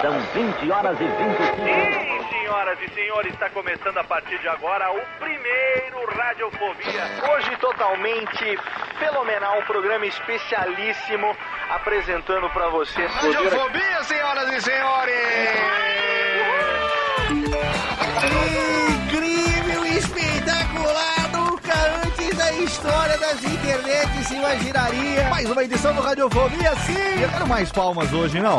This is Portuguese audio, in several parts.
São 20 horas e 25. Sim, senhoras e senhores, está começando a partir de agora o primeiro Radiofobia. Hoje totalmente fenomenal, um programa especialíssimo apresentando pra você. Radiofobia, senhoras e senhores! Incrível, espetacular, nunca antes da história das internets se imaginaria. Mais uma edição do Radiofobia, sim! Eu quero mais palmas hoje, não.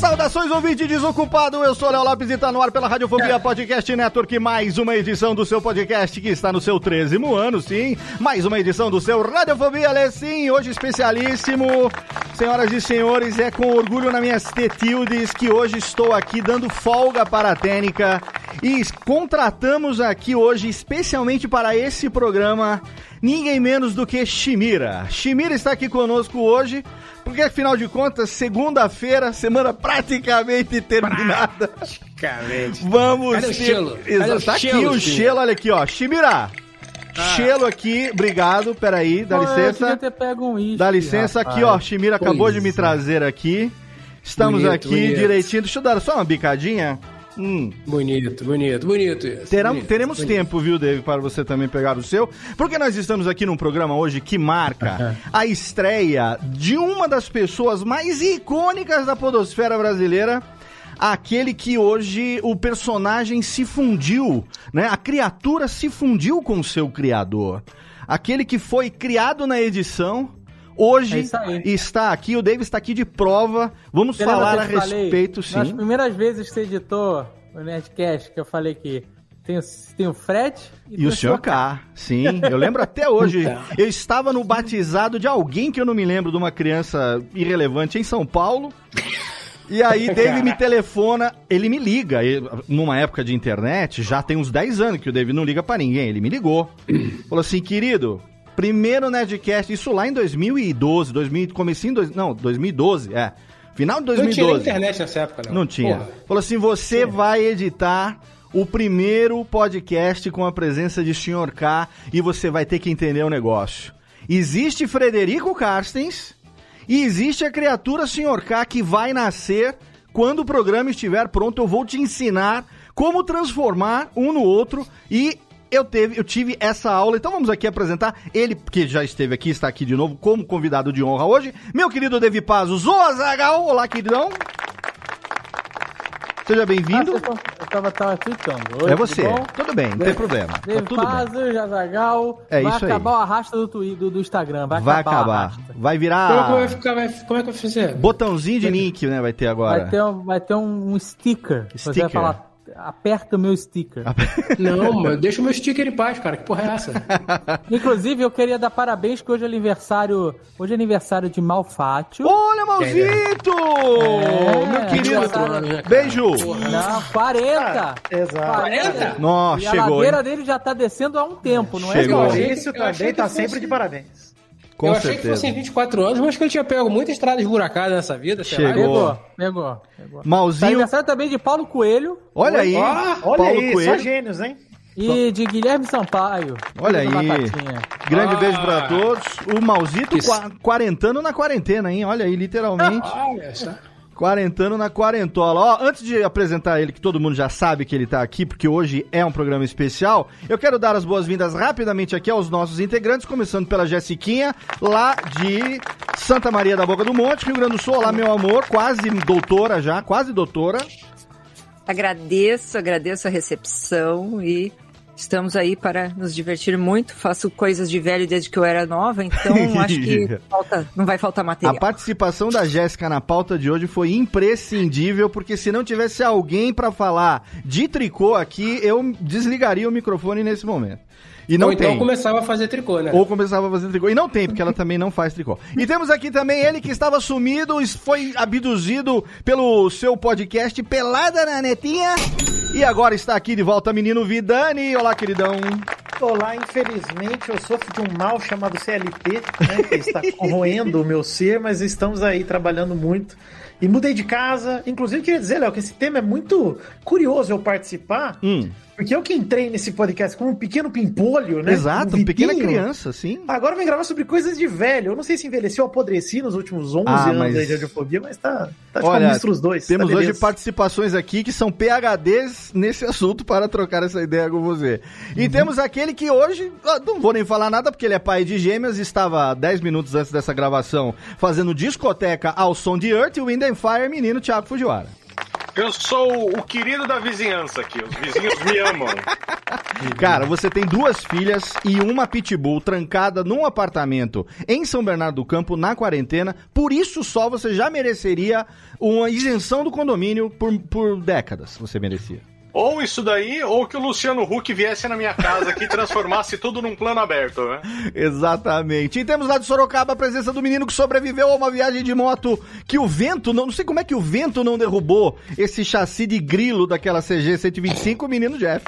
Saudações, ouvinte desocupado, eu sou Léo Lopes e tá no ar pela Radiofobia Podcast Network, mais uma edição do seu podcast que está no seu 13 ano, sim, mais uma edição do seu Radiofobia, Lê, sim, hoje especialíssimo, senhoras e senhores, é com orgulho nas minhas tetildes que hoje estou aqui dando folga para a técnica e contratamos aqui hoje, especialmente para esse programa, ninguém menos do que Shimira. Shimira está aqui conosco hoje, porque afinal de contas, segunda-feira, semana praticamente terminada. Praticamente. Vamos Cadê o ter- Chelo? Exa- Cadê o tá aqui o Chelo, Shimira? Ah. Chelo, olha aqui, ó. Shimira! Chelo aqui, obrigado, peraí, dá Pô, Ah, Eu licença. queria ter pego um uísque, Dá licença rapaz. aqui, ó. Shimira acabou de Pois me é. trazer aqui. Estamos Bonito, aqui bonito. direitinho. Deixa eu dar só uma bicadinha. Hum. Bonito, bonito, bonito isso. Terá- bonito, teremos bonito. tempo, viu, David, para você também pegar o seu, porque nós estamos aqui num programa hoje que marca a estreia de uma das pessoas mais icônicas da podosfera brasileira. Aquele que hoje o personagem se fundiu, né? A criatura se fundiu com o seu criador. Aquele que foi criado na edição, É hoje isso aí. está aqui. O David está aqui de prova. Vamos Você lembra falar que a eu te falei, respeito, Nas sim. primeiras vezes que você editou o Nerdcast, que eu falei que tem o, tem o frete E o senhor K, sim, eu lembro até hoje. Então. Eu estava no batizado de alguém que eu não me lembro, de uma criança irrelevante em São Paulo. E aí David me telefona, ele me liga, e, numa época de internet, já tem uns 10 anos que o David não liga pra ninguém, ele me ligou. Falou assim, querido, primeiro Nerdcast, isso lá em 2012, 2000, comecinho, em dois- não, 2012, é, final de Não tinha 2012. nem internet nessa época, não. Não tinha. Porra. Falou assim: você vai editar o primeiro podcast com a presença de Sr. K e você vai ter que entender o negócio. Existe Frederico Carstens e existe a criatura Sr. K que vai nascer quando o programa estiver pronto. Eu vou te ensinar como transformar um no outro e. Eu, teve, eu tive essa aula, então vamos aqui apresentar ele, que já esteve aqui, está aqui de novo como convidado de honra hoje, meu querido Devi Paz, o Zagal. Olá, queridão. Seja Ah, bem-vindo. vocês tão- eu tava, tava tweetando. Oi, é tudo você. bom? Tudo bem, não tem problema. Tá Dave tudo bem. Pazos, Jazagal. É vai isso aí. acabar o arrasta do, Twi- do, do Instagram. Vai, Vai acabar. o acabar. arrasta. Vai Então, como, vai virar ficar, vai- como é que vai fazer? botãozinho de link, né? Vai ter agora. Vai ter, um, vai ter um, um sticker. Você Sticker. vai falar, aperta o meu sticker. Não, mano, deixa o meu sticker em paz, cara. Que porra é essa? Inclusive, eu queria dar parabéns que hoje é aniversário. Hoje é aniversário de Malfátio. Olha, Malzito! É. Meu querido. Engraçado, né, cara? Beijo! Não, 40! Exato. 40? Nossa, e a chegou, hein? ladeira dele já tá descendo há um tempo, não Chegou. O é? só- Maurício Eu achei também que tá fosse- sempre de parabéns. Com eu achei que certeza. fossem 24 anos, mas que ele tinha pego muita estrada esburacada nessa vida, sei lá. Chegou. Pegou, pegou, pegou. Tá Malzinho, aniversário também de Paulo Coelho olha aí. Ó, Olha Paulo aí, só Coelho. gênios, hein? e de Guilherme Sampaio. Olha Tudo aí. na batatinha. Grande Ah. beijo pra todos. O Malzito Que- qua- quarentando na quarentena, hein? Olha aí, literalmente. Olha só. Quarentano na quarentola. Ó, antes de apresentar ele, que todo mundo já sabe que ele tá aqui, porque hoje é um programa especial, eu quero dar as boas-vindas rapidamente aqui aos nossos integrantes, começando pela Jessiquinha, lá de Santa Maria da Boca do Monte, Rio Grande do Sul. Olá, meu amor, quase doutora já, quase doutora. Agradeço, agradeço a recepção e Estamos aí para nos divertir muito. Faço coisas de velho desde que eu era nova, então acho que falta, não vai faltar material. A participação da Jéssica na pauta de hoje foi imprescindível, porque se não tivesse alguém para falar de tricô aqui, eu desligaria o microfone nesse momento. E não Ou então tem. começava a fazer tricô, né? Ou começava a fazer tricô. E não tem, porque ela também não faz tricô. E temos aqui também ele que estava sumido, foi abduzido pelo seu podcast Pelada na Netinha. E agora está aqui de volta, menino Vidani. Olá, queridão. Olá, infelizmente eu sofro de um mal chamado CLT, né, que está corroendo o meu ser, mas estamos aí trabalhando muito. E mudei de casa. Inclusive, queria dizer, Léo, que esse tema é muito curioso eu participar, Hum. porque eu que entrei nesse podcast como um pequeno pimpolho, né? Exato, um pequena vidinho. criança, sim. Agora vem gravar sobre coisas de velho. Eu não sei se envelheci ou apodreci nos últimos 11 Ah, anos mas- aí de audiofobia, mas tá, tá de Olha, misto os dois. Temos tá hoje beleza. participações aqui que são PHDs nesse assunto para trocar essa ideia com você. E temos aquele que hoje, ah, não vou nem falar nada porque ele é pai de gêmeas, estava 10 minutos antes dessa gravação fazendo discoteca ao som de Earth, Wind and Fire, menino Thiago Fujiwara. Eu sou o querido da vizinhança aqui. Os vizinhos me amam. Cara, você tem duas filhas e uma pitbull trancada num apartamento em São Bernardo do Campo, na quarentena. Por isso só você já mereceria uma isenção do condomínio por, por décadas. Você merecia. Ou isso daí, ou que o Luciano Huck viesse na minha casa aqui e transformasse tudo num plano aberto, né? Exatamente. E temos lá de Sorocaba a presença do menino que sobreviveu a uma viagem de moto que o vento não. Não sei como é que o vento não derrubou esse chassi de grilo daquela CG 125, o menino Jeff.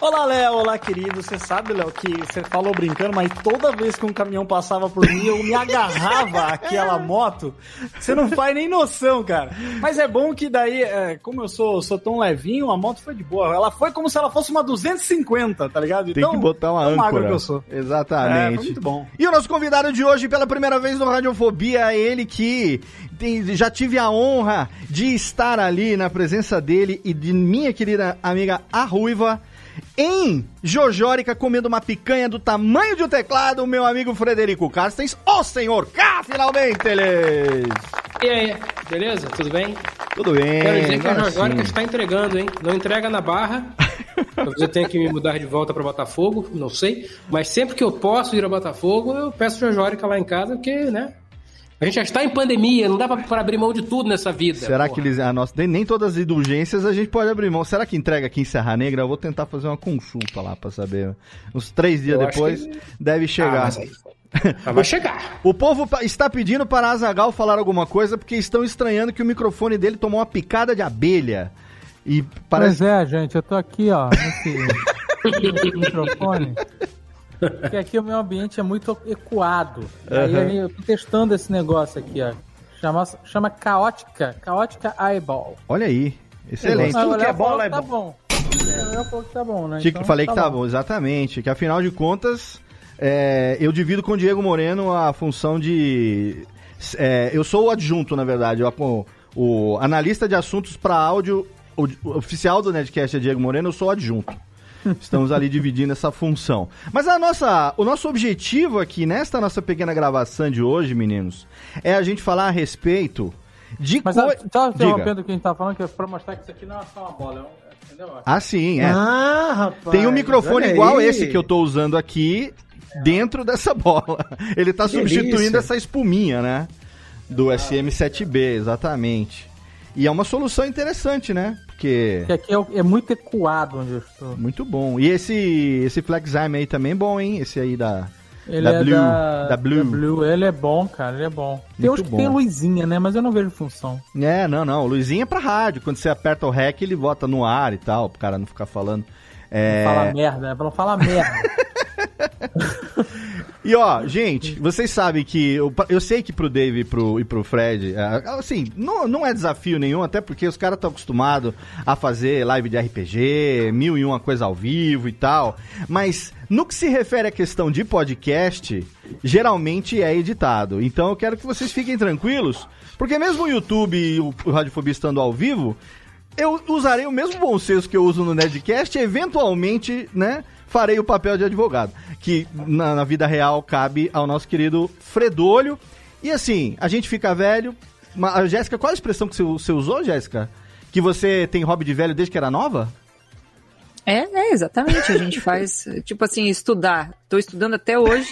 Olá, Léo. Olá, querido. Você sabe, Léo, que você falou brincando, mas toda vez que um caminhão passava por mim, eu me agarrava àquela moto. Você não faz nem noção, cara. Mas é bom que daí, é, como eu sou, sou tão levinho, a moto foi de boa. Ela foi como se ela fosse uma 250, tá ligado? Tem que botar uma tão magro âncora. é que eu sou. Exatamente. É, foi muito bom. E o nosso convidado de hoje, pela primeira vez no Radiofobia, é ele que tem- já tive a honra de estar ali na presença dele e de minha querida amiga A Ruiva. Em Jojórica, comendo uma picanha do tamanho de um teclado, o meu amigo Frederico Carstens, o senhor K, finalmente! eles! E aí, beleza? Tudo bem? Tudo bem. Quero dizer que a agora Jorgórica sim. está entregando, hein? Não entrega na barra. Talvez eu tenha que me mudar de volta para Botafogo, não sei. Mas sempre que eu posso ir a Botafogo, eu peço Jorgórica lá em casa, porque, né? A gente já está em pandemia, não dá para abrir mão de tudo nessa vida. Será que eles. Ah, nossa, nem- nem todas as indulgências a gente pode abrir mão. Será que entrega aqui em Serra Negra? Eu vou tentar fazer uma consulta lá pra saber. Uns três dias Eu acho Ah, depois deve chegar. mas aí- Mas vai chegar. O povo pa- está pedindo para a Azagal falar alguma coisa porque estão estranhando que o microfone dele tomou uma picada de abelha. E parece. Pois é, gente, eu tô aqui, ó, nesse, nesse microfone. Porque aqui o meu ambiente é muito ecoado. Aí Aham. eu tô testando esse negócio aqui, ó. Chama, chama caótica, caótica eyeball. Olha aí. Excelente. Mas o Léo falou bola é tá bom. O Léo falou que tá bom, né? Tinha que- Então, falei que tá bom. exatamente. Que afinal de contas, é, eu divido com o Diego Moreno a função de. é, eu sou o adjunto, na verdade. Eu, o, o analista de assuntos para áudio o- o oficial do Nerdcast é Diego Moreno, eu sou o adjunto. Estamos ali dividindo essa função. Mas a nossa, o nosso objetivo aqui nesta nossa pequena gravação de hoje, meninos, é a gente falar a respeito de Mas tá, coi- tá Diga. interrompendo o que a gente tá falando, que é pra mostrar que isso aqui não é só uma bola, é um- entendeu? Ah, sim, é. Ah, rapaz, Tem um microfone olha igual aí. esse que eu tô usando aqui dentro dessa bola. Ele tá Que substituindo delícia. Ah. essa espuminha, né? Do SM7B, exatamente. E é uma solução interessante, né? Porque Porque aqui é, o- é muito ecoado onde eu estou. muito bom. E esse esse Flexime aí também é bom, hein? Esse aí da Ele da é Blue, da, da Blue. da Blue. Ele é bom, cara, ele é bom. Tem Muito uns que bom. tem luzinha, né? Mas eu não vejo função. É, não, não. O Luizinho é pra rádio. Quando você aperta o REC, ele bota no ar e tal, pro cara não ficar falando. É... Fala merda, é pra não falar merda. E ó, gente, vocês sabem que. Eu, eu sei que pro Dave e pro, e pro Fred, é, assim, não, não é desafio nenhum, até porque os caras estão acostumados a fazer live de RPG, mil e uma coisa ao vivo e tal. Mas no que se refere à questão de podcast, geralmente é editado. Então eu quero que vocês fiquem tranquilos, porque mesmo o YouTube e o, o Radiofobia estando ao vivo, eu usarei o mesmo bom senso que eu uso no Nerdcast e eventualmente, né, farei o papel de advogado, que na, na vida real cabe ao nosso querido Fredolho. E assim, a gente fica velho. ma- a Jéssica, qual a expressão que você, você usou, Jéssica? Que você tem hobby de velho desde que era nova? É, é, exatamente. A gente faz, tipo assim, estudar. Estou estudando até hoje.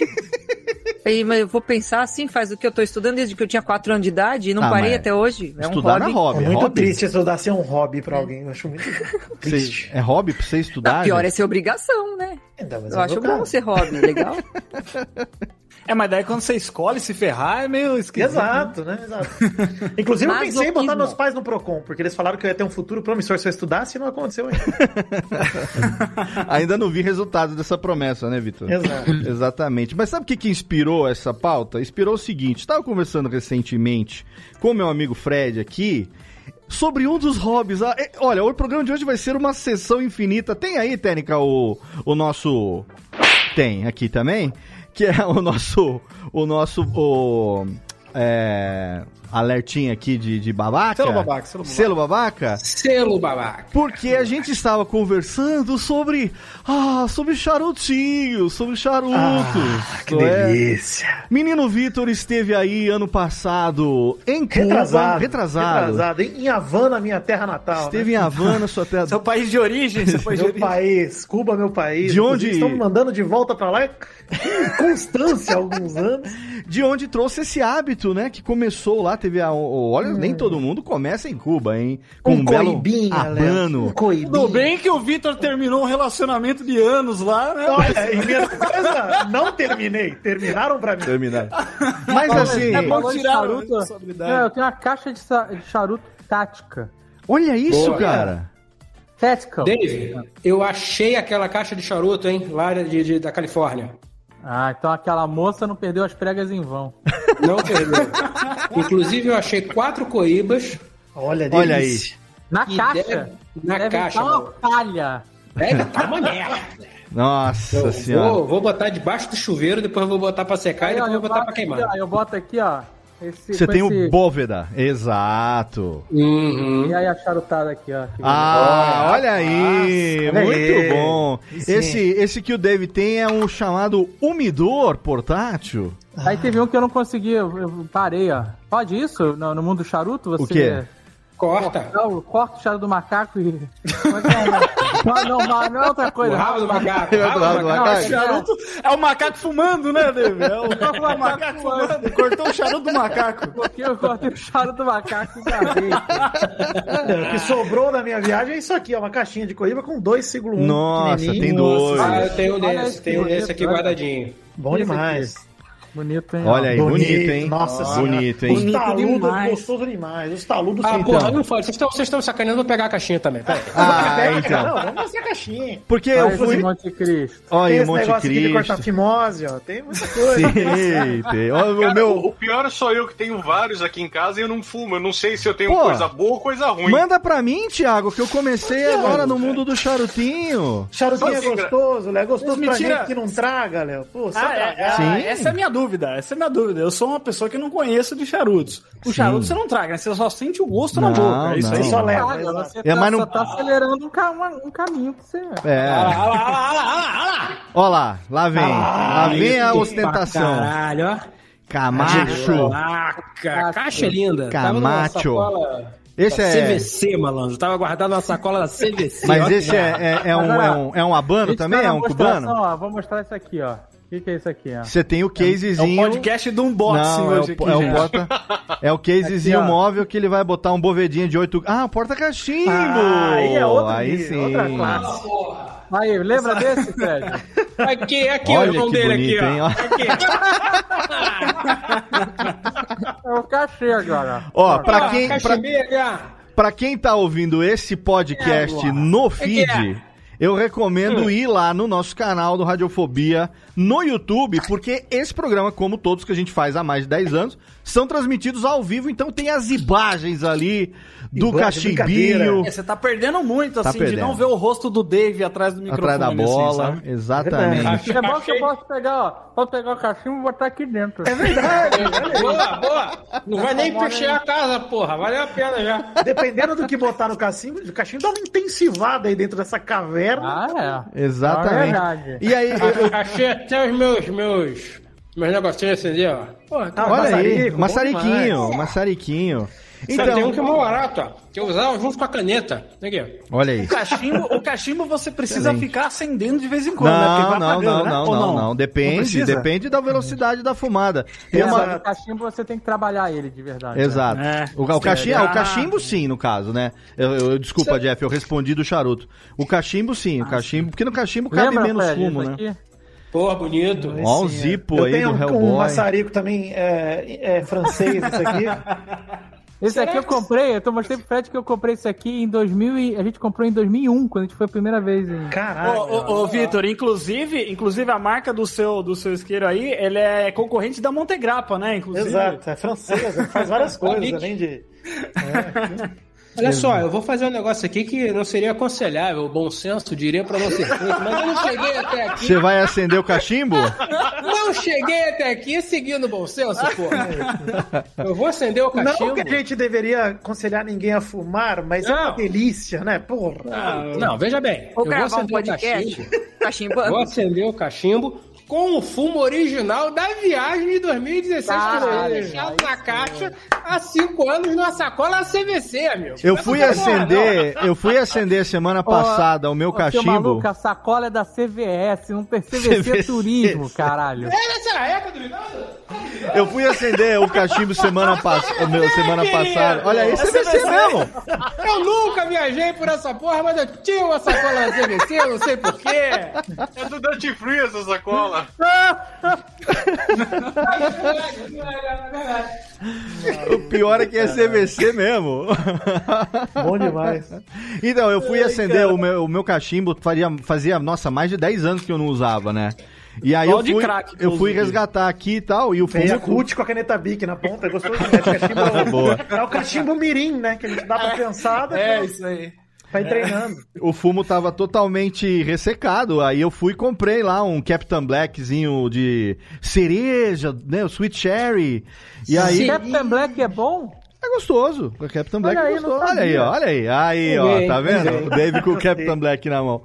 E, mas eu vou pensar assim, faz o que eu estou estudando desde que eu tinha 4 anos de idade e não Ah, parei mas até hoje. É um estudar hobby. não é hobby, É muito hobby. triste estudar ser um hobby pra alguém. Eu acho muito triste. Você- é hobby pra você estudar? A pior é gente? ser obrigação, né? mas eu é acho obrigado. bom ser hobby, legal. É, mas daí quando você escolhe se ferrar é meio um esquisito. Exato, né? Exato. Inclusive, eu pensei em botar meus pais no Procon, porque eles falaram que eu ia ter um futuro promissor se eu estudasse e não aconteceu ainda. Ainda não vi resultado dessa promessa, né, Vitor? Exato. Exatamente. Mas sabe o que, que inspirou essa pauta? Inspirou o seguinte: estava conversando recentemente com meu amigo Fred aqui. Sobre um dos hobbies. Ah, é- Olha, o programa de hoje vai ser uma sessão infinita. Tem aí, Técnica, o, o nosso. Tem aqui também. Que é o nosso. O nosso. O, é, alertinha aqui de, de babaca. Selo babaca, selo babaca. Selo babaca? Selo babaca. Porque a gente estava conversando sobre. Ah, sobre charutinho, sobre charutos. Ah, que não é? delícia. Menino Vitor esteve aí ano passado em Cuba. Retrasado. Retrasado. Retrasado. Em em Havana, minha terra natal. Esteve em Havana, sua terra. Seu país de origem, seu país meu de origem. país, Cuba, meu país. De Inclusive, onde- Estão me mandando de volta pra lá com constância há alguns né? anos. De onde trouxe esse hábito, né? Que começou lá, teve a. o- Olha, nem todo mundo começa em Cuba, hein? Com um, belo coibinha, Léo, habano. um coibinha. Tudo bem que o Vitor terminou um relacionamento de anos lá, né? Olha, em minha defesa, não terminei. Terminaram pra mim. Terminaram. Mas assim. é bom falou de tirar charuto, charuto. responsabilidade. Não, eu tenho uma caixa de, sa- de charuto tática. Olha isso, Boa. cara. Tactical. Dave, eu achei aquela caixa de charuto, hein? Lá de, de- da Califórnia. Ah, então aquela moça não perdeu as pregas em vão. Não perdeu. Inclusive, eu achei quatro coíbas. Olha, Olha delícia. Na E caixa. deve- na Deve caixa, tá uma mano. palha. Deve tá uma merda. Nossa Eu senhora. Vou, vou botar debaixo do chuveiro, depois vou botar pra secar Aí, ó, e depois eu vou botar boto pra aqui, queimar. ó, eu boto aqui, ó. esse- Você com tem um esse- o Bóveda. Exato. Uhum. E aí a charutada aqui, ó. Que Ah, olha aí, Nossa, muito olha aí. bom. Sim. Esse, esse que o Dave tem é um chamado umidor portátil. bonito. Aí teve um que eu não consegui, eu, eu parei, ó. Pode isso? No, no mundo do charuto, você... quê? Corta. Não, corta o charuto do macaco e... Não, não, não, não é outra coisa. O rabo do macaco. Não, rabo do macaco. é charuto- Charuto é o macaco fumando, né, David? É o Não, foi o macaco macaco fumando. Cortou o charuto do macaco. Porque eu cortei o charuto do macaco pra ver. O que sobrou na minha viagem é isso aqui, ó. Uma caixinha de coíba com dois círculos um. assim, Nossa, pequenininho. tem dois. Ah, eu tenho um Olha desse, esse tenho um bonito, desse aqui olha. guardadinho. Bom Esse demais. Bonito, hein? Olha aí, bonito, hein? Nossa senhora. bonito, hein? Os taludos, demais. gostoso demais. Os taludos Ah, são- porra, não fode. Vocês estão- Vocês estão sacaneando, eu vou pegar a caixinha também. Peraí. Ah, Não, então. vamos fazer a caixinha. Porque eu Olha esse fui. Monte Cristo. Olha, Tem o esse Monte negócio aqui de cortar Cristo. fimose, ó. Tem muita coisa. Sim, tem. Olha o Cara, meu. o o pior sou eu que tenho vários aqui em casa e eu não fumo. Eu não sei se eu tenho Pô. coisa boa ou coisa ruim. Manda pra mim, Thiago, que eu comecei agora no mundo do charutinho. Charutinho é Nossa, gostoso, Léo. É gostoso Mas me pra tira- gente que não traga, Léo. Pô, só Ah, traga. é, é, Sim. Essa é a minha dúvida. Essa é a minha dúvida. Eu sou uma pessoa que não conheço de charutos. O charuto você não traga, né? Você só sente o gosto Não, na boca. É isso não. aí. Você só leva. Olha, exato. você É, tá, mas não- só tá acelerando um, ca- uma- um caminho que você... É. Ah lá, ah lá, ah lá, ah lá, ah lá. Ó lá, lá vem. Ah, lá Ah, vem a ostentação. Caralho, ó. É, Camacho. Ah, Caraca, a caixa é linda. Tava numa Camacho. sacola Esse da é. CVC, malandro. Tava guardado na sacola da CVC. ó, Mas que esse é, barato. é, é um, é, um, é um Gente, abano tá também? na É um mostração, cubano? Ó, vou mostrar isso aqui, ó. O que, que é isso aqui, ó? Você tem o É um casezinho. podcast do unboxing Não, é o, hoje aqui, é o gente. porta, é o casezinho Aqui, ó. móvel que ele vai botar um bovedinho de 8. Ah, um porta cachimbo. Ah, aí é outro Aí nível, sim. outra classe. Tá, Aí, lembra desse, Fred? Aqui, aqui, ó, o Olha irmão que dele bonito, aqui, hein? ó. Ó. É o cachê agora. Ó, pra Ó, quem pra, cachimeira. pra quem tá ouvindo esse podcast no feed, eu recomendo ir lá no nosso canal do Radiofobia no YouTube, porque esse programa, como todos que a gente faz há mais de 10 anos, são transmitidos ao vivo, então tem as imagens ali do Imagem, cachimbinho. brincadeira. É, Você tá perdendo muito, Tá assim, de perdendo. não ver o rosto do Dave atrás do microfone. Atrás da assim, bola, sabe? exatamente. É bom que eu posso pegar, ó. Posso pegar o cachimbo e botar aqui dentro. É Boa, boa. Não vai nem puxar a casa, porra. Valeu a pena já. Dependendo do que botar no cachimbo, o cachimbo dá uma intensivada aí dentro dessa caverna. Ah, é. Exatamente. É verdade. E aí, eu- Achei até os meus, meus Meus negocinhos assim, ali, ó. Porra, Tá Ah, olha aí, maçariquinho, maçariquinho. Então, tem um Então, que é uma barata, que eu usava junto com a caneta. Aqui. olha aí. O cachimbo, o cachimbo você precisa Excelente. ficar acendendo de vez em quando, né? Porque Não, vai não, apagando, não, né? não, Ou não, não. Depende, precisa? depende da velocidade da fumada. Tem uma- Exato. O cachimbo você tem que trabalhar ele de verdade. Exato. né? o, o cachi- ah, o cachimbo, sim, no caso, né? Eu, eu- eu- desculpa, Jeff, eu respondi do charuto. O cachimbo, sim, o cachimbo, porque no cachimbo cabe Lembra, menos Fred, fumo, isso né? aqui? Porra, bonito. Ó, o zipo Eu aí tenho do um, Hellboy. um maçarico também é, é francês, esse aqui. Esse aqui eu comprei, eu tô mostrei pro Fred que eu comprei isso aqui em 2000 e a gente comprou em 2001, quando a gente foi a primeira vez em... Ô, ô, ô, Vitor, inclusive, inclusive a marca do seu, do seu isqueiro aí, ele é concorrente da Montegrappa, né? Inclusive. Exato, é francesa, faz várias coisas, além de. É. Olha só, eu vou fazer um negócio aqui que não seria aconselhável, o bom senso diria pra não ser feito, mas eu não cheguei até aqui. Você vai acender o cachimbo? Não cheguei até aqui seguindo o bom senso, porra. Eu vou acender o cachimbo. Não que a gente deveria aconselhar ninguém a fumar, mas é uma delícia, né? Porra. Não, não, veja bem. Vou eu vou gravar um acender o podcast. Tá cachimbo. Cachimbo. Vou acender o cachimbo com o fumo original da viagem de 2016 que eu Caralho, deixado na caixa há cinco anos numa sacola CVC, amigo. é Eu fui Porra, acender, eu fui acender semana passada o meu Ô, seu cachimbo. maluco, a sacola é da CVS, não tem CVC Turismo, caralho. não. É nessa época, Durinaldo? Eu fui acender o cachimbo semana passada, meu semana passada. Olha aí, você vai ser mesmo. Eu nunca viajei por essa porra, É, mas eu tinha uma sacola da CVC, eu não sei porquê. É do Dante Free essa sacola. O pior é que é CVC mesmo. Bom demais. Então, eu fui acender o meu, o meu cachimbo, faria, fazia, nossa, mais de 10 anos que eu não usava, né? E aí Só eu de fui, crack, eu fui inclusive. resgatar aqui e tal, e o Tem a fumo... CUT com a caneta Bic na ponta, é gostoso. Né? Cachimbo, Boa. É o cachimbo mirim, né? Que a gente dá pra pensada. É, pô, isso aí. Vai treinando. O fumo tava totalmente ressecado, aí eu fui e comprei lá um Captain Blackzinho de cereja, né, o Sweet Cherry. E Tá aí Captain Black é bom? é gostoso. O Captain Black Olha é aí, gostoso. não Olha aí, sabia. ó, olha aí. Aí, ó, Peguei, tá peguei. vendo? O Dave com o Captain Black na mão.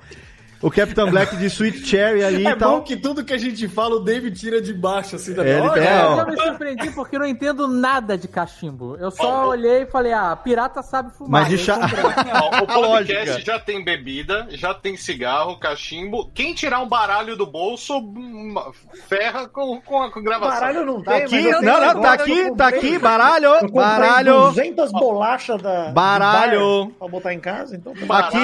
O Captain Black de Sweet Cherry ali é e tal. bom que tudo que a gente fala, o David tira de baixo, assim, da É, ele Olha, tem, ó. Eu me surpreendi porque eu não entendo nada de cachimbo. Eu só olhei e falei, ah, pirata sabe fumar. Mas de Eu um chá- comprei. Ó, o podcast lógica. já tem bebida, já tem cigarro, cachimbo. Quem tirar um baralho do bolso, hum, ferra com, com a com a gravação. Baralho não Tá tem, aqui? mas eu tenho Não, não, agora, tá eu aqui, comprei- tá aqui, baralho, eu comprei baralho. um 200 bolachas da. do Baralho. bar Pra botar em casa, então. tá Aqui,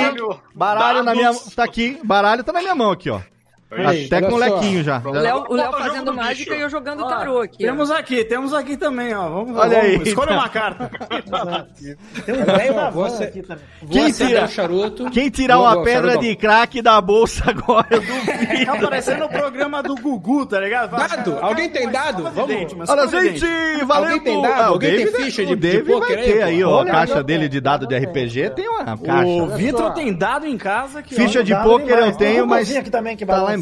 baralho na minha Tá aqui, baralho tá na minha mão aqui, ó. Tá Aí, Até olha com o só. lequinho já. O Léo, o Léo fazendo mágica e eu jogando tarô aqui. ó. Temos um aqui, temos aqui também, ó. Vamos, Olha vamos, aí. Escolha uma carta. Tem um velho da Vou van ace- aqui também. vou Quem acender tira? é o charuto. Quem tirar Vou- uma vou- pedra charuto, de crack da bolsa agora, eu Tá duvido. parecendo o programa do Gugu, tá ligado? Vai, Dado? vai, Alguém vai, tem vai, dado? escova de Vamos. dente, uma Olha, escova de gente, dente. valeu! Alguém tem dado? o Alguém tem David- ficha o de- de David poker vai aí, ter pô? aí, ó. a Olha, caixa eu dele tenho, de dado de eu tenho. RPG tem uma O caixa. Vitor só. tem dado em casa que Ficha de Dado poker demais. eu tenho, Tem uma mas coisinha aqui também que tá lá balança. embaixo.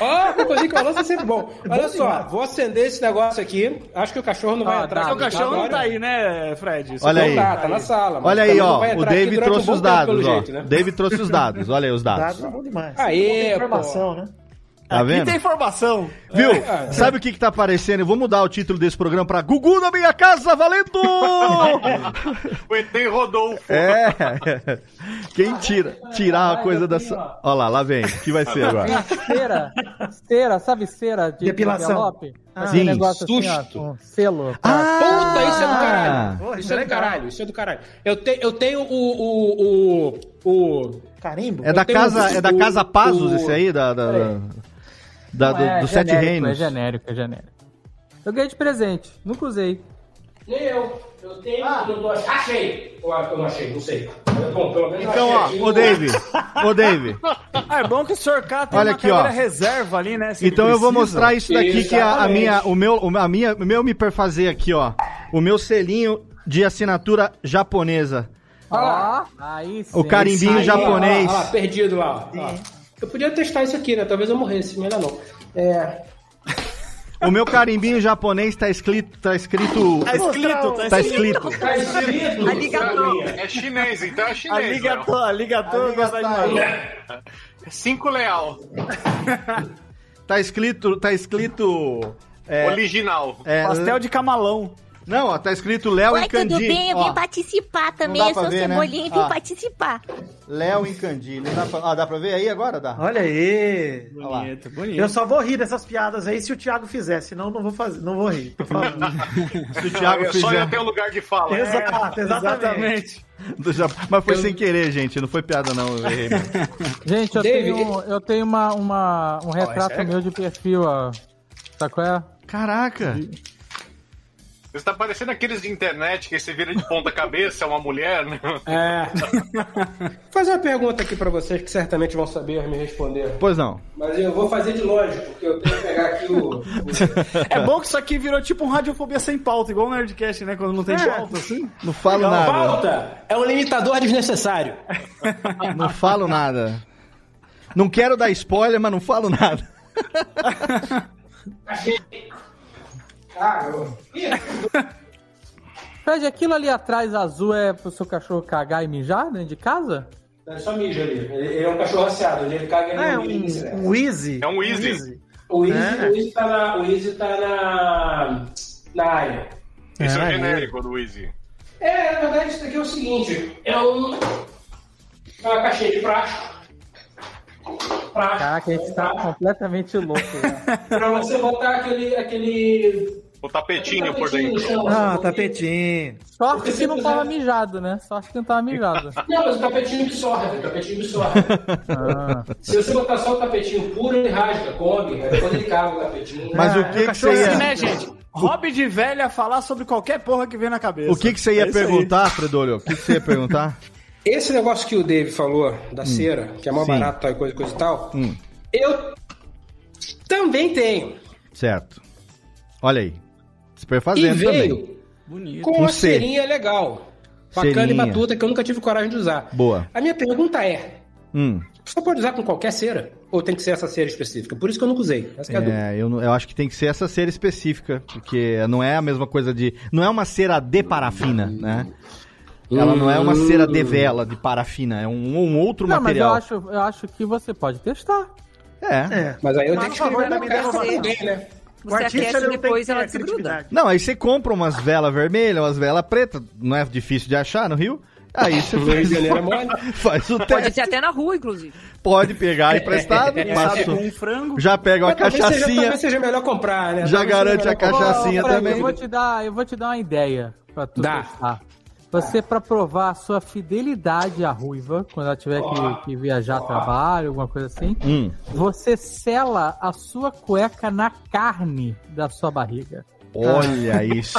Ó, oh, cocôzinho com a lança é sempre bom. Olha só, vou acender esse negócio aqui. Acho que o cachorro não vai Ah, atrás. dá, O cachorro não agora. tá aí, né, Fred? Isso Olha não aí. tá, Tá, tá na sala. mas Olha aí, também não ó. vai O entrar aqui David durante um trouxe bom os tempo, dados, pelo ó. jeito, né? David trouxe os dados, olha aí os dados. Dado é bom demais. Aê, pô. Informação, né? Tá vendo? Aqui Tá tem informação. Viu? É. Sabe o que que tá aparecendo? Eu vou mudar o título desse programa pra Gugu da Minha Casa, valendo! O ET Rodolfo. é. Quem tira, tirar a coisa da... Olha lá, lá vem. O que vai ser Tem agora? a cera, cera, sabe cera de Depilação. envelope? Ah. Sim. Aquele negócio assim, Susto. ó, com selo. tá? Puta, isso é do Ah! caralho. Isso é do caralho, isso é do caralho. Eu, te, eu tenho o. o. o. o Carimbo? É da Eu tenho casa, um- é da casa Pazos o- esse aí, da, da, da- da- do, É do Sete genérico, É Reinos. genérico, é genérico. Eu ganhei de presente, nunca usei. nem eu. Eu tenho. eu não achei. Achei! Eu, eu não achei, não sei. Bom, pelo menos eu Então, ó, achei aqui. ô Dave, ô Dave. Ah, é bom que o senhor K tem Olha uma aqui, ó. cadeira reserva ali, né? se ele Então eu vou precisa. mostrar isso daqui que é a, a Exatamente. minha, o meu, o- a minha, o meu me perfazer aqui, ó. O meu selinho de assinatura japonesa. Olha lá. Ó, aí sim. O carimbinho Aí, japonês. ó, ó, ó, perdido lá. ó, ó. Eu podia testar isso aqui, né? Talvez eu morresse, melhor não. É. O meu carimbinho japonês tá escrito, tá escrito, Tá escrito, tá tá escrito. escrito. Tá escrito. Arigatou. É chinês, então é A chinês. liga não. toda, a liga toda, eu gosto tá demais. Cinco leal. Tá escrito, tá escrito É, Original. é, Pastel de camalão. Não, ó, tá escrito Léo Oi, e Candi. tudo bem? Eu vim Ó, participar também. dá Eu pra sou ver, né? cebolinha e vim Ah. participar. Léo e Candi. Não Dá pra... Ah, dá pra ver aí agora? Dá. Olha aí. Bonito, bonito. Eu só vou rir dessas piadas aí se o Thiago fizer, senão eu não vou fazer, não vou rir. Tô falando. Se o Thiago Só fizer- ia ter um lugar de fala. Exato, exatamente. Do Japão. Mas foi sem querer, gente. Não foi piada, não. Eu errei mesmo. Gente, eu David. tenho, eu tenho uma, uma- um retrato é- meu de perfil, ó. Sabe qual é? Caraca! Você tá parecendo aqueles de internet que você vira de ponta cabeça, é uma mulher, né? É. Vou fazer uma pergunta aqui pra vocês que certamente vão saber me responder. Pois não. Mas eu vou fazer de longe, porque eu tenho que pegar aqui o. É bom que isso aqui virou tipo um radiofobia sem pauta, igual um Nerdcast, né? Quando não tem pauta, assim. Não falo Não, nada. pauta é um limitador desnecessário. Não falo nada. Não quero dar spoiler, mas não falo nada. Fred, aquilo ali atrás azul é pro seu cachorro cagar e mijar dentro de casa? É só mijo ali. Ele, ele é um cachorro asseado, ele caga Ah, é no milho, né? Um Easy. É um Easy. O Easy, É. o Easy tá na. O Easy tá na. na área. Isso é, genérico do Easy. É, na verdade, isso daqui é o seguinte: é um. é Uma caixinha de prático. Caraca, a gente tá completamente louco. né? Pra você botar aquele. aquele... O tapetinho por Tapetinho, dentro. Ah, tapetinho. Sorte que não tava mijado, né? Sorte que não tava mijado. Não, mas o tapetinho absorve, o tapetinho absorve. Se você botar só o tapetinho puro, ele rasga, come, aí depois ele caga o tapetinho. né? Mas o que que cachorro você é assim, ia- né, gente? Hobby de velha falar sobre qualquer porra que vem na cabeça. O que, que você ia É isso aí. perguntar, Fredolho? O que, que você ia perguntar? Esse negócio que o Dave falou da cera, que é mó Hum. sim. barato, tal, e coisa, coisa e tal, Hum, eu também tenho. certo. Olha aí. Superfazendo e veio também. Bonito. com Um uma C. cerinha legal. Bacana e Cerinha. batuta, que eu nunca tive coragem de usar. Boa. A minha pergunta é, Hum. você pode usar com qualquer cera? Ou tem que ser essa cera específica? Por isso que eu nunca usei. Essa que é a dúvida. É, eu, não- eu acho que tem que ser essa cera específica, porque não é a mesma coisa de. Não é uma cera de parafina, né? Ela não é uma cera de vela, de parafina, é um, um outro Não, mas eu material. acho, eu acho que você pode testar. É. Mas aí eu Mas, tenho que por favor, escrever na também carta derruba. pra alguém, né? Você aquece ele não depois, tem ela que ter desgruda. Não, aí você compra umas velas vermelhas, umas velas pretas, não é difícil de achar no Rio. Aí você Rio de faz, Janeiro é mole. faz o Pode teste. ser até na rua, inclusive. Pode pegar emprestado, É, é, é. passa Com um frango. Já pega uma Mas talvez Seja, cachaçinha. talvez seja melhor comprar, né? Já Talvez seja garante a melhor comprar. cachaçinha Ô, Fred, também. Eu vou te dar, eu vou te dar uma ideia pra tu Dá. testar. Você, pra provar a sua fidelidade à ruiva, quando ela tiver Ó. que, que viajar a trabalho, alguma coisa assim, Hum. você sela a sua cueca na carne da sua barriga. Olha isso.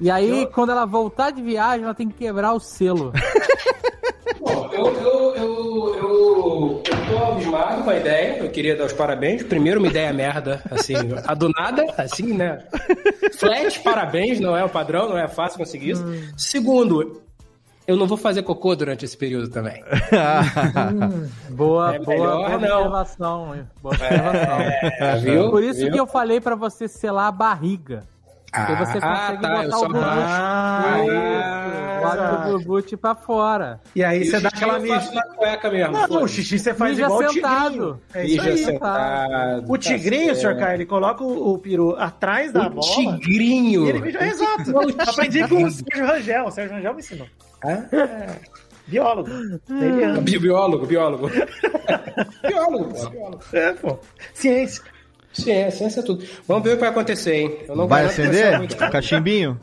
E aí, quando ela voltar de viagem, ela tem que quebrar o selo. Bom, eu, eu, eu, eu, eu tô abismado com a ideia, eu queria dar os parabéns. Primeiro, uma ideia merda, assim, a do nada, assim, né? Flat, parabéns, não é o padrão, não é fácil conseguir isso. Segundo, eu não vou fazer cocô durante esse período também. Boa, É boa, boa melhor não. observação, hein? Boa observação. É, viu? Por isso Viu? que eu falei pra você selar a barriga. Porque você Ah, consegue tá, eu botar só o burbute. Ah, Isso, Bota o burbute pra fora. E aí E você o dá xixi aquela eu mija. faço na cueca mesmo. Não, foda-se. o xixi você faz Mija igual sentado. o tigrinho. É isso Mija aí. sentado. O tigrinho, tá senhor certo. Caio, ele coloca o, o peru atrás da bola. Tá Tigrinho. E ele mija. Exato. Aprendi com o Sérgio Rangel. O Sérgio Rangel me ensinou. É. Biólogo. Ele ama. Bi- Biólogo, biólogo. biólogo, pô. biólogo. É, pô. Ciência. Ciência, ciência é tudo. Vamos ver o que vai acontecer, hein? Eu não Vai garanto que ser acender? muito. Cachimbinho?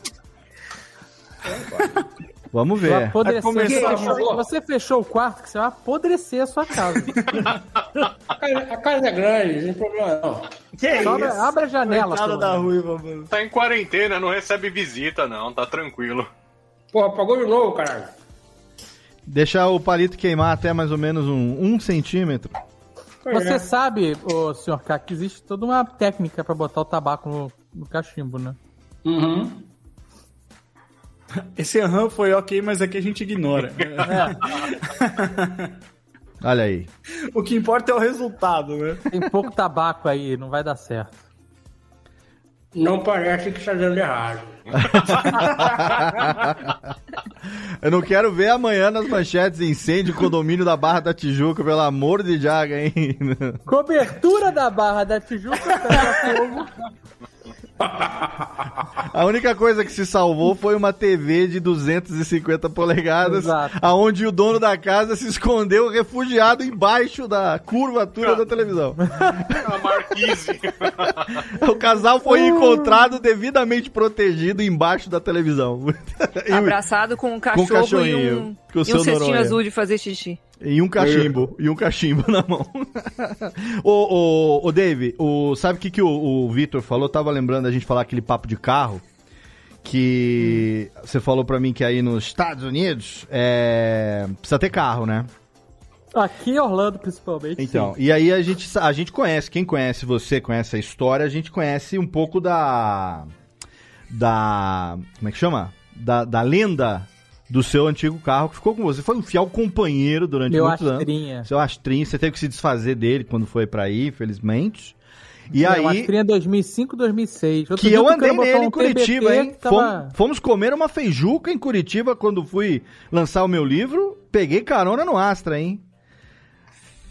Vamos É. Vai ver. apodrecer. Vai começar Você a fechou- voar. você fechou o quarto que você vai apodrecer a sua casa. A casa- a casa é grande, não tem problema não. Que é Só abre, isso? abre a janela. Coitado pelo da menos. ruiva, mano. Tá em quarentena, não recebe visita, não, tá tranquilo. Porra, apagou de novo, caralho. Deixar o palito queimar até mais ou menos um, um centímetro. né? Você sabe, ô, senhor K, que existe toda uma técnica pra botar o tabaco no, no cachimbo, né? Uhum. Esse aham foi ok, mas aqui a gente ignora. É. Olha aí. o que importa é o resultado, né? Tem pouco tabaco aí, não vai dar certo. Não parece que está dando errado. Eu não quero ver amanhã nas manchetes incêndio condomínio da Barra da Tijuca, pelo amor de Jaga, hein? Cobertura da Barra da Tijuca pega fogo. A única coisa que se salvou foi uma TV de 250 polegadas, Exato. aonde o dono da casa se escondeu refugiado embaixo da curvatura da televisão. A marquise. O casal foi encontrado devidamente protegido embaixo da televisão. E o- Abraçado com um cachorro e cachorrinho, um, com o e um seu cestinho Noronha. azul de fazer xixi. E um cachimbo, e um cachimbo na mão. ô, ô, ô, Dave, o, sabe o que, que o, o Vitor falou? Tava lembrando a gente falar aquele papo de carro. Que você falou pra mim que aí nos Estados Unidos é, precisa ter carro, né? Aqui em Orlando, principalmente. Então, sim. e aí a gente, sa- a gente conhece, quem conhece você, conhece a história, a gente conhece um pouco da. Da. Como é que chama? Da, da lenda do seu antigo carro que ficou com você. Foi um fiel companheiro durante Meu muitos Astrinha. anos. Seu Astrinha. Você teve que se desfazer dele quando foi pra aí, infelizmente. E Não, aí. Astrinha é 2005, 2006. Outro Que dia eu o cara andei botou nele um em Curitiba, TBT hein? que tava- Fomos, fomos comer uma feijuca em Curitiba quando fui lançar o meu livro. Peguei carona no Astra, hein?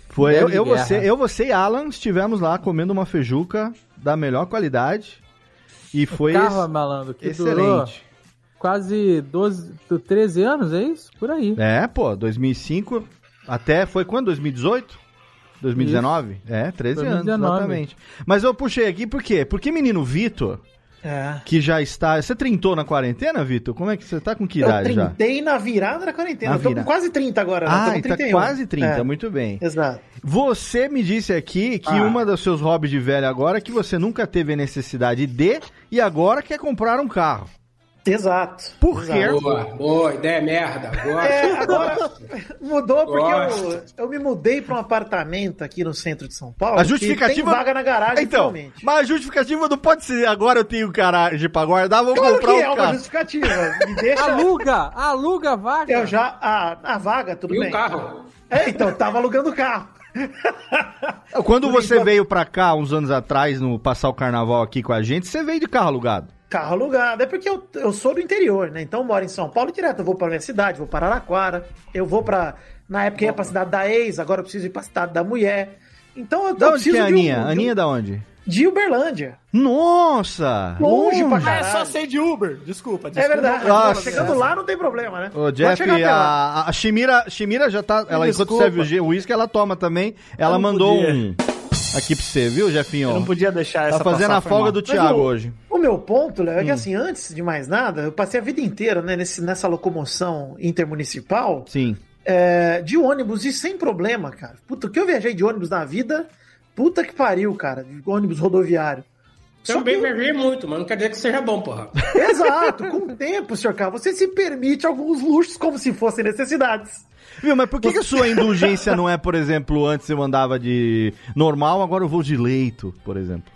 Foi eu, Belo de eu, guerra. você, eu, você e Alan estivemos lá comendo uma feijuca da melhor qualidade. E foi. carro, ex- malandro, que excelente. durou quase 12, 13 anos, é isso? Por aí. É, pô, 2005 até foi quando? 2018? 2019? É, 13 anos, 2019. exatamente. Mas eu puxei aqui por quê? Porque menino Vitor, É. que já está. Você trintou na quarentena, Vitor? Como é que você tá com que idade eu já? trintei na virada da quarentena. Na eu tô virada. com quase 30 agora. né? Ah, eu tô com tá 31. quase 30, É, muito bem. Exato. Você me disse aqui que Ah. uma dos seus hobbies de velho agora é que você nunca teve a necessidade de e agora quer comprar um carro. Exato. Por quê? Ah, Boa, boa, ideia merda. Gosto. É, agora mudou porque eu, Gosto. eu me mudei pra um apartamento aqui no centro de São A Paulo. Que tem justificativa. vaga na garagem, Então, finalmente. mas a justificativa não pode ser agora eu tenho garagem pra guardar, vou Claro que comprar um é uma carro. justificativa. Me deixa. Aluga, aluga a vaga. Eu já. A, a vaga, tudo E o bem. carro? É, então, eu tava alugando o carro. Quando Por você enquanto- veio pra cá uns anos atrás, no passar o carnaval aqui com a gente, você veio de carro alugado. Carro alugado. É porque eu, eu sou do interior, né? Então eu moro em São Paulo direto. Eu vou pra minha cidade, vou para Araraquara. Eu vou pra. Na época eu ia pra cidade da ex, agora eu preciso ir pra cidade Tá, da mulher. Então eu, Da eu onde preciso que é a de um- Aninha? de um- Aninha da onde? De Uberlândia. Nossa! Longe pra Ah, é caralho. só ser de Uber. Desculpa. É desculpa. verdade. Nossa. Chegando lá não tem problema, né? Ô, Pode Jeff, chegar até lá. a, a Shimira, Shimira já tá. Ela, enquanto desculpa. serve o ge- o uísque, ela toma também. Ela não mandou podia. um aqui pra você, viu, Jefinho? Eu não podia deixar Tá essa fazendo passar, a foi folga mal. do Mas Thiago o- hoje. O meu ponto, Léo, é que assim, antes de mais nada, eu passei a vida inteira né, nesse, nessa locomoção intermunicipal Sim. é, de ônibus e sem problema, cara. Puta, o que eu viajei de ônibus na vida, puta que pariu, cara, de ônibus rodoviário. Só Também que- viajei muito, mas não quer dizer que seja bom, porra. Exato, com o tempo, senhor Carlos, você se permite alguns luxos como se fossem necessidades. Viu, mas por que, que a sua indulgência não é, por exemplo, antes eu andava de normal, agora eu vou de leito, por exemplo?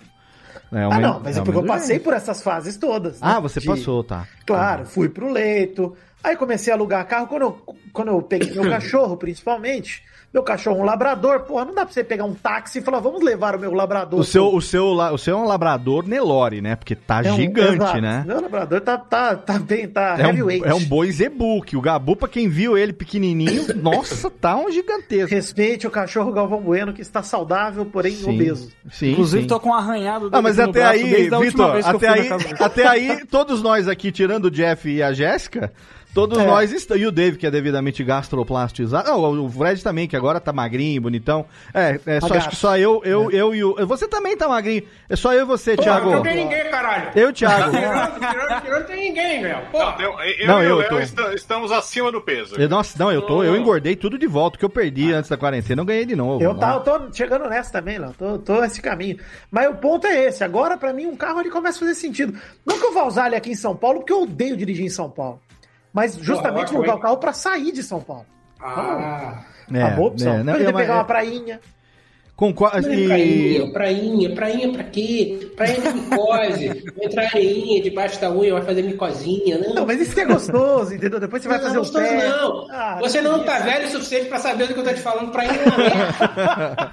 É uma- ah, não, mas é é uma porque eu indulgência. passei por essas fases todas. né? Ah, você De- passou, tá. Claro, fui pro leito. Aí comecei a alugar carro quando eu, quando eu peguei meu cachorro, principalmente. Meu cachorro é um labrador, porra, não dá pra você pegar um táxi e falar, vamos levar o meu labrador. O seu, o, seu, la- o seu é um labrador Nelore, né? Porque tá É um- gigante, exato. né? Meu labrador tá, tá, tá bem, tá É um, heavyweight. é um boi zebu, que o Gabu, pra quem viu ele pequenininho, nossa, tá um gigantesco. Respeite o cachorro Galvão Bueno, que está saudável, porém Sim, obeso. Sim, Inclusive, sim. tô com um arranhado Ah, mas aqui no até braço aí, desde a última Vitor, vez que eu até fui na aí, casa dele. até aí, todos nós aqui, tirando o Jeff e a Jéssica, todos É. nós estamos. E o Dave, que é devidamente gastroplastizado. Ah, o o Fred também, que agora tá magrinho, bonitão. É, é só, Magaço. acho que só eu, eu, É. eu e o. Você também tá magrinho. É só eu e você, Thiago. Não tem ninguém, caralho. Eu, Thiago. Tirando, tirando, tirando, não tem ninguém, velho. Não, Porra. eu, eu Não, e eu o Léo tô. esta- estamos acima do peso. Eu- nossa, não, eu tô, eu engordei tudo de volta, o que eu perdi antes da quarentena, eu ganhei de novo. Eu, Não. tá, eu tô chegando nessa também, Léo. Tô, tô nesse caminho. Mas o ponto é esse. Agora, pra mim, um carro ele começa a fazer sentido. Não que eu vá usar ele aqui em São Paulo, porque eu odeio dirigir em São Paulo. Mas justamente ótimo, vou usar hein? o carro pra sair de São Paulo. Ah, É, uma boa opção. é, não, Pra eu- ele pegar é, uma prainha. concordo, assim, Não é e- prainha, prainha, prainha pra quê? Prainha de micose, vai entrar areinha debaixo da unha, vai fazer micosinha, não. Não, mas isso que é gostoso, entendeu? Depois você vai Não, fazer não o gostoso, pé. não. Ah, Você não tá velho o suficiente pra saber do que eu tô te falando pra ir na merda.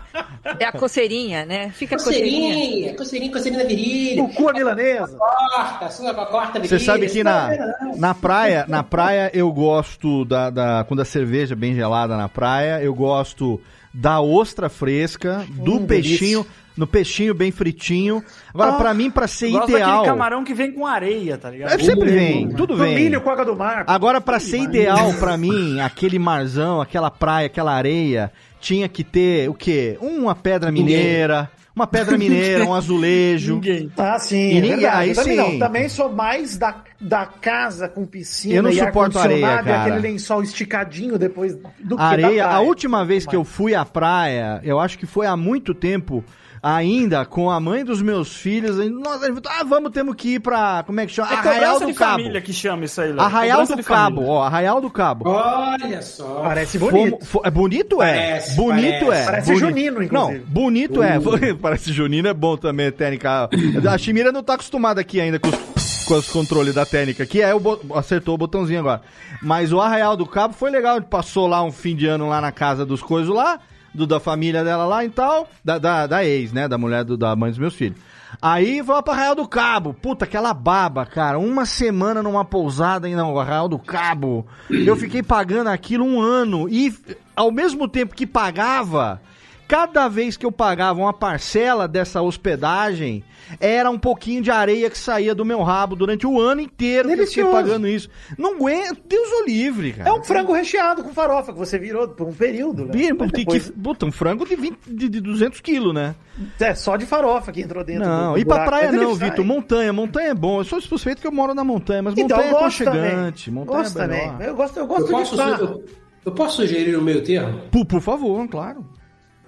É a coceirinha, né? Fica a coceirinha. Coceirinha, coceirinha, coceirinha na virilha. Uh. O cu à milanesa. Corta, suga pra corta a virilha. Você sabe que Isso não é na, merda, não. na praia, na praia eu gosto da, da- quando a cerveja é bem gelada na praia, eu gosto da ostra fresca, do Hum, delícia. peixinho. No peixinho bem fritinho. Agora, Ah, pra mim, pra ser Gosto ideal. daquele camarão que vem com areia, tá ligado? É, sempre vem, tudo vem. milho, coca do mar. Agora, pra ser ideal pra mim, aquele marzão, aquela praia, aquela areia, tinha que ter o quê? Uma pedra mineira, uma pedra mineira, um azulejo. Ninguém. Ah, sim, E é ninguém- verdade. aí Eu também, sim. não, também sou mais da, da casa com piscina Eu não e suporto areia, ar-condicionado e cara. aquele lençol esticadinho depois do que da areia. praia. A última vez que eu fui à praia, eu acho que foi há muito tempo, ainda com a mãe dos meus filhos. aí, Nós, ah, vamos, temos que ir pra. Como é que chama? É Arraial cobrança do de Cabo. família que chama isso aí, Léo. Arraial Cobrança do de família. Cabo, ó, Arraial do Cabo. Olha só. Parece bonito. Fomo- fo- é bonito é. Parece, bonito parece. é. Parece Boni- junino, inclusive. Não, bonito é. Uh. parece junino é bom também, técnica. A Chimira não tá acostumada aqui ainda com os, com os controles da técnica, que é o bo- acertou o botãozinho agora. Mas o Arraial do Cabo foi legal, ele passou lá um fim de ano lá na casa dos coisas lá, do, da família dela lá e tal, da, da, da ex, né, da mulher do- da mãe dos meus filhos. Aí vamos pra Arraial do Cabo. Puta, aquela baba, cara. Uma semana numa pousada em não, Arraial do Cabo. Eu fiquei pagando aquilo um ano. E ao mesmo tempo que pagava, cada vez que eu pagava uma parcela dessa hospedagem, era um pouquinho de areia que saía do meu rabo durante o ano inteiro que eu Delicioso. fiquei pagando isso. Não aguento, Deus o livre, cara. É um frango recheado com farofa que você virou por um período, né? Bim, Mas tem depois- que- puta, um frango de, 20, de, de 200 quilos, né? É só de farofa que entrou dentro. Não, do, do ir pra buraco. praia Mas ele não, sai. Vitor. Montanha, montanha é bom. Eu sou suspeito que eu moro na montanha, mas Então, montanha é eu gosto aconchegante. também. Montanha Gosto é também. melhor. Eu gosto, eu gosto Eu posso de farra. su- Eu posso sugerir o meio termo? Por, por favor, claro.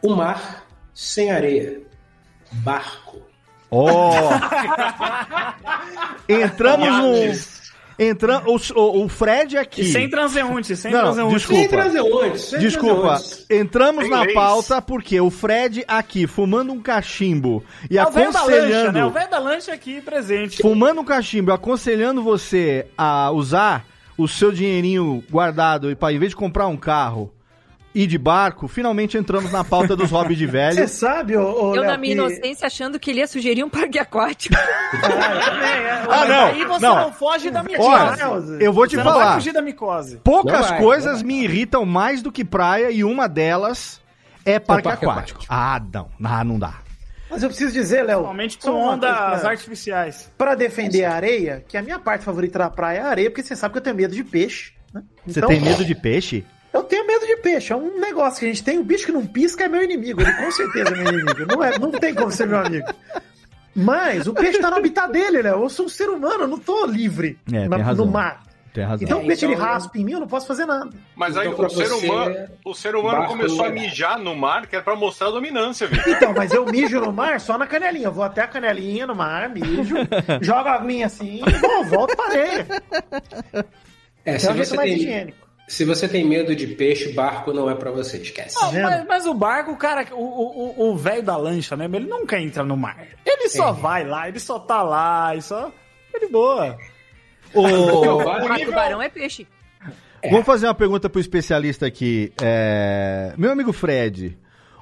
O mar sem areia. Barco. Ó! Entramos no. Entra... O, o, o Fred é aqui. E sem transeunte, sem Não, transeunte. desculpa. Sem transeunte, Desculpa, entramos Tem na leis. pauta porque o Fred aqui, fumando um cachimbo e É o velho da lancha, aconselhando. né? O velho da lancha aqui presente. Fumando um cachimbo, aconselhando você a usar o seu dinheirinho guardado e para em vez de comprar um carro e de barco, finalmente entramos na pauta dos hobbies de velho. Você sabe, ô, ô Eu, Léo, na minha que- inocência, achando que ele ia sugerir um parque aquático. É, Mas Ah, não, Aí você não. Ah, não, foge da minha né, Olha, eu vou te você Não falar. vai fugir da micose. Poucas Não vai, coisas não vai. me irritam mais do que praia e uma delas é parque, parque aquático. Ah, não, ah, não dá. Mas eu preciso dizer, Léo. Principalmente só com uma coisa ondas pra- artificiais. Pra defender a areia, que a minha parte favorita da praia é a areia, porque você sabe que eu tenho medo de peixe. Né? Você Então é. tem medo de peixe? Eu tenho medo de peixe, é um negócio que a gente tem. O bicho que não pisca é meu inimigo, ele com certeza é meu inimigo. Não, é, não tem como ser meu amigo. Mas o peixe tá no habitat dele, né? Eu sou um ser humano, eu não tô livre É, na- tem razão. no mar. Tem razão. É, Então o peixe ele então- raspa em mim, eu não posso fazer nada. Mas aí Então, o, pra ser você, humano, o ser humano barco começou a é- mijar no mar, que era pra mostrar a dominância, velho. Então, mas eu mijo no mar só na canelinha. Eu vou até a canelinha no mar, mijo, jogo a aguinha assim e vou, volto pra areia. É, É se um jeito você, mais tem, higiênico. se você tem medo de peixe, barco não é pra você. Esquece. Tá Ah, Não, mas, mas o barco, cara, o- o o- o velho da lancha mesmo, ele nunca entra no mar. Ele só vai lá, ele só tá lá, ele só. É de boa. Mas tubarão é peixe. É. Vamos fazer uma pergunta pro especialista aqui. É, Meu amigo Fred,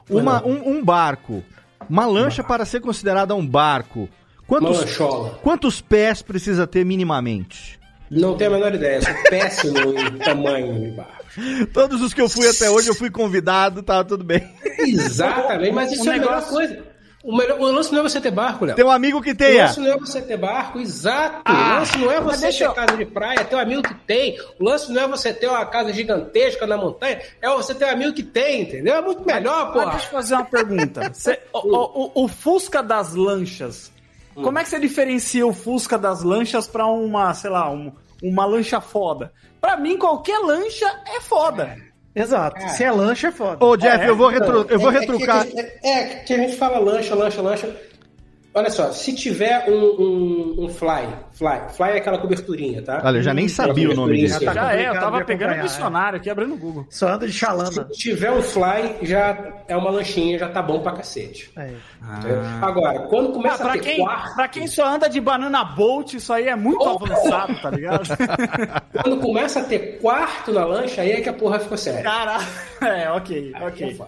uma- um, um barco, uma lancha para ser considerada um barco, quantos, Uma lanchola. quantos pés precisa ter minimamente? Não tenho a menor ideia. Eu sou péssimo em tamanho de barco. Todos os que eu fui até hoje, eu fui convidado, tá tudo bem. Exatamente, mas isso Um é a melhor negócio- coisa. O, melhor, o lance não é você ter barco, Léo. Tem um amigo que O tenha. lance não é você ter barco, exato. Ah, o lance não é mas você deixa ter eu- casa de praia, ter um amigo que tem. O lance não é você ter uma casa gigantesca na montanha, é você ter um amigo que tem, entendeu? É muito melhor, Mas porra. deixa eu fazer uma pergunta. Cê- o, o- o- o Fusca das lanchas, Hum. como é que você diferencia o Fusca das lanchas pra uma, sei lá, um- uma lancha foda? Pra mim, qualquer lancha é foda. então. Exato. Se é lancha, é foda. Ô, Jeff, eu vou, retru- eu vou É- é que- retrucar. É, é que a gente fala lancha, lancha, lancha. Olha só, se tiver um, um- um fly, fly, fly é aquela coberturinha, tá? Olha, eu já nem sabia o nome disso. Aquela Já é, eu tá complicado tava de pegando o acompanhar, dicionário aqui, abrindo o Google. Só anda de chalana. Se tiver um fly, já é uma lanchinha, já tá bom pra cacete. Aí. Ah. Agora, quando Ah, começa a pra, ter quem, quarto, pra quem só anda de banana bolt, isso aí é muito avançado, tá ligado? quando começa a ter quarto na lancha, aí é que a porra ficou séria. Caralho. É, ok, ok.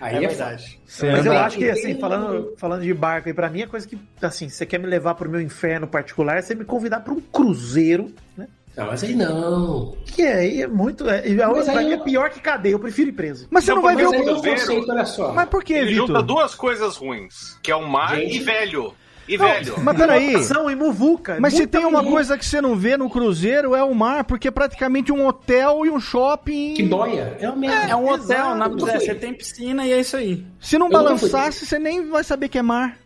Aí é é verdade. Mas eu anda- acho que, assim, falando, falando de barco aí, pra mim é coisa que, assim, você quer me levar pro meu inferno particular, é você me convidar pra um cruzeiro, né? Ah, mas aí não. Que é, aí é muito. É, e a Mas outra aí é eu- pior que cadeia, eu prefiro ir preso. Mas você não vai ver mas aí é o um conceito, olha só. Mas por quê, Ele junta Vitor? duas coisas ruins, que é o mar Gente. e velho. E Não, velho. mas peraí. é São e muvuca. Mas se Muita tem uma muvuca. coisa que você não vê no cruzeiro é o mar, porque é praticamente um hotel e um shopping. Que dóia. É o mesmo. É um hotel, exato. na é, você tem piscina e é isso aí. Se não Eu nunca balançasse, você nem vai saber que é mar.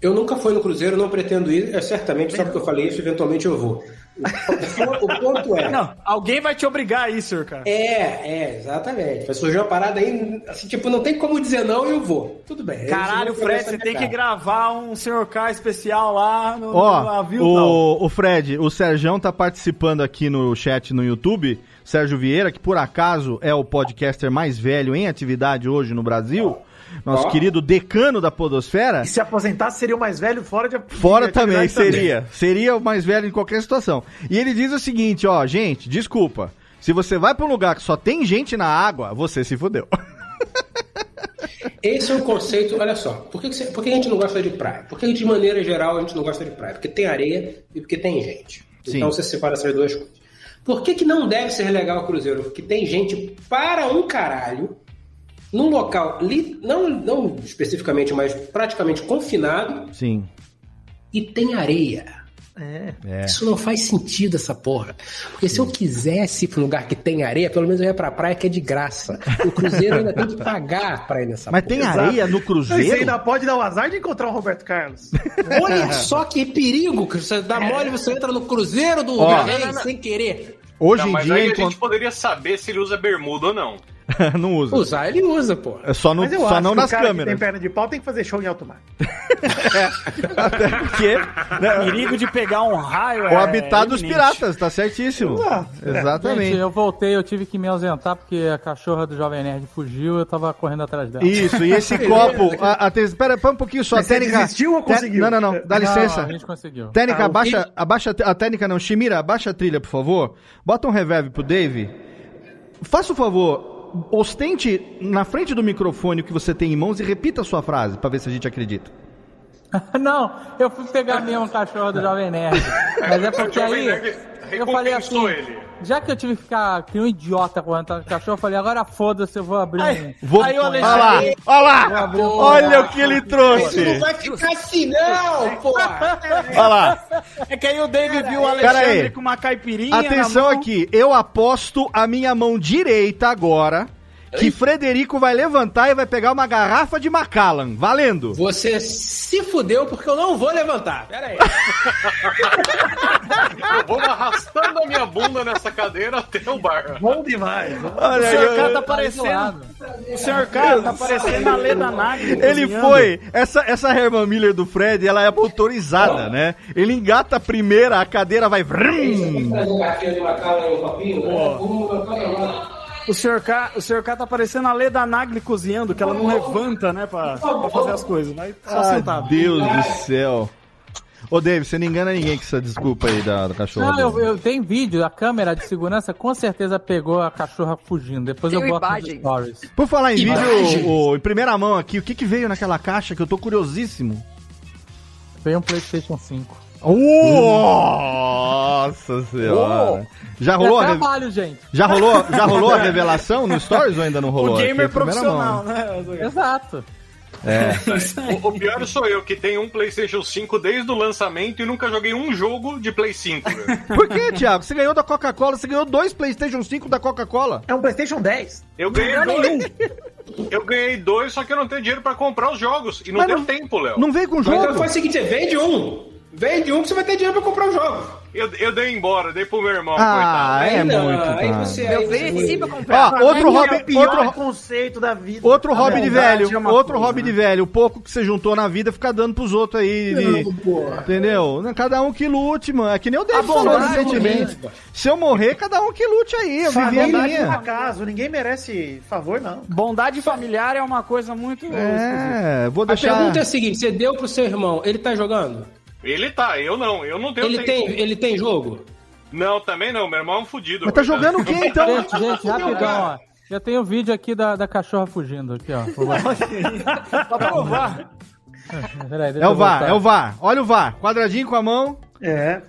Eu nunca fui no Cruzeiro, não pretendo ir. É, certamente, só porque eu falei isso, eventualmente eu vou. O o ponto é. Não, alguém vai te obrigar a isso, cara. É, é, exatamente. Vai surgir uma parada aí, assim, tipo, não tem como dizer não e eu vou. Tudo bem. Caralho, Fred, você tem que gravar um Sr. K especial lá no, no Ó, navio tal. o, o Fred, o Serjão tá participando aqui no chat no YouTube. Sérgio Vieira, que por acaso é o podcaster mais velho em atividade hoje no Brasil. Nosso Ó. querido decano da podosfera. E se aposentasse, seria o mais velho fora de Fora de também, atividade seria. Seria o mais velho em qualquer situação. E ele diz o seguinte, ó, gente, desculpa. Se você vai pra um lugar que só tem gente na água, você se fudeu. Esse é um conceito, olha só. Por que, que você- por que a gente não gosta de praia? Por que, de maneira geral, a gente não gosta de praia? Porque tem areia e porque tem gente. Então você separa essas duas coisas. Por que, que não deve ser legal o Cruzeiro? Porque tem gente para um caralho, num local, li- não, não especificamente, mas praticamente confinado, Sim. e tem areia. É. Isso não faz sentido, essa porra. Porque se eu quisesse ir pra um lugar que tem areia, pelo menos eu ia pra praia que é de graça. O Cruzeiro ainda tem que pagar pra ir nessa Tá Mas porra. tem areia no Mas Você cruzeiro? ainda pode dar o azar de encontrar o Roberto Carlos. Olha só que perigo, que você dá mole você entra no Cruzeiro do Ó. Bahrein sem querer. Hoje Não, em mas dia... aí a encont- gente poderia saber se ele usa bermuda ou não. não usa. Usar ele usa, pô. É só, no, Mas eu só acho não que o nas cara que câmeras. tem perna de pau tem que fazer show em alto mar. Até porque... né, Perigo de pegar um raio o é habitat dos iminente. piratas, tá certíssimo. É, Gente, Exatamente. eu voltei, eu tive que me ausentar porque a cachorra do Jovem Nerd fugiu, eu tava correndo atrás dela. Isso, e esse copo. A, a, te- pera, pera um pouquinho só. Mas a você técnica. desistiu ou Té- conseguiu? Não, não, não. Dá Ah, Não, licença. a gente conseguiu. Técnica, Tá, o abaixa, vídeo- abaixa. A técnica não. Shimira, abaixa a trilha, por favor. Bota um reverb pro Dave. Faça o favor. Ostente na frente do microfone o que você tem em mãos e repita a sua frase pra ver se a gente acredita. Não, eu fui pegar mesmo o cachorro do Jovem Nerd. Mas é porque aí. Eu falei assim. Já que eu tive que ficar que um idiota correndo atrás do cachorro, eu falei, agora foda-se, eu vou abrir um. Vou- Aí o Olha lá, Alexandre- olha Vou lá, abrir um- olha o que ele trouxe. vai ficar assim, não, pô. Olha lá. assim, É que aí o David viu o Pera aí. Alexandre com uma caipirinha. Atenção na mão. aqui, eu aposto a minha mão direita agora que Frederico vai levantar e vai pegar uma garrafa de Macallan. Valendo! Você se fudeu porque eu não vou levantar. Pera aí. Eu vou arrastando a minha bunda nessa cadeira até o bar. Bom demais. Olha o aí, Sr. K olha. tá parecendo. O Sr. K tá parecendo a Leda Nagli. Ele cozinhando. foi. Essa, essa Herman Miller do Fred, ela é motorizada, né? Ele engata a primeira, a cadeira vai. vrum. Traz um garfinho de macala e um copinho. Né? O Sr. K, o Sr. K tá parecendo a Leda Nagli cozinhando, que ela não levanta, né, pra, pra fazer as coisas. Mas só Ah, Tá sentado. Deus do céu. Ô, David, você não engana ninguém com essa desculpa aí da, da cachorra. Não, eu, eu tenho vídeo, a câmera de segurança com certeza pegou a cachorra fugindo. Depois Tem eu boto imagens. nos stories. Por falar em Imagens. vídeo, ô, em primeira mão aqui, o que, que veio naquela caixa que eu tô curiosíssimo? Veio um PlayStation 5. Nossa senhora! Já rolou, É a, re- trabalho, gente. já rolou, já rolou a revelação no Stories ou ainda não rolou? O Aqui é gamer a primeira profissional, mão. né? Exato. É. O, o pior sou eu, que tenho um PlayStation 5 desde o lançamento e nunca joguei um jogo de Play 5. velho. Por que, Thiago? Você ganhou da Coca-Cola, você ganhou dois PlayStation 5 da Coca-Cola. É um PlayStation 10. Eu ganhei dois. Eu ganhei dois, só que eu não tenho dinheiro pra comprar os jogos. E não Mas deu não- tempo, Léo. Não veio com Mas Então jogo? faz o seguinte, você vende um. Vende um que você vai ter dinheiro pra comprar o jogo. Eu, eu dei embora, dei pro meu irmão, Ah, é muito. Aí cara. você... Eu Aí venho em você... cima comprar. Ó, outro Pra mim, É o hobby, pior outro, conceito da vida. outro A hobby de maldade velho, é uma outro coisa, hobby né? de velho. O pouco que você juntou na vida fica dando pros outros aí. de- entendeu? Não, Cada um que lute, mano. É que nem eu David falou bondade recentemente. Se eu morrer, cada um que lute aí. Eu vivi a Família é um minha. acaso, ninguém merece favor, não. Bondade familiar é uma coisa muito. É, vou A deixar. pergunta é a seguinte, você deu pro seu irmão, ele tá jogando? Ele tá, eu não, eu não tenho Ele tem, tempo. ele tem jogo? Não, também não, meu irmão é um fudido. Mas tá coitado. jogando o quê então? né? Gente, gente, rapidão, ó. Eu tenho um vídeo aqui da, da cachorra fugindo, aqui, ó. Vou botar. Peraí, deixa É o eu VAR, voltar. é o VAR. Olha o VAR. Quadradinho com a mão. É,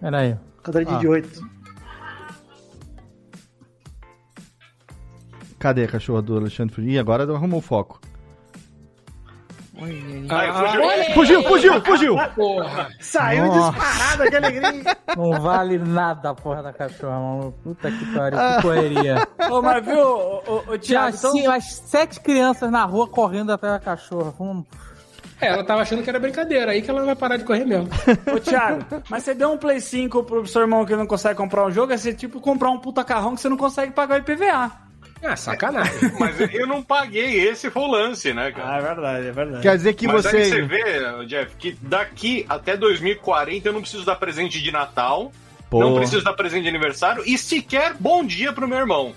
Peraí. quadradinho Ah. de 8. Cadê a cachorra do Alexandre Frugino? Ih, agora arrumou o foco. Ah, fugiu, fugiu, fugiu! Porra. Saiu Nossa. disparada, que alegria. Não vale nada a porra da cachorra, maluco. Puta que pariu, que correria. Ô, mas viu, ô, ô, ô, Tinha Thiago, então- assim, umas sete crianças na rua correndo atrás da cachorra. Hum. É, ela tava achando que era brincadeira, aí que ela vai parar de correr mesmo. Ô, Thiago, mas você deu um Play 5 pro seu irmão que não consegue comprar um jogo, é você tipo comprar um puta carrão que você não consegue pagar o IPVA. Ah, sacanagem. Mas eu não paguei, esse foi o lance, né, cara? Ah, é verdade, é verdade. Quer dizer que Mas você- aí você vê, Jeff, que daqui até 2040 eu não preciso dar presente de Natal, Pô. não preciso dar presente de aniversário e sequer bom dia pro meu irmão.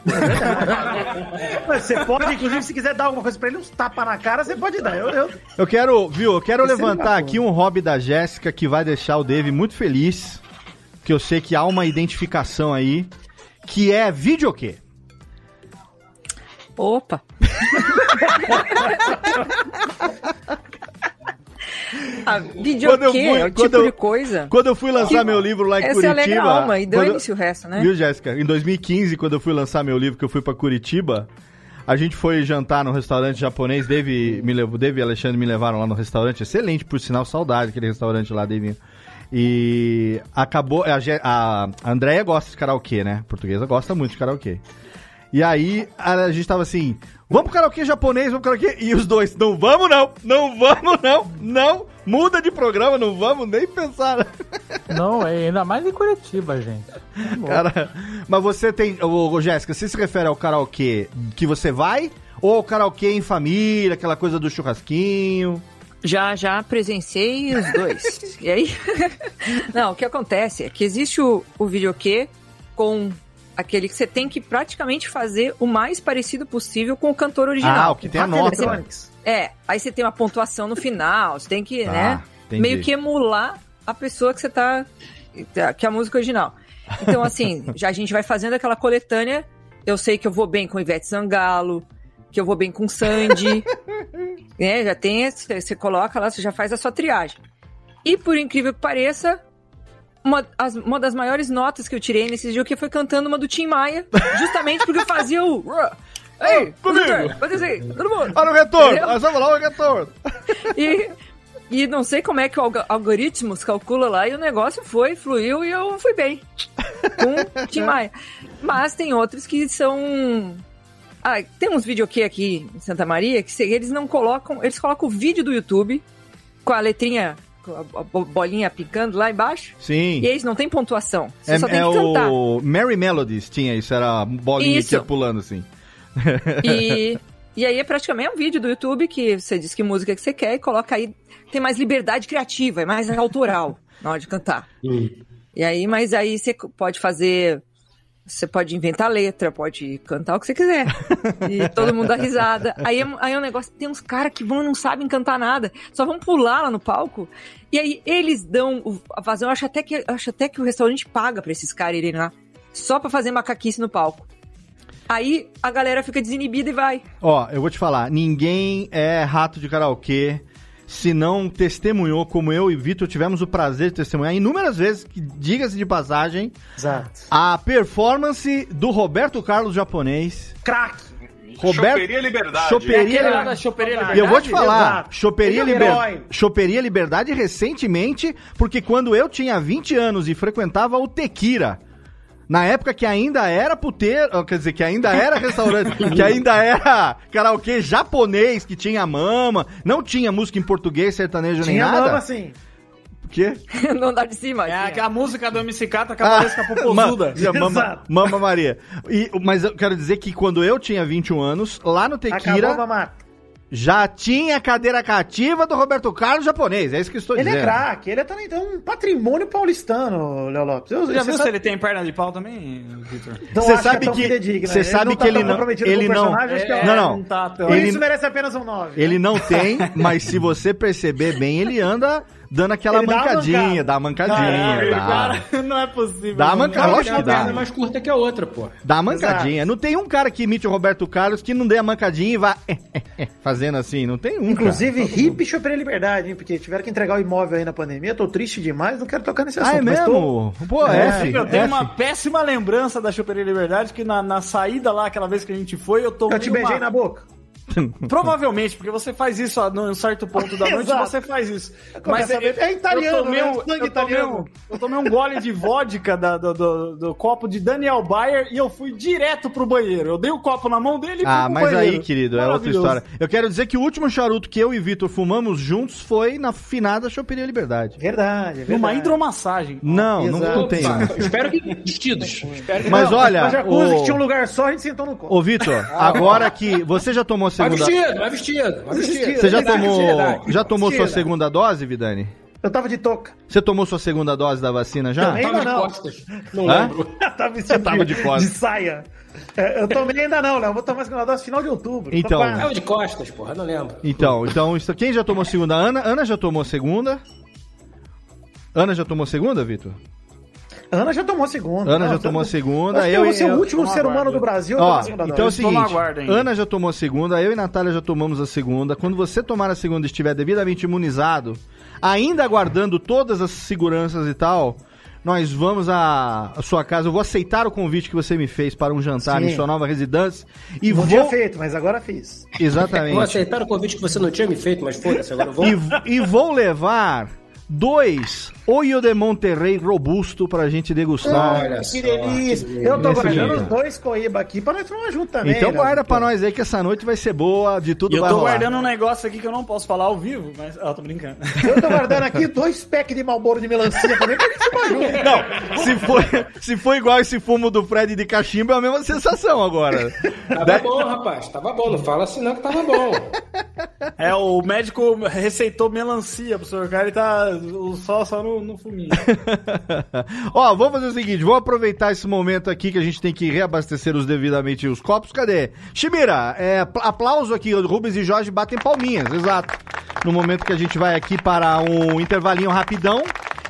Mas Você pode, inclusive, se quiser dar alguma coisa pra ele, uns tapa na cara, você pode dar. Eu, eu- Eu quero, viu, eu quero Esse é levantar legal. aqui um hobby da Jéssica que vai deixar o Dave muito feliz, que eu sei que há uma identificação aí, que é videokê. Opa! A Quando eu Ah, videokê fui- é o quando tipo eu- de coisa. Quando eu fui lançar meu livro lá em Essa Curitiba. alegra a alma e quando- dane-se o resto, né? Viu, Jéssica? Em 2015, quando eu fui lançar meu livro, que eu fui pra Curitiba, a gente foi jantar num restaurante japonês. Dave, me levou, Dave e Alexandre me levaram lá no restaurante. Excelente, por sinal, saudade aquele restaurante lá, Davinho. E acabou. A, Jé- a a Andrea gosta de karaokê, né? A portuguesa gosta muito de karaokê. E aí a gente tava assim: vamos pro karaokê japonês, vamos pro karaokê. E os dois: não vamos não, não vamos não, não, muda de programa, não vamos nem pensar. né?" Não, é ainda mais em Curitiba, gente. Cara, mas você tem. Ô, ô, Jéssica, você se refere ao karaokê que você vai? Ou ao karaokê em família, aquela coisa do churrasquinho? Já, já presenciei os dois. e aí? Não, o que acontece é que existe o, o videokê com aquele que você tem que praticamente fazer o mais parecido possível com o cantor original. Ah, o que tem a nota, Aí você- É, aí você tem uma pontuação no final, você tem que, Tá, né, entendi. meio que emular a pessoa que você tá, que é a música original. Então, assim, já a gente vai fazendo aquela coletânea, eu sei que eu vou bem com Ivete Sangalo, que eu vou bem com Sandy, né, já tem, esse- você coloca lá, você já faz a sua triagem. E por incrível que pareça, uma, as- uma das maiores notas que eu tirei nesse dia que foi cantando uma do Tim Maia, justamente porque eu fazia o... Ei, comigo. faz isso aí, todo mundo. Olha o retorno! Entendeu? Nós vamos lá, olha o retorno! E, e não sei como é que o alg- algoritmo calcula lá, e o negócio foi, fluiu, e eu fui bem. Com Tim Maia. Mas tem outros que são... Ah, tem uns videokê aqui em Santa Maria que se- eles não colocam... Eles colocam o vídeo do YouTube com a letrinha, com a bo- bo- bolinha picando lá embaixo. Sim. E eles não tem pontuação. Você É, só tem é que cantar. o Mary Melodies tinha isso, era bolinha Isso. que ia pulando assim. E, e aí é praticamente um vídeo do YouTube que você diz que música que você quer e coloca aí. Tem mais liberdade criativa, é mais autoral na hora de cantar. E aí, mas aí você c- pode fazer. Você pode inventar letra, pode cantar o que você quiser. E todo mundo dá risada. Aí é, um- aí é um negócio. Tem uns caras que vão e não sabem cantar nada. Só vão pular lá no palco. E aí eles dão o- a vazão. Eu acho até que, eu acho até que o restaurante paga pra esses caras irem lá. Só pra fazer macaquice no palco. Aí a galera fica desinibida e vai. Ó, eu vou te falar, ninguém é rato de karaokê se não testemunhou, como eu e Vitor tivemos o prazer de testemunhar inúmeras vezes, que diga-se de passagem, Exato. a performance do Roberto Carlos japonês. Crack. Roberto- Choperia Liberdade. Choperia- É aquele lá da Choperia E eu vou te falar, Exato. Choperia, Ele é um Liber- herói. Choperia Liberdade recentemente, porque quando eu tinha 20 anos e frequentava o Tequira, na época que ainda era puteiro, quer dizer, que ainda era restaurante, que ainda era karaokê japonês, que tinha mama, não tinha música em português, sertanejo nem Tinha nada. mama, sim. O quê? não andar de cima. Assim, É a, a música do MC Cata com a cabeça popozuda. Ma- mama, mama Maria. E, mas eu quero dizer que quando eu tinha 21 anos, lá no Tequira... Acabou a mamata. Já tinha a cadeira cativa do Roberto Carlos japonês, é isso que eu estou Ele dizendo. é craque, ele é também tem um patrimônio paulistano, Léo Lopes. Eu- Você já você viu se sabe- ele tem perna de pau também, Vitor? Não Você acho sabe é tão que- fidedigna. você sabe que ele não- tá comprometido ele com o não- personagem, acho que é não, um- não. tá tão- Ele- Por isso merece apenas um 9. Ele não tem, mas se você perceber bem, ele anda dando aquela Ele dá uma mancadinha, mancada. dá a mancadinha, Caralho, dá. cara, não é possível. Dá uma mancada. mancada, lógico que Uma perna é dá. mais curta que a outra, pô. Dá a mancadinha. Não tem um cara que imite o Roberto Carlos que não dê a mancadinha e vá fazer fazendo assim, não tem um. Tá, Inclusive, hip chopeira liberdade, hein? Porque tiveram que entregar o imóvel aí na pandemia. Tô triste demais, não quero tocar nesse assunto. Ah, é mas mesmo? tô- Pô, É. F, eu tenho F. uma péssima lembrança da Choperia Liberdade, que na, na saída lá, aquela vez que a gente foi, eu tomei Eu te beijei uma- na boca. Provavelmente, porque você faz isso ó, num um certo ponto da noite, Exato. você faz isso. Começa a ver- é italiano, eu tomei né? um, Sangue eu tomei um, italiano. eu tomei um gole de vodka da- do, do- do copo de Daniel Bayer e eu fui direto pro banheiro. Eu dei o copo na mão dele e fui Ah, pro mas banheiro. aí, querido, é outra Maravilhoso. história. Eu quero dizer que o último charuto que eu e Vitor fumamos juntos foi na finada Choperia Liberdade. Verdade, é Numa hidromassagem. Não, não, Exato. não tem. Espero que vestidos. Espero que Mas Não, olha, Mas jacuzzi o- que tinha um lugar só, a gente sentou no colo. Ah, Ô, Vitor, agora que você já tomou a Vai segunda... vestido, vai vestido. Vai vestido. é Você já Verdade, tomou, verdade. já tomou sua Vestido. segunda dose, Vidani? Eu tava de touca. Você tomou sua segunda dose da vacina já? Não, ainda Tava de não. costas. Não Hã? lembro. tava vestido tava de fora. de saia. É, Eu tomei ainda não, Léo. Vou tomar a segunda dose final de outubro. Então. Tô quase. Tava É de costas, porra, não lembro. Então, então isso- quem já tomou segunda? Ana, Ana já tomou segunda? Ana já tomou segunda, Vitor? Ana já tomou a segunda. Ana Não, já tô- tomou a segunda. Acho que Eu, eu vou ser eu- o último Toma ser humano guarda. do Brasil a tomar Ó, a segunda então é o dose. Estou na seguinte, guarda ainda. Ana já tomou a segunda, eu e Natália já tomamos a segunda. Quando você tomar a segunda e estiver devidamente imunizado, ainda guardando todas as seguranças e tal, nós vamos à à sua casa. Eu vou aceitar o convite que você me fez para um jantar Sim. em sua nova residência e Não vou tinha feito, mas agora fiz. exatamente. Vou aceitar o convite que você não tinha me feito, mas foda-se, agora eu vou. E, e vou levar dois Oio de Monterrey robusto pra gente degustar. Olha só. Que delícia. Eu tô Nesse guardando jeito. os dois coíba aqui pra nós tomar junto também. então Léo. guarda pra nós aí que essa noite vai ser boa, de tudo E eu vai tô rolar. guardando um negócio aqui que eu não posso falar ao vivo, mas. Ah, tô brincando. Eu tô guardando aqui dois packs de malboro de melancia também pra é gente tomar junto. Não, se for, se for igual esse fumo do Fred de cachimbo, é a mesma sensação agora. Tava Da- bom, rapaz, tava bom. Não fala assim não que tava bom. É, o médico receitou melancia pro senhor cara e tá o sol só no, no fuminho. Ó, vamos fazer o seguinte, vou aproveitar esse momento aqui que a gente tem que reabastecer os devidamente os copos. Cadê? Chimira, é, pl- aplauso aqui, o Rubens e Jorge batem palminhas, exato. No momento que a gente vai aqui para um intervalinho rapidão.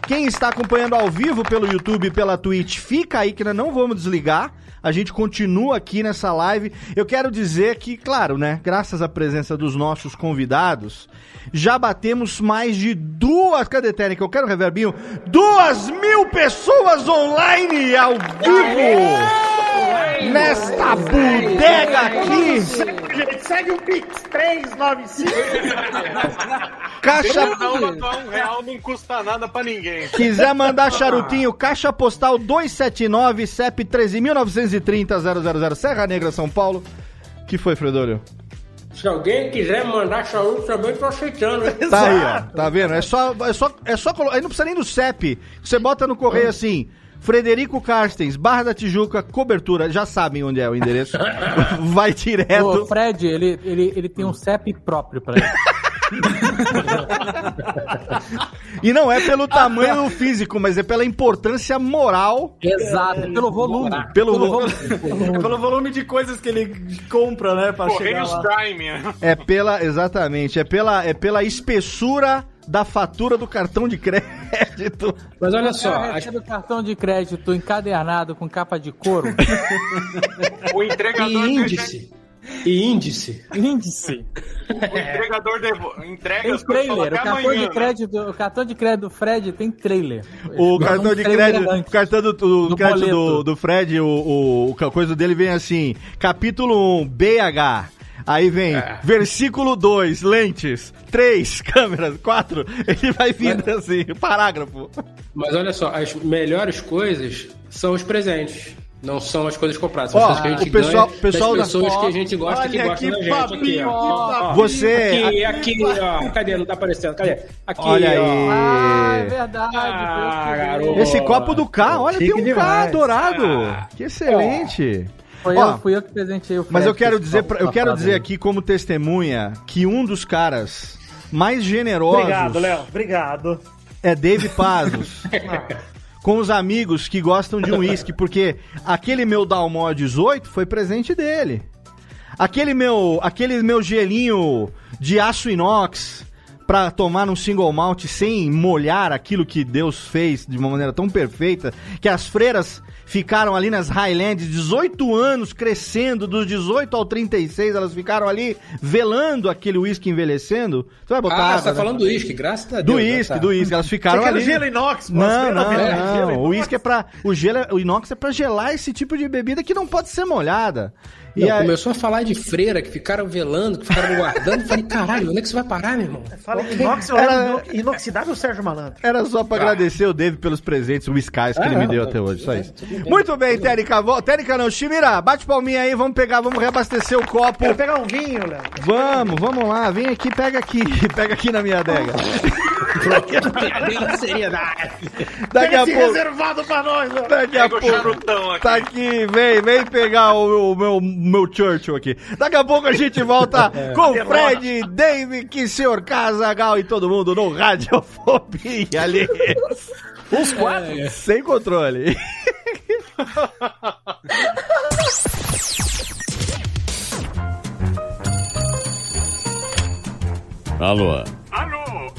Quem está acompanhando ao vivo pelo YouTube e pela Twitch, fica aí que nós não vamos desligar. A gente continua aqui nessa live. Eu quero dizer que, claro, né? Graças à presença dos nossos convidados, já batemos mais de duas. Cadê Técnica? Eu quero reverbinho. Duas mil pessoas online ao vivo! Nesta bodega aqui! Gente, segue o Pix 395. Caixa. Não, botar um real não custa nada pra ninguém. Quiser mandar charutinho, caixa postal 279 CEP 13.930 000 Serra Negra, São Paulo. Que foi, Fredolio? Se alguém quiser mandar saúde também, tô aceitando, hein? Tá aí, ó. Tá vendo? É só, é só, é só colo- Aí não precisa nem do CEP. Você bota no correio assim. Frederico Carstens, Barra da Tijuca, cobertura. Já sabem onde é o endereço. Vai O É, direto. Fred, ele, ele, ele tem um CEP próprio pra ele. E não é pelo tamanho físico, mas é pela importância moral. Exato, É, pelo volume. Pelo É pelo volume de coisas que ele compra, né? Pra chegar Correios lá. Prime. né? É pela. Exatamente. É pela, é pela espessura da fatura do cartão de crédito. Mas olha só, Eu as- recebo cartão de crédito encadernado com capa de couro. O e entregador deixa, índice. E índice. Índice. o entregador devo- entrega Tem as coisas e fala, trailer. O até cartão, amanhã. de crédito, o cartão de crédito do Fred tem trailer. O Eles cartão mandam de trailer crédito, o antes. cartão do, do, Do crédito do, boleto. do Fred, o, o, o- a coisa dele vem assim: capítulo 1, BH. Aí vem versículo 2, lentes, 3, câmeras, 4. Ele vai vindo assim, parágrafo. Mas olha só, as melhores coisas são os presentes. Não são as coisas compradas, são Ó, as coisas que a gente o pessoal- ganha pessoal da- das pessoas que a gente gosta que Olha gostam que da gente. Aqui, papinho, ó. Você- Aqui, aqui, ó. Cadê? Não tá aparecendo. Cadê? Aqui, Olha ó. Ah, é aí. verdade. Ah, foi eu que vi. garoto. Esse copo do K, olha, tem Chique um K demais. dourado. Que excelente. Foi Ó, eu, fui eu que presentei o Fred. Mas eu quero dizer, Esse pra- eu quero safado dizer aí. aqui como testemunha que um dos caras mais generosos Obrigado, Léo. Obrigado. é Dave Pazos. Ah. Com os amigos que gostam de um uísque, porque aquele meu Dalmor 18 foi presente dele. Aquele meu, aquele meu gelinho de aço inox para tomar um single malt sem molhar aquilo que Deus fez de uma maneira tão perfeita, que as freiras ficaram ali nas Highlands 18 anos crescendo, dos 18 ao 36, elas ficaram ali velando aquele uísque envelhecendo. Você vai botar. Ah, água, você tá né? falando do uísque, graças a Deus. Do né? uísque, Tá. do uísque. Elas ficaram Fica no ali. gelo inox, pô. Não, não, É, gelo não. inox. O uísque é pra. O, gelo, é- o inox é pra gelar esse tipo de bebida que não pode ser molhada. Não, Começou a falar de freira que ficaram velando, que ficaram guardando. Eu Falei, caralho, onde é que você vai parar, meu irmão? Fala Ok. em inox, eu Era- era... inoxidável Sérgio Malandro. Era só pra Ah. agradecer o Dave pelos presentes whiskas que Ah, ele me não, deu tá- até hoje, só isso. tudo bem. Muito bem, Térica. Vol- Térica não, Chimira, bate palminha aí, vamos pegar, vamos reabastecer o copo. Quero pegar um vinho, Léo. Vamos, vamos lá, vem aqui, pega aqui, pega aqui na minha adega. Perdendo seriedade. Daqui a Pega esse pouco- reservado pra nós, Léo. Daqui a pouco. Tá aqui, vem, vem pegar o, o meu, meu Churchill aqui. Daqui a pouco a gente volta É. com Demora. Fred, Dave, que senhor Casagal e todo mundo no Radiofobia ali. Os quatro. Sem controle. Alô, Alô,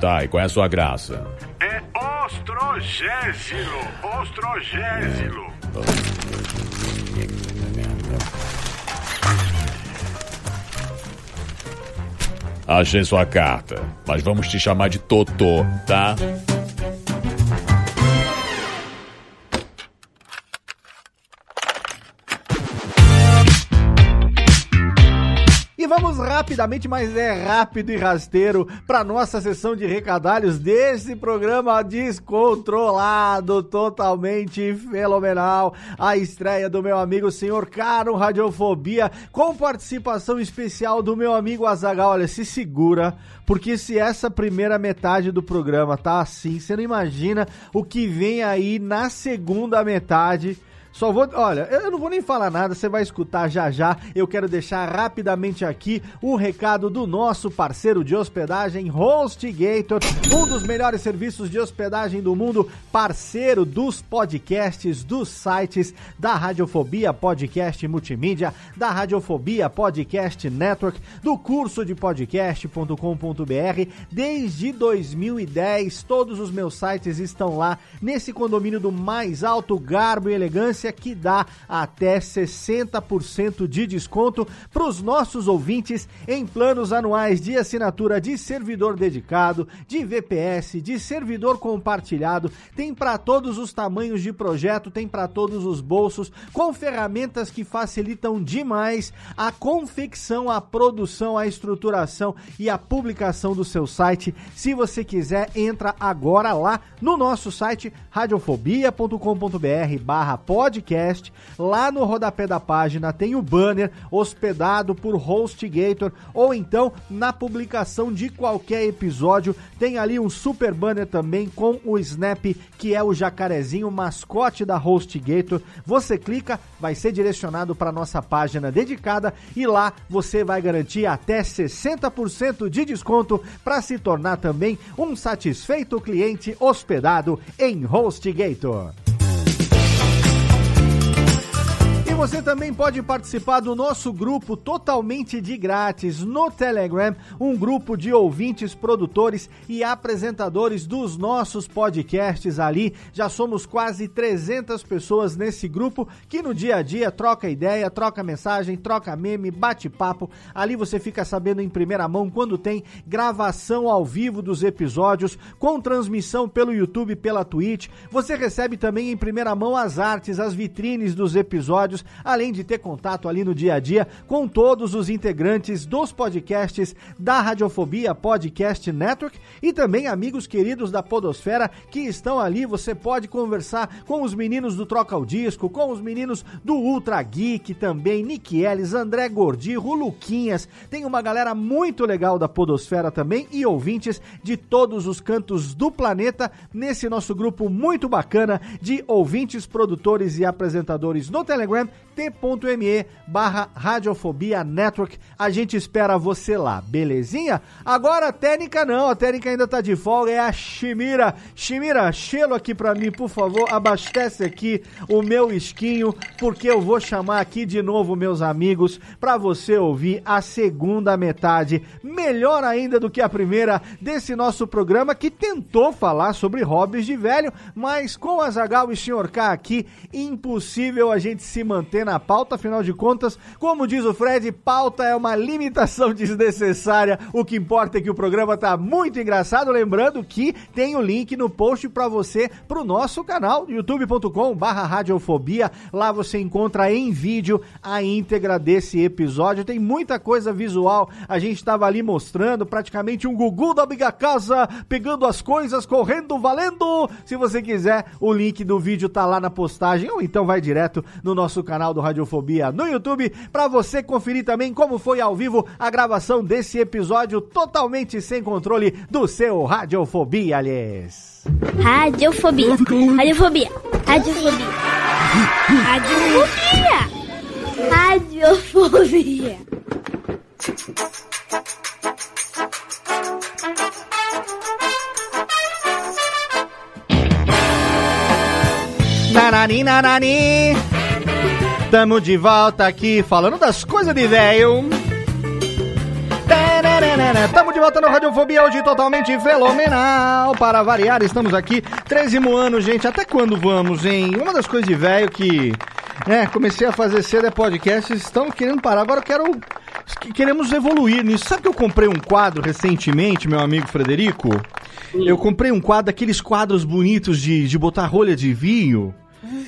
Tá, e qual é a sua graça? É Ostrogésilo, Ostrogésilo. Achei sua carta, mas vamos te chamar de Totô, tá? E vamos rapidamente, mas é rápido e rasteiro, para nossa sessão de recadalhos desse programa descontrolado, totalmente fenomenal. A estreia do meu amigo senhor Caro Radiofobia, com participação especial do meu amigo Azagal. Olha, se segura, porque se essa primeira metade do programa tá assim, você não imagina o que vem aí na segunda metade. Só vou. Olha, eu não vou nem falar nada, você vai escutar já já. Eu quero deixar rapidamente aqui o recado do nosso parceiro de hospedagem, HostGator, um dos melhores serviços de hospedagem do mundo, parceiro dos podcasts, dos sites da Radiofobia Podcast Multimídia, da Radiofobia Podcast Network, do curso de podcast.com.br. Desde 2010, todos os meus sites estão lá nesse condomínio do mais alto garbo e elegância que dá até 60% de desconto para os nossos ouvintes em planos anuais de assinatura de servidor dedicado, de VPS, de servidor compartilhado. Tem para todos os tamanhos de projeto, tem para todos os bolsos, com ferramentas que facilitam demais a confecção, a produção, a estruturação e a publicação do seu site. Se você quiser, entra agora lá no nosso site radiofobia.com.br barra podcast. Lá no rodapé da página tem o banner hospedado por HostGator ou então na publicação de qualquer episódio tem ali um super banner também com o Snap, que é o jacarezinho mascote da HostGator. Você clica, vai ser direcionado para nossa página dedicada e lá você vai garantir até 60% de desconto para se tornar também um satisfeito cliente hospedado em HostGator. E você também pode participar do nosso grupo totalmente de grátis no Telegram, um grupo de ouvintes, produtores e apresentadores dos nossos podcasts ali. Já somos quase 300 pessoas nesse grupo que no dia a dia troca ideia, troca mensagem, troca meme, bate papo. Ali você fica sabendo em primeira mão quando tem gravação ao vivo dos episódios, com transmissão pelo YouTube, pela Twitch. Você recebe também em primeira mão as artes, as vitrines dos episódios, além de ter contato ali no dia a dia com todos os integrantes dos podcasts da Radiofobia Podcast Network e também amigos queridos da Podosfera que estão ali. Você pode conversar com os meninos do Troca o Disco, com os meninos do Ultra Geek também, Nick Ellis, André Gordi, Ruluquinhas. Tem uma galera muito legal da Podosfera também e ouvintes de todos os cantos do planeta nesse nosso grupo muito bacana de ouvintes, produtores e apresentadores no Telegram, t.me barra Radiofobia Network. A gente espera você lá, belezinha? Agora a técnica não, a técnica ainda tá de folga, é a Shimira. Shimira, chelo aqui pra mim, por favor, abastece aqui o meu esquinho, porque eu vou chamar aqui de novo meus amigos pra você ouvir a segunda metade, melhor ainda do que a primeira, desse nosso programa que tentou falar sobre hobbies de velho, mas com a Zagal e Sr. K aqui, impossível a gente se manter na pauta, afinal de contas, como diz o Fred, pauta é uma limitação desnecessária. O que importa é que o programa tá muito engraçado. Lembrando que tem o link no post para você pro nosso canal youtube.com/barra radiofobia. Lá você encontra em vídeo a íntegra desse episódio. Tem muita coisa visual. A gente tava ali mostrando praticamente um Gugu da Biga Casa pegando as coisas, correndo, valendo. Se você quiser, o link do vídeo tá lá na postagem ou então vai direto no nosso canal do Radiofobia no YouTube para você conferir também como foi ao vivo a gravação desse episódio totalmente sem controle do seu Radiofobia, aliás. Radiofobia. Radiofobia. Radiofobia. Radiofobia. Radiofobia. Narari, narari. Tamo de volta aqui falando das coisas de velho. Estamos de volta no Radiofobia hoje totalmente fenomenal. Para variar, estamos aqui. 13 ano, gente. Até quando vamos, hein? Uma das coisas de velho que né, comecei a fazer cedo é podcast. Estamos querendo parar. Agora eu quero. Queremos evoluir nisso. Sabe que eu comprei um quadro recentemente, meu amigo Frederico? Eu comprei um quadro, aqueles quadros bonitos de, de botar rolha de vinho.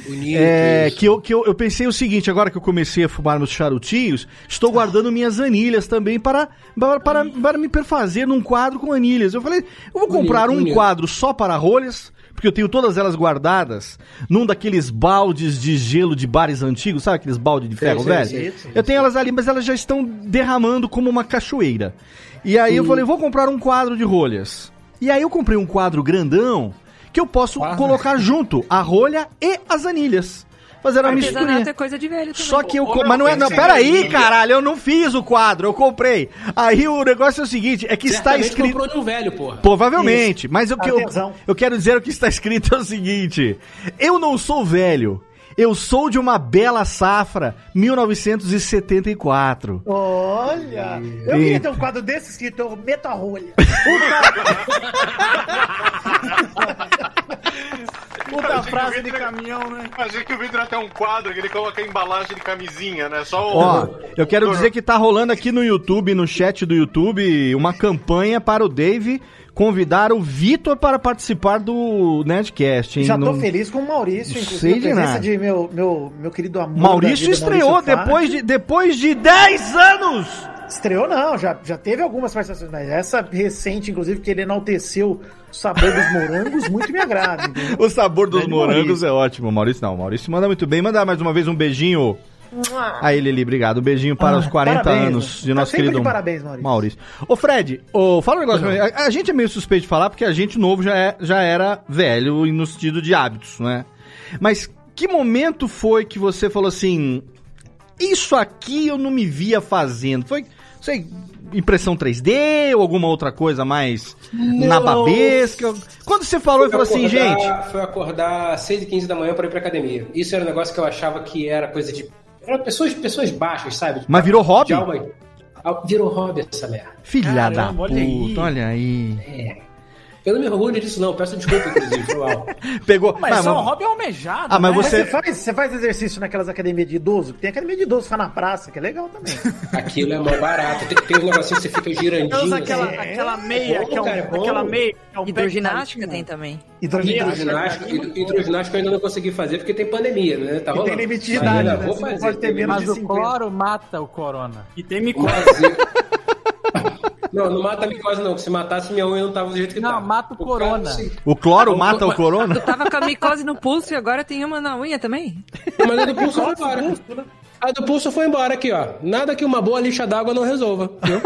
Bonito. É, isso. que eu, que eu, eu pensei o seguinte, agora que eu comecei a fumar meus charutinhos, estou guardando minhas anilhas também para, para, para, para me perfazer num quadro com anilhas. Eu falei, eu vou comprar um bonito. quadro só para rolhas, porque eu tenho todas elas guardadas num daqueles baldes de gelo de bares antigos, sabe aqueles baldes de ferro Sei, sei, velho? sei, sei. Eu tenho elas ali, mas elas já estão derramando como uma cachoeira. E aí eu Hum. falei, vou comprar um quadro de rolhas. E aí eu comprei um quadro grandão que eu posso colocar junto a rolha e as anilhas. Fazer uma Artesanato misturinha. é coisa de velho também. Só que eu. co- Mas não é. Não, peraí, caralho, eu não fiz o quadro, eu comprei. Aí o negócio é o seguinte: é que está Certamente escrito. comprou de um velho, porra. Provavelmente. Isso. Mas o que eu, Artesão. eu quero dizer o que está escrito é o seguinte: Eu não sou velho. Eu sou de uma bela safra, 1974. Olha! Eu E- queria ter um quadro desse escrito, eu meto a rolha. Puta Achei que frase o de Vitor- caminhão, né? é, Achei que o Vitor até um quadro que ele coloca a embalagem de camisinha, né? Só o. Ó, eu quero dizer que tá rolando aqui no YouTube, no chat do YouTube, uma campanha para o Dave convidar o Vitor para participar do Nerdcast. hein? Já tô Não- feliz com o Maurício, Não inclusive. sei A de presença nada. de meu, meu, meu querido amor. Maurício estreou depois de, depois de 10 anos! Estreou é um não, já, já teve algumas participações, mas essa recente, inclusive, que ele enalteceu o sabor dos morangos, muito me agrada. entendeu? O sabor dos Grande morangos Maurício. é ótimo. Maurício não, Maurício manda muito bem. Mandar mais uma vez um beijinho. Aí, Lili, obrigado. Um beijinho para Ah, os 40 parabéns, anos de tá nosso sempre de querido parabéns, Maurício. Ô, Fred, ô, fala um negócio. pra mim. A, a gente é meio suspeito de falar porque a gente novo já, é- já era velho e no sentido de hábitos, né? Mas que momento foi que você falou assim: Isso aqui eu não me via fazendo? Foi, sei, impressão 3D ou alguma outra coisa mais na Não. babesca? Quando você falou e falou assim, acordar- gente. Foi acordar às 6h15 da manhã pra ir pra academia. Isso era um negócio que eu achava que era coisa de. Era pessoas, pessoas baixas, sabe? De- Mas virou hobby? de alma- Virou hobby essa merda. Filha da Caramba, puta, olha aí. olha aí. É. Eu não me orgulho disso, não. Peço desculpa, inclusive. Foi mal. É. Pegou. Mas, Mas, só um mas- hobby almejado. Ah, mas né? você- Você faz, você faz exercício naquelas academias de idoso? Tem academia de idoso só na praça, que é legal também. Aquilo é mó barato. Tem, tem um negocinho que você fica girandinho. Então Usa aquela, assim. aquela meia, bom, que é um, cara, é bom. aquela meia. Que é um Hidroginástica tem também. Hidroginástica, hid- hidroginástica eu ainda não consegui fazer porque tem pandemia, né? Tá E tem rolando. limite de idade, Ainda né? vou Você não fazer, pode ter tem menos limite Mas de o cloro mata o corona. E tem micose. Não, não mata a micose, não. que Se matasse minha unha, não tava do jeito que tá. não, tava. Não, mata o corona. assim, O cloro mata o corona? Tava com a micose no pulso e agora tem uma na unha também? Mas a do pulso foi embora. né? A do pulso foi embora aqui, ó. Nada que uma boa lixa d'água não resolva. viu?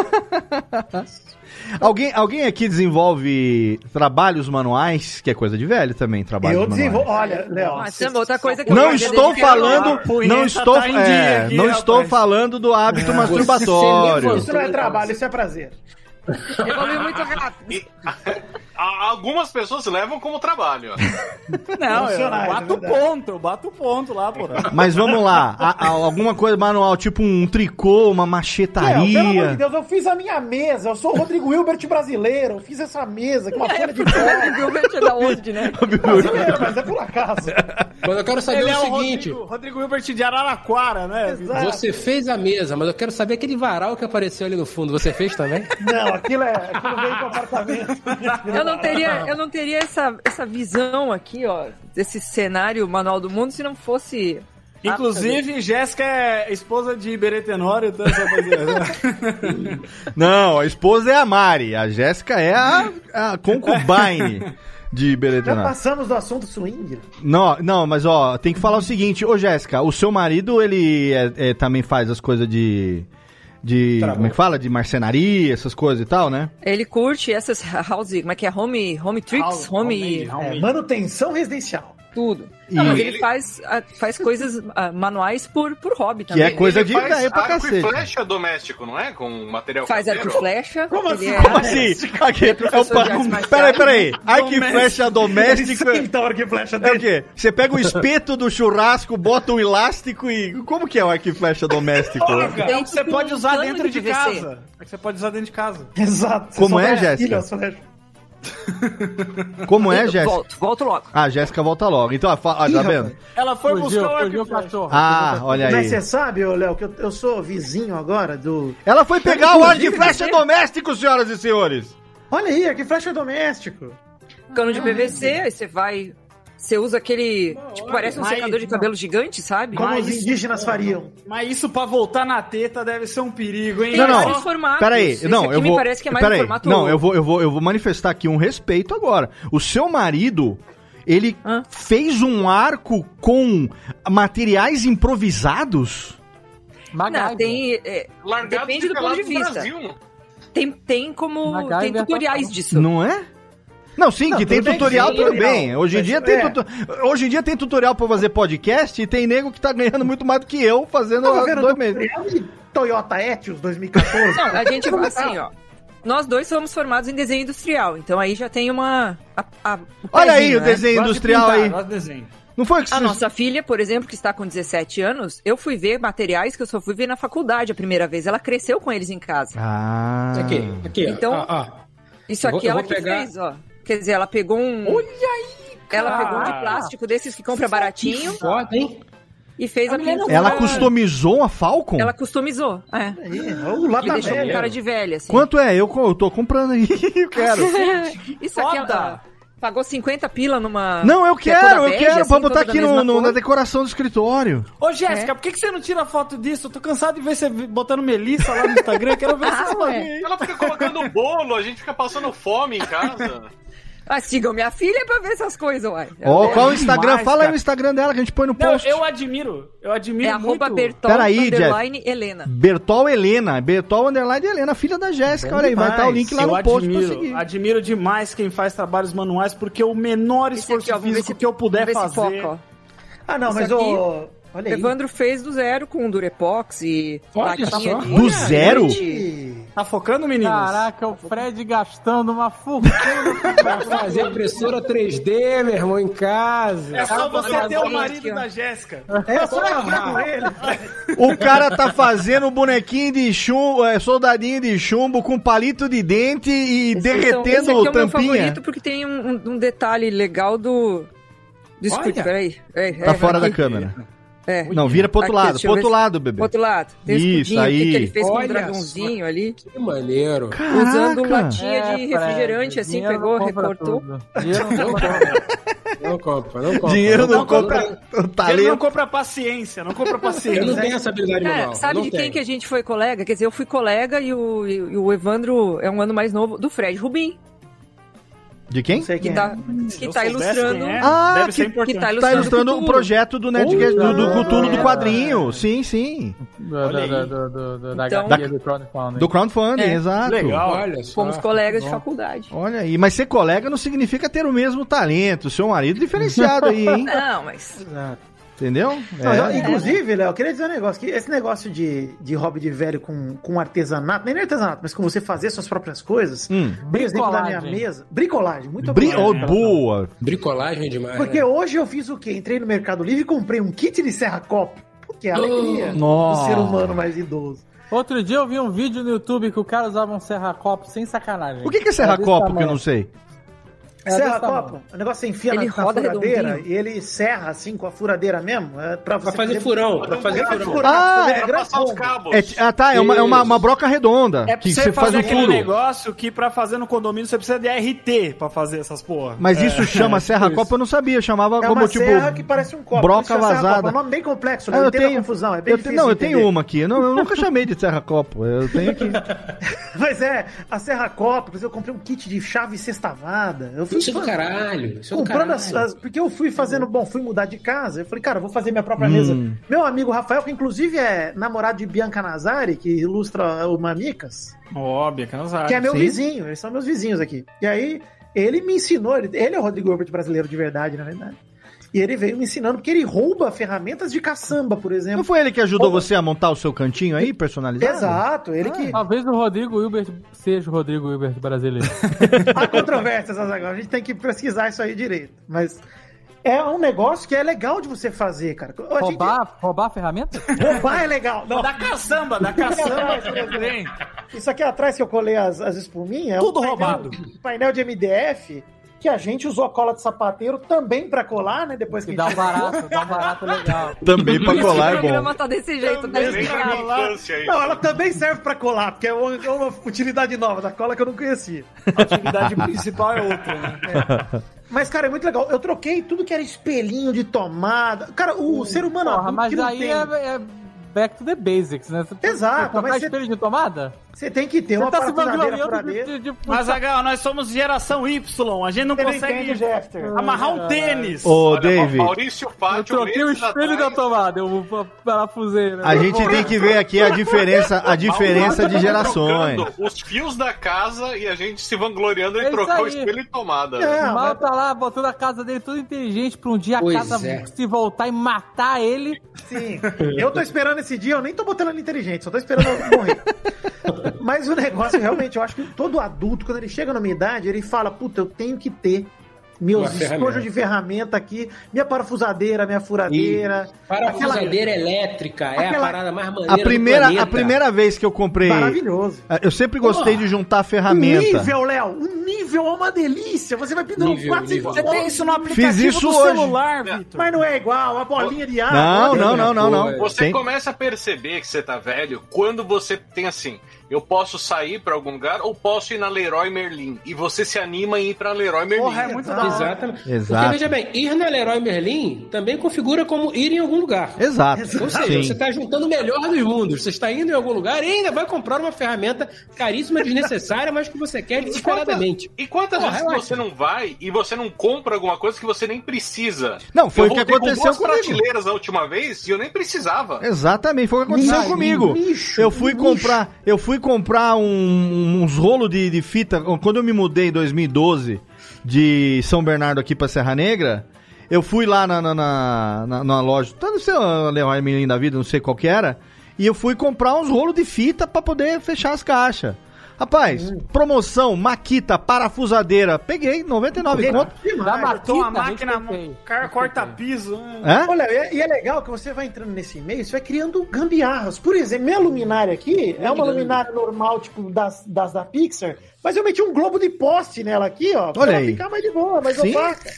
Alguém, alguém aqui desenvolve trabalhos manuais, que é coisa de velho também, trabalhos Eu manuais. desenvolvo. Olha, Léo. Mas você- também outra coisa que Não eu estou falando, não estou, tá é, não estou falando do hábito é masturbatório. Isso não é trabalho, isso é prazer. Evoluiu muito rápido. A- Algumas pessoas levam como trabalho. Não, eu Funcionário, bato o ponto, eu bato o ponto lá, porra. Mas vamos lá, a- a- alguma coisa manual, tipo um tricô, uma Léo, É, pelo amor de machetaria. Deus, eu fiz a minha mesa. Eu sou o Rodrigo Hilbert brasileiro. Eu fiz essa mesa com uma folha de Rodrigo Hilbert é da onde, né? Brasileiro, mas é por acaso. Mas eu quero saber Ele o é o seguinte. Rodrigo, Rodrigo Hilbert de Araraquara, né? Você fez a mesa, mas eu quero saber aquele varal que apareceu ali no fundo. Você fez também? Não, aquilo é. Aquilo veio com apartamento. Eu não teria, eu não teria essa, essa visão aqui, ó, desse cenário manual do mundo se não fosse. Inclusive, Jéssica é esposa de Iberê Tenório, então essa rapaziada. Não, a esposa é a Mari, a Jéssica é a, a concubine de Já Beretana. passamos do assunto swing. Não, não, mas ó, tem que falar o seguinte, ô Jéssica, o seu marido, ele é- é, também faz as coisas de. De. Como é que fala? De marcenaria, essas coisas e tal, né? Ele curte essas house, como é que é? Home, home tricks, home. É, manutenção residencial. Tudo. E- Não, mas ele faz, ah, faz coisas ah, manuais por, por hobby também. é coisa de Faz velho pra arco e cacete. flecha doméstico, não é? Com material Faz arco e caseiro. flecha. é Como assim? Como assim? Aqui, é o professor de artes pa- peraí, peraí. Arco e marciais. flecha doméstica. É o quê? Você pega o espeto do churrasco, bota um elástico e. Como que é o arco e flecha doméstico? É o que você pode usar Plano dentro de um de VC. casa. É o que você pode usar dentro de casa. Exato. Como é, Jéssica? Como é, Eu Jéssica? Então, volto, volto logo. Ah, a Jéssica volta logo. Então, ó, fa- ó, tá vendo? Ela foi Fugiu, buscar o arco fugiu e o cachorro. Ah, olha Mas você aí. sabe, ô, Léo, que eu, eu sou vizinho agora do. Ela é? foi pegar o arco e Inclusive, flecha doméstico, senhoras e senhores. Olha aí, que flecha doméstico. Cano de PVC, aí você vai. Você usa aquele. Tipo, parece um Mas- secador de cabelo gigante, sabe? Como Mas os isso- indígenas fariam. Mas isso pra voltar na teta deve ser um perigo, hein? Não, vários não. formatos. Peraí, Esse não, Ah, aqui eu me vou. parece que é mais um peraí, formato- não, eu vou, eu vou, eu vou manifestar aqui um respeito agora. O seu marido, ele fez um arco com materiais improvisados? Não, tem. é, Largado depende do ponto de vista. Tem, tem como. MacGyver tem tutoriais tá disso. Não é? Não, sim, Não, que tem tudo bem, tutorial, sim, tudo tutorial. bem. Hoje em Mas, dia tem é. tuto- hoje em dia tem tutorial pra fazer podcast e tem nego que tá ganhando muito mais do que eu fazendo Tá Tava vendo dois do meses. Real de Toyota Etios 2014. Não, a gente assim, ó. Nós dois somos formados em desenho industrial, então aí já tem uma. a- a- o Olha aí pezinho, o né? desenho Gosto de industrial pintar, aí. gosto de desenho. Não foi que A você- nossa filha, por exemplo, que está com 17 anos, eu fui ver materiais que eu só fui ver na faculdade a primeira vez. Ela cresceu com eles em casa. Ah. Aqui, aqui. ó. Então- Ah, ah. Isso Eu vou- aqui eu ela vou que pegar- fez, ó. Quer dizer, ela pegou um. Olha aí! Ela pegou um de cara! plástico desses que compra baratinho Foda, hein? e fez a, pintura. Ela customizou a Falcon? Então, é. Ela customizou. É. Aí, ó, o lá E tá deixou com velho. cara de velha, assim. Quanto é? Eu, co- eu tô comprando aí, Ah, eu quero. Isso aqui ela pagou 50 pila numa. Não, eu que é toda quero, eu bege, quero, assim, pra botar toda da aqui no- mesma no- cor. na decoração do escritório. Ô, É. Jéssica, por que, que você não tira foto disso? Eu tô cansado de ver você botando Melissa lá no Instagram. Quero Ah, ver essas coisas. Ela fica colocando bolo, a gente fica passando fome em casa. Ah, sigam minha filha pra ver essas coisas, uai. Ó, qual É, o demais, Instagram? Fala aí cara. o Instagram dela que a gente põe no Não, post. eu admiro. Eu admiro é muito. arroba Bertol Peraí, Jess. underline Helena. Bertol Helena, Bertol Underline Helena, filha da Jéssica. Olha aí, vai estar o link lá eu no post pra admiro, seguir. admiro demais quem faz trabalhos manuais, porque é o menor Esse esforço aqui, ó, vamos ver físico se que eu puder vamos ver se fazer... foca, ó. Ah, não, Isso mas aqui- o. Olha aí. Evandro fez do zero com Durepox e Olha só. plaquinha de- Do zero? de- Tá focando, meninos? Caraca, é o Fred gastando uma fortuna pra fazer impressora 3D, meu irmão, em casa. É só você ter o marido da Jéssica. É só falar com ele. O cara tá fazendo bonequinho de chumbo, é, soldadinho de chumbo com palito de dente e Esse derretendo é o- esse aqui é o meu tampinha. favorito porque tem um, um- um detalhe legal do. do Scooby, Olha. peraí. É, é, Tá fora da aqui. câmera. É. Não, vira pro outro Aqui, lado, deixa pro eu outro ver se- lado, bebê. Pro outro lado. Tem esse Isso, escudinho aqui aí. que ele fez com um Olha dragãozinho ali. Que maneiro. Usando Caraca. latinha de É, Fred, refrigerante, assim, dinheiro pegou, não compra recortou. Então, Não compra, não compra. Dinheiro tá não compra Ele Tá não compra paciência, não compra paciência. Eu não tenho essa habilidade Cara, sabe de quem que a gente foi colega? Quer dizer, eu fui colega e o, e o Evandro é um ano mais novo, do Fred Rubim, De quem? que é. tá, que É. eu tá soubesse ilustrando. quem é, Ah, deve ser que, importante. que tá Tá ilustrando o Cthulhu. projeto do Nerdcast, do, do Cthulhu do quadrinho. Sim, sim. Do, do, do, do, do, do, da Então- HQ do crowdfunding. Do crowdfunding, É. exato. Legal. Olha só. Ah, Fomos colegas de Bom. faculdade. Olha aí, mas ser colega não significa ter o mesmo talento. Seu marido diferenciado aí, hein? Não, mas. Entendeu? Não, É. eu- inclusive, Léo, eu queria dizer um negócio: que esse negócio de, de hobby de velho com, com artesanato, nem artesanato, mas com você fazer suas próprias coisas, Hum. É. por exemplo, da minha Bricolagem. mesa. Bricolagem, muito Bri- obrigado. oh, boa. Bricolagem é demais. Porque né? hoje eu fiz o quê? Entrei no Mercado Livre e comprei um kit de serra-copo. Porque é a Oh, alegria Ah, do nossa. ser humano mais idoso. Outro dia eu vi um vídeo no YouTube que o cara usava um serra-copo sem sacanagem. O que, que é Era desse serra-copo que eu tamanho. não sei? Tá É desse serra-copo, tamanho. o negócio você enfia Ele na, na roda furadeira redondinho. e ele serra assim com a furadeira mesmo. É, pra, você fazer poder- furão, pra fazer grande furão. furaco, Ah, fazer é pra grande passar os rombo. É, ah, tá, é uma, é uma, Isso. uma broca redonda. É pra que você você faz um fazer o aquele furo. negócio que pra fazer no condomínio você precisa de RT pra fazer essas porra. Mas É. isso chama serra-copo, eu não sabia. Chamava É como uma tipo. serra que parece um copo. broca Isso é serra-copo, vazada. É um nome bem complexo, Ah, né? Eu tenho confusão, é bem eu te- difícil Não, eu de tenho entender. uma aqui. Não, eu nunca chamei de serra-copo. Eu tenho aqui. Mas é, a Serra Copa, por exemplo, eu comprei um kit de chave sextavada. Eu fui Isso é do caralho, isso é do comprando as, caralho. as- Porque eu fui fazendo, bom, fui mudar de casa. Eu falei, cara, eu vou fazer minha própria Hum. mesa. Meu amigo Rafael, que inclusive é namorado de Bianca Nazari, que ilustra o Mamicas, Óbvio, que não sabe. que é meu Sim. vizinho, eles são meus vizinhos aqui. E aí, ele me ensinou, ele, ele é o Rodrigo Herbert brasileiro de verdade, na verdade. E ele veio me ensinando, porque ele rouba ferramentas de caçamba, por exemplo. Não foi ele que ajudou você a montar o seu cantinho aí, personalizado? Exato, ele que. Talvez o Rodrigo Hilbert seja o Rodrigo Hilbert brasileiro. Há controvérsias, Azaghal. A gente tem que pesquisar isso aí direito. Mas é um negócio que é legal de você fazer, cara. A gente- roubar, roubar ferramenta? roubar é legal. Não, Da caçamba, da caçamba. Isso aqui- isso aqui atrás que eu colei as, as espuminhas. Tudo é um roubado. Painel, painel de MDF que a gente usou a cola de sapateiro também pra colar, né? Depois que, Dá um a gente- barato, dá um barato legal. Também pra colar é O programa bom. tá desse jeito, tá Também pra explicado. colar. Não, ela também serve pra colar, porque é uma, é uma utilidade nova da cola que eu não conhecia. A atividade principal é outra, né? Mas, cara, é muito legal. Eu troquei tudo que era espelhinho de tomada. Cara, Hum. o ser humano Porra, adulto que mas não aí tem- é, é back to the basics, né? Você tem que Exato, Trocar mas você- espelho de tomada? Você tem que ter uma tá se parafusadeira, vangloriando de, furadeira. de, de puxar- Mas, Agal, nós somos geração Y, a gente não Você não consegue entende, Ah. Jester. amarrar um tênis. Ô, Olha, David. Maurício Eu Fátio, tá troquei o meses espelho atrás, da tomada, eu vou parafusei, né? A gente tem que ver aqui a diferença, a diferença de gerações. trocando Os fios da casa e a gente se vangloriando É em isso trocar o aí. espelho e tomada. o mal tá lá botando a casa dele toda inteligente pra um dia a Pois casa é. se voltar e matar ele. Sim. Eu tô esperando esse dia, eu nem tô botando ela inteligente, só tô esperando ela morrer. Mas o negócio, realmente, eu acho que todo adulto, quando ele chega na minha idade, ele fala, puta, eu tenho que ter Uma meus ferramenta. estojos de ferramenta aqui, minha parafusadeira, minha furadeira. Parafusadeira elétrica é a aquela- parada mais Tá maneira A do primeira, planeta. a primeira vez que eu comprei. eh, Maravilhoso. Eu sempre gostei de juntar O ferramenta. nível, Léo, um o nível é uma delícia. Você vai pendurando Nível, 4, 5 nível. Você tem isso no aplicativo Fiz isso do hoje. celular, Vitor. Mas não é igual, a bolinha de ar. Não, olha, não, não, não, não. Você É, Tem- começa a perceber que você tá velho quando você tem assim: eu posso sair pra algum lugar ou posso ir na Leroy Merlin. E você se anima em ir pra Leroy Merlin. Porra, é muito da hora. Exatamente. Exato. Porque, veja bem, ir na Leroy Merlin também configura como ir em algum lugar. Exato. Ou seja, Sim. você está juntando o melhor dos mundos. Você está indo em algum lugar e ainda vai comprar uma ferramenta caríssima, desnecessária, mas que você E quer quantas- desesperadamente. E quantas Porra, vezes é você não vai e você não compra alguma coisa que você nem precisa? Não, foi Eu o que voltei aconteceu com duas comigo. prateleiras a última vez e eu nem precisava. Exatamente, foi o que aconteceu Lixo, comigo. lixo, eu fui lixo. comprar, eu fui comprar um- uns rolos de, de fita quando eu me mudei em 2012 de São Bernardo aqui pra Serra Negra. Eu fui lá na, na, na, na- na loja, tá, não sei, a Leroy Merlin da vida, não sei qual que era, e eu fui comprar uns rolos de fita pra poder fechar as caixas. Rapaz, promoção, maquita, parafusadeira. Peguei, 99 conto. Da matou a máquina, o cara corta piso. né? Hã? Olha, e e é legal que você vai entrando nesse e-mail, você vai criando gambiarras. Por exemplo, minha luminária aqui é uma luminária normal, tipo, das, das da Pixar, mas eu meti um globo de poste nela aqui, ó, pra Olha ela aí. ficar mais de boa, mais Sim. opaca.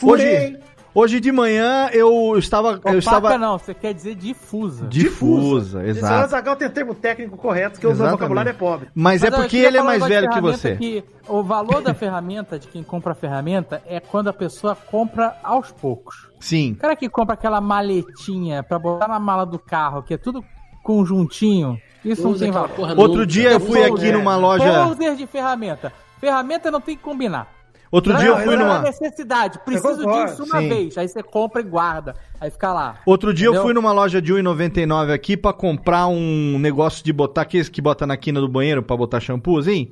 Hoje, hoje de manhã eu estava. Opaca eu estava é não, você quer dizer difusa. Difusa, Senhora exato. Zagal tem o termo técnico correto, que o meu Exatamente. vocabulário é pobre. Mas é olha, eu porque queria ele é falar um mais negócio de velho que ferramenta que o valor da ferramenta, de quem compra a ferramenta, é quando a pessoa compra aos poucos. Sim. O cara que compra aquela maletinha pra botar na mala do carro, que é tudo conjuntinho, isso não Usa tem aquela valor. porra Outro nunca. dia eu fui Folder. aqui numa loja- Folder de ferramenta. Ferramenta não tem que combinar. Outro dia eu fui é numa- uma necessidade. Preciso concordo. disso uma Sim. vez. Aí você compra e guarda. Aí fica lá. Outro dia eu Entendeu? fui numa loja de 1,99 aqui pra comprar um negócio de botar, aqueles que bota na quina do banheiro pra botar shampoozinho.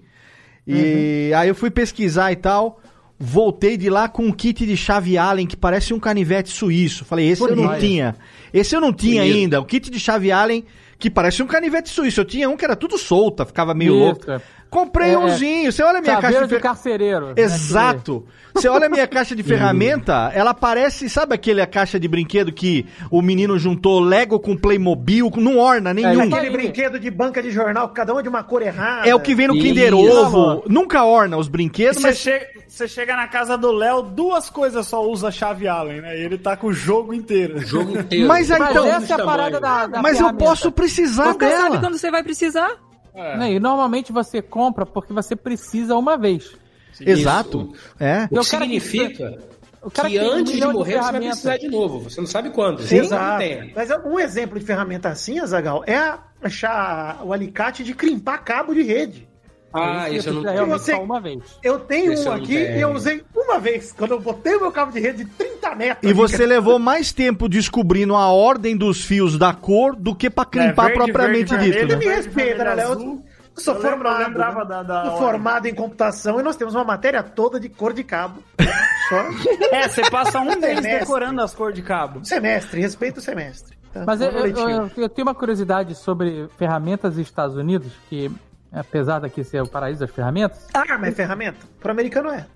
Uhum. E aí eu fui pesquisar e tal. Voltei de lá com um kit de chave Allen que parece um canivete suíço. Falei, esse eu não Bonito. tinha. Esse eu não tinha Bonito. ainda. O kit de chave Allen que parece um canivete suíço. Eu tinha um que era tudo solta, ficava meio Isso, louco. é. Comprei É, é. umzinho. Você olha a minha Chaveiro caixa de de fer- carcereiro. né, Exato. Você olha a minha caixa de ferramenta, ela parece, sabe aquele a caixa de brinquedo que o menino juntou Lego com Playmobil, com- não orna nenhum. É aquele brinquedo de banca de jornal, cada uma de uma cor errada. É o que vem no Kinder Ovo. Nunca orna os brinquedos, é Você mas chega, você chega na casa do Léo, duas coisas só usa a chave Allen, né? E ele tá com o jogo inteiro. O jogo Mas aí, então, é é mas eu ferramenta. posso precisar Nunca dela. sabe quando você vai precisar. É. Né, E normalmente você compra porque você precisa uma vez. Exato. É. O O que cara que- significa o que, cara que tem um antes de milhão de morrer você vai ferramentas. precisar de novo. Você não sabe quando. Você Exato. sabe que tem. Mas um exemplo de ferramenta assim, Azagal, é a- achar o alicate de crimpar cabo de rede. Ah, isso eu não Que tenho. você- Só uma vez. Eu tenho Esse um eu não aqui tenho. e eu usei uma vez, quando eu botei o meu cabo de rede de 30 metros. E você levou mais tempo descobrindo a ordem dos fios da cor do que É, pra crimpar propriamente dito. me né? respeita, né, Léo? azul. Eu sou Eu formado, lembra- lembrava da- da sou hora. formado em computação e nós temos uma matéria toda de cor de cabo. É, você passa um mês Semestre. decorando as cores de cabo. Semestre, respeita o semestre. Tá? Mas eu, Vamos eu- direitinho. eu- eu tenho uma curiosidade sobre ferramentas dos Estados Unidos, que apesar daqui ser o paraíso das ferramentas, Ah, mas é ferramenta? Pro americano é.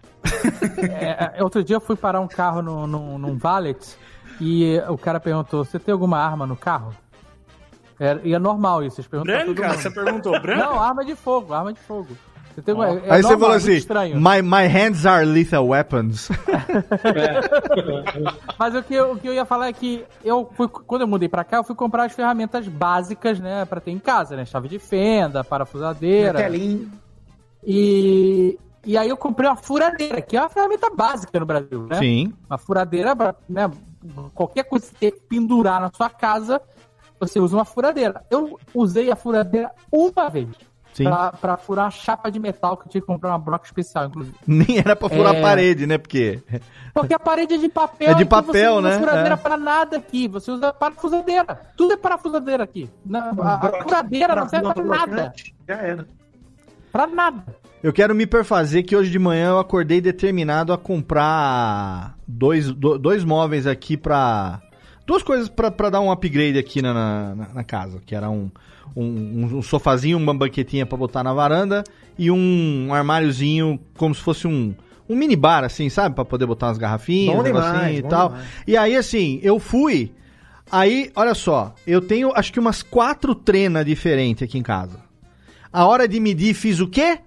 é, é, outro dia eu fui parar um carro no, no, num valet e o cara perguntou, você tem alguma arma no carro? É, e é normal isso, eles perguntam pra todo Branca? mundo. Você perguntou branca? Não, arma de fogo, arma de fogo. Você tem alguma- é Aí você normal, falou muito assim: estranho. my, my hands are lethal weapons. Mas o que, eu, o que eu ia falar é que eu fui, quando eu mudei pra cá, eu fui comprar as ferramentas básicas, né, pra ter em casa, né? Chave de fenda, parafusadeira. Martelinho. E, e aí eu comprei uma furadeira, que é uma ferramenta básica no Brasil, né? Sim. Uma furadeira, pra, né, qualquer coisa que você pendurar na sua casa, você usa uma furadeira. Eu usei a furadeira uma vez. Sim. Pra, pra furar a chapa de metal, que eu tinha que comprar uma broca especial, inclusive. Nem era pra furar É. a parede, né? Porque. Porque a parede é de papel. É de então papel, você não né? usa furadeira É. pra nada aqui. Você usa parafusadeira. Tudo é parafusadeira aqui. Na, a, a furadeira não serve pra nada. Já era. Pra nada. Eu quero me perfazer que hoje de manhã eu acordei determinado a comprar dois, do- dois móveis aqui pra. Duas coisas pra, pra dar um upgrade aqui na, na, na- na casa, que era um, um, um sofazinho, uma banquetinha pra botar na varanda e um armáriozinho como se fosse um, um mini bar, assim, sabe? Pra poder botar umas garrafinhas, Bom um negocinho demais, e bom tal. demais. E aí, assim, eu fui. Aí, olha só, eu tenho acho que umas quatro trenas diferentes aqui em casa. A hora de medir, fiz o quê?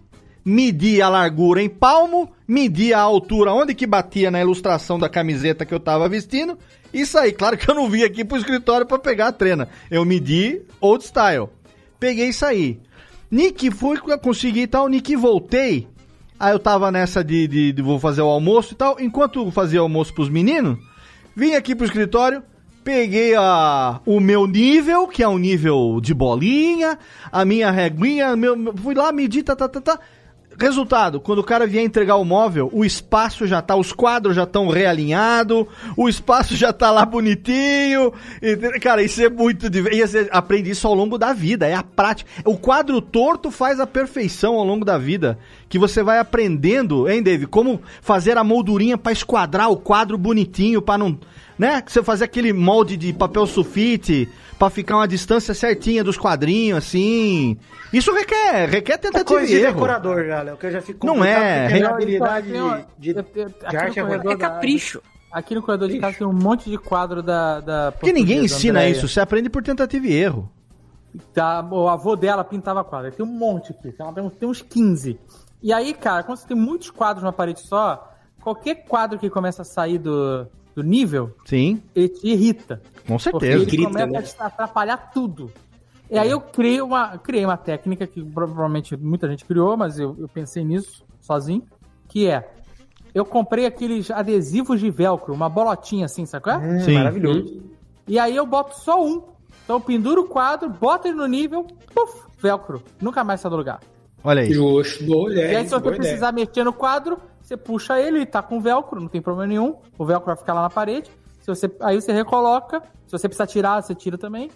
Medi a largura em palmo, medi a altura onde que batia na ilustração da camiseta que eu tava vestindo e saí. Claro que eu não vim aqui pro escritório pra pegar a trena. Eu medi old style. Peguei e saí. Nick, fui, consegui e tal. Nick, voltei. Aí eu tava nessa de, de- de vou fazer o almoço e tal. Enquanto eu fazia almoço pros meninos, vim aqui pro escritório, peguei a, o meu nível, que é um nível de bolinha, a minha reguinha, meu, meu- fui lá, medi, tá, tá, tá, tá. Resultado, quando o cara vier entregar o móvel, o espaço já tá, os quadros já estão realinhados, o espaço já tá lá bonitinho. entende? Cara, isso é muito divertido. E você aprende isso ao longo da vida, é a prática. O quadro torto faz a perfeição ao longo da vida. que você vai aprendendo, hein, Dave, como fazer a moldurinha para esquadrar o quadro bonitinho, para não, né, que você fazer aquele molde de papel sulfite para ficar uma distância certinha dos quadrinhos assim. Isso requer, requer tentativa é coisa e de erro. decorador já, Léo, que eu já fico Não é, re- complicado, porque tem uma habilidade Então, assim, de, de, de arte corredor é da- Aqui no corredor de casa tem um monte de quadro da. da Porque ninguém portuguesa ensina Andréia. isso, você aprende por tentativa e erro. Tá, o avô dela pintava quadro. Tem um monte aqui, tem, uma- tem uns 15. E aí, cara, quando você tem muitos quadros numa parede só, qualquer quadro que começa a sair do, do nível, Sim, ele te irrita. com Porque certeza. né? ele começa a atrapalhar tudo. E aí eu criei uma, criei uma técnica que provavelmente muita gente criou, mas eu, eu pensei nisso sozinho, que é eu comprei aqueles adesivos de velcro, uma bolotinha assim, sacou? Hum. Sim. É maravilhoso. E aí eu boto só um. Então eu penduro o quadro, boto ele no nível, puf, velcro. Nunca mais sai do lugar. Olha aí. Justo, boa É e aí se você precisar mexer no quadro, você puxa ele, ele tá com velcro, não tem problema nenhum. O velcro vai ficar lá na parede. Se você, aí você recoloca. Se você precisar tirar, você tira também.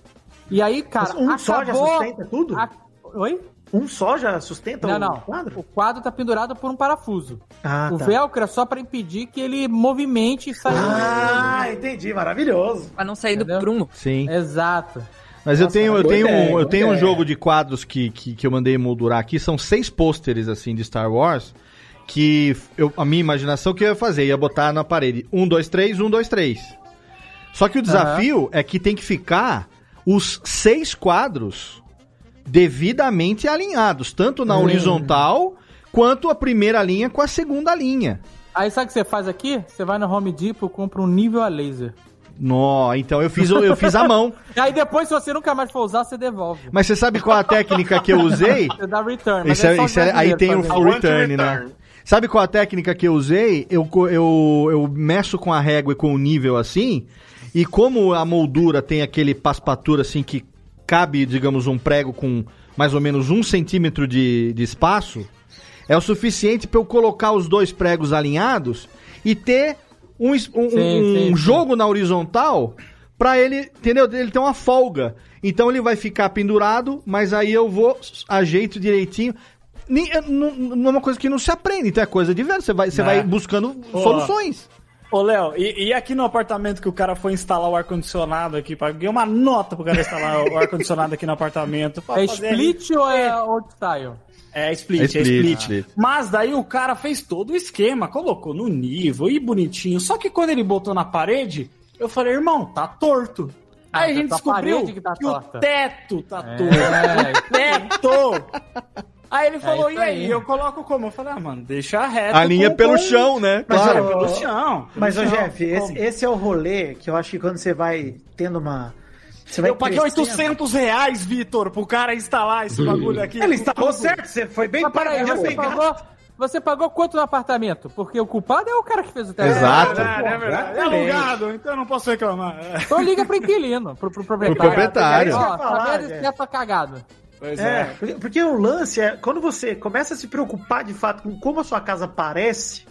E aí, cara, Um acabou... só já sustenta tudo? Oi? Um só já sustenta Não, o não. quadro? O quadro tá pendurado por um parafuso. Ah, o tá. velcro é só pra impedir que ele movimente e saia. Ah, entendi, maravilhoso. Pra não sair do prumo. Sim. Exato. Mas eu tenho, eu boa tenho, ideia, um, boa eu tenho um ideia. jogo de quadros que, que, que eu mandei moldurar aqui, são seis pôsteres assim de Star Wars, que eu- a minha imaginação que eu ia fazer, ia botar na parede. Um, dois, três, um, dois, três. Só que o desafio é que tem que ficar os seis quadros devidamente alinhados, tanto na Hum. horizontal quanto a primeira linha com a segunda linha. Aí sabe o que você faz aqui? Você vai no Home Depot, compra um nível a laser. Nó, então eu fiz, eu fiz a mão. E aí depois, se você nunca mais for usar, você devolve. Mas você sabe qual a técnica que eu usei? Você dá return. mas Isso é- só isso é- aí brasileiro tem o fazendo. full return, né? Sabe qual a técnica que eu usei? Eu, co- eu, eu meço com a régua e com o nível assim, e como a moldura tem aquele passepartout assim que cabe, digamos, um prego com mais ou menos um centímetro de, de espaço, é o suficiente para eu colocar os dois pregos alinhados e ter um, es- um- um- Sim, sim, um sim. jogo na horizontal para ele, entendeu? Ele ter uma folga. Então ele vai ficar pendurado, mas aí eu vou ajeito direitinho. Nem- eu- Não, não é uma coisa que não se aprende, então é coisa de ver. Você vai, você É. vai buscando Pô. soluções. Ô, Léo, e, e aqui no apartamento que o cara foi instalar o ar-condicionado aqui, paguei uma nota pro cara instalar o ar-condicionado aqui no apartamento. pra É fazer ali. split ou é old style? É split, é split. Mas daí o cara fez todo o esquema, colocou no nível e bonitinho. Só que quando ele botou na parede, eu falei, irmão, tá torto. Ah, Aí a tá gente tua descobriu parede que, que tá o torta. teto tá É, torto. O teto! Aí ele falou, isso e aí, aí. eu coloco como? Eu falei, ah, mano, deixa reto. A linha é com- pelo com- chão, né? Mas Claro. é pelo chão. pelo Mas, ô chão. Jeff, esse, Como? esse é o rolê que eu acho que quando você vai tendo uma. Você vai eu paguei crescendo- 800 reais, Vitor, pro cara instalar esse bagulho aqui. Ele instalou certo, você foi bem Mas peraí, pago, já foi você gasto. Pagou- Você pagou quanto no apartamento? Porque o culpado é o cara que fez o teste. Exato. É verdade, é verdade. É alugado, então eu não posso reclamar. Então liga pro inquilino, pro, pro proprietário. Pro proprietário. Falar, Ó, tá vendo gente. esse teto cagado? Pois É, porque, porque o lance é quando você começa a se preocupar de fato com como a sua casa parece,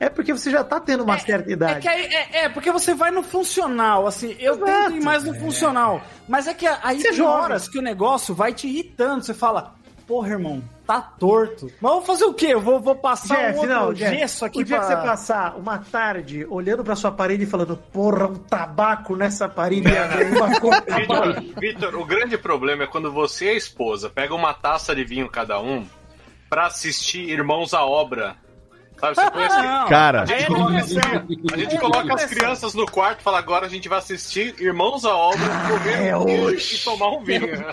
é porque você já tá tendo uma certa É, idade. que aí- é- é, porque você vai no funcional, assim, eu tento ir mais no funcional. Mas é que aí Você é tem jovem. horas que o negócio vai te irritando, você fala, porra, irmão, tá torto. Mas eu vou fazer o quê? Eu vou, vou passar um Jeff, outro não, Jeff, gesso aqui o dia pra... que você passar uma tarde olhando pra sua parede e falando, porra, um tabaco nessa parede ia ver uma cor de tabaco." Vitor, Vitor, o grande problema é quando você e a esposa pegam uma taça de vinho cada um pra assistir Irmãos à Obra. Sabe, você conhece? Não, Cara. a gente, é coloca, assim, necessário. a gente É coloca as necessário. crianças no quarto e fala: agora a gente vai assistir Irmãos à Obra, comer é um queijo hoje. e tomar um vinho. É,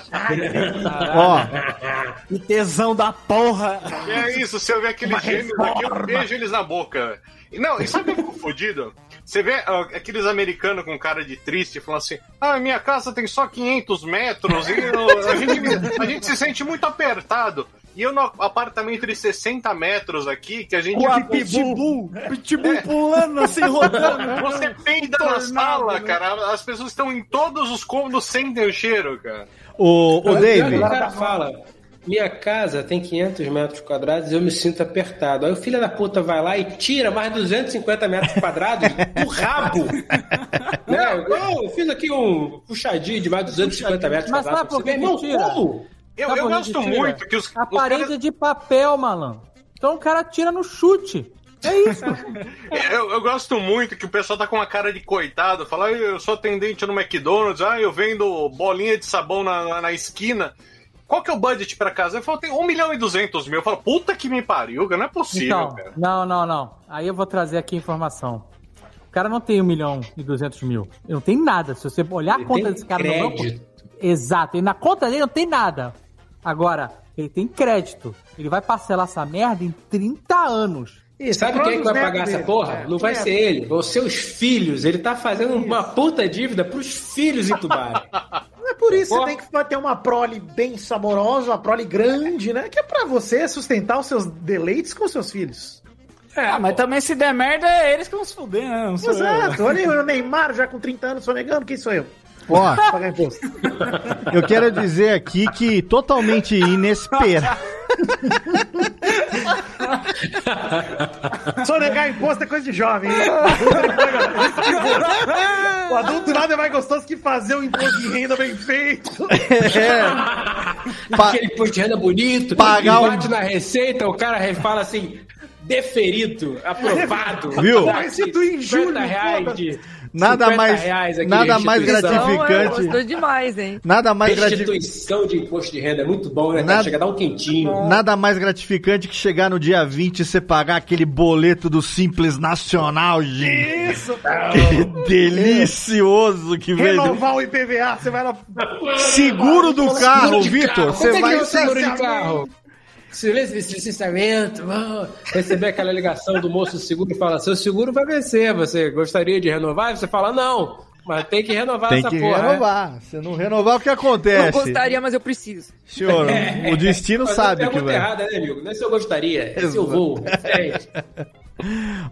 Ó, Que tesão da porra. E é isso, se eu ver aqueles gêmeos aqui, eu beijo eles na boca. E não, e sabe o que é fodido? Você vê ah, aqueles americanos com cara de triste falando assim: ah, minha casa tem só 500 metros e eu- a, gente, a gente se sente muito apertado. E eu no apartamento de 60 metros aqui, que a gente. tipo, Com a pitbull, pitbull É. pulando assim, rodando. Você peida na Tornado, sala, né? cara. As pessoas estão em todos os cômodos sem ter o cheiro, cara. o, o Quando é, Dave. O cara fala, minha casa tem 500 metros quadrados eu me sinto apertado. Aí o filho da puta vai lá e tira mais 250 metros quadrados do rabo. né? Eu fiz aqui um puxadinho de mais 250 metros Mas quadrados. sabe por Você que vê, irmão, que tira? como? Tá Tá Eu, Sabe eu por que gosto tira? muito que os. os A caras- parede é de papel, malandro. Então o cara tira no chute. É isso. eu, eu gosto muito que o pessoal tá com uma cara de coitado, fala, "Ah, eu sou atendente no McDonald's, ah, eu vendo bolinha de sabão na, na- na esquina. Qual que é o budget pra casa? Eu falo, tem 1 milhão e 200 mil. Eu falo, puta que me pariu, cara, não é possível, então, cara. não, não, não. Aí eu vou trazer aqui a informação. O cara não tem 1 milhão e 200 mil. Ele não tem nada. Se você olhar a conta tem desse cara no crédito. banco. Exato. E na conta dele não tem nada. Agora, ele tem crédito. Ele vai parcelar essa merda em 30 anos. Sabe quem é que vai pagar essa É, porra? Não vai ser ele, vão ser os filhos. Ele tá fazendo uma puta dívida pros filhos entubarem. É por isso, você tem que ter uma prole bem saborosa, uma prole grande, né? Que é pra você sustentar os seus deleites com seus filhos. ah, mas também se der merda, é eles que vão se fuder, né? Não sou eu. Exato. Olha aí o Neymar já com 30 anos sonegando, quem sou eu? Ó. Pagar imposto. Eu quero dizer aqui que totalmente inesperado. Sonegar imposto é coisa de jovem. né? O adulto nada é mais gostoso que fazer um imposto de renda bem feito. É. Aquele imposto de renda bonito, Ah, Pagar e um- bate na receita, o cara re- fala assim, deferido, aprovado. Viu? Tá, Institui em 50 julho, reais de- Nada 50 mais- reais aqui nada da mais instituição. gratificante. Então, é, Gostou demais, hein? Nada mais gratificante. Restituição de imposto de renda é muito bom, né? cara? Nada- Chega a dar um quentinho. Nada mais gratificante que chegar no dia 20 e você pagar aquele boleto do Simples Nacional, gente. Isso, Que delicioso que veio. Renovar o IPVA, você vai lá. Seguro é do carro, Seguro de Vitor. carro. Quanto Você é vai. que é o seguro de carro. Se esse esse licenciamento, ah, receber aquela ligação do moço do seguro e fala: seu seguro vai vencer, você gostaria de renovar? Você fala: não, mas tem que renovar Tem essa que porra. né?" renovar. Se não renovar, o que Não acontece? gostaria, mas eu preciso. Senhor, o destino Mas a sabe que pergunta vai. errada, né, amigo? Não é se eu gostaria, é se eu Exato. vou. É isso.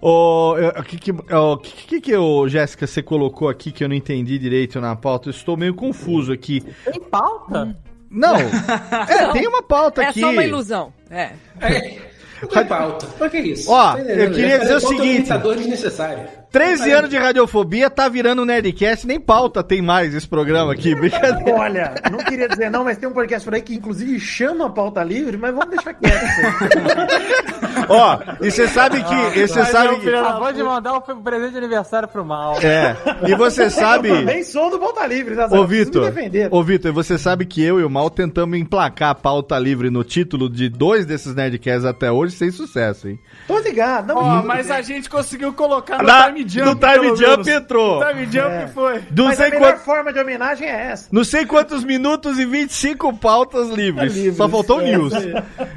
O que que, ô, que, que, que ô, Jéssica, você colocou aqui que eu não entendi direito na pauta? Eu estou meio confuso aqui. Tem Hum. pauta? Não. É, tem uma pauta aqui. É só uma ilusão. É. Tem pauta. Mas que isso? Ó, Tá entendendo? eu queria dizer o Pauta é um seguinte. limitador desnecessário. 13 anos de radiofobia, tá virando Nerdcast, nem pauta tem mais esse programa aqui. Brincadeira. Olha, não queria dizer não, mas tem um podcast por aí que inclusive chama a pauta livre, mas vamos deixar quieto. isso aí. Ó, e você sabe que. E você Mas sabe eu Acabou que. de mandar o presente de aniversário pro mal. É, e você sabe- Eu também sou do pauta livre, tá? Ô, Preciso me Vitor, defender. ô, Vitor, você sabe que eu e o Mal tentamos emplacar a pauta livre no título de dois desses Nerdcasts até hoje sem sucesso, hein? Tô ligado. Não, Ó, mas a gente conseguiu colocar Tá Hum. no Na- time jump. no Time pelo Jump entrou. No time jump É. foi. Não mas sei a melhor quanto- forma de homenagem é essa. Não sei quantos minutos e 25 pautas livres. É livres, Só faltou é. news.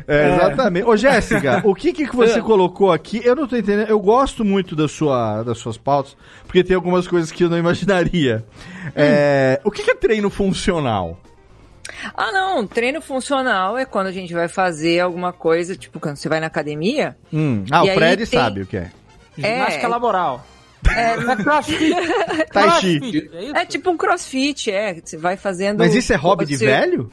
É, Exatamente. Ô, Jéssica, o que, que É. você colocou aqui? Eu não tô entendendo. Eu gosto muito da sua, das suas pautas, porque tem algumas coisas que eu não imaginaria. É, o que, que é treino funcional? Ah, não. Treino funcional é quando a gente vai fazer alguma coisa, tipo, quando você vai na academia. Hum, Ah, E o aí Fred tem- sabe o que é. Ginástica laboral. É, É crossfit. Tá Tai Crossfit, Chi. é isso? é tipo um crossfit, é. que Você vai fazendo. Mas isso é hobby de você- velho?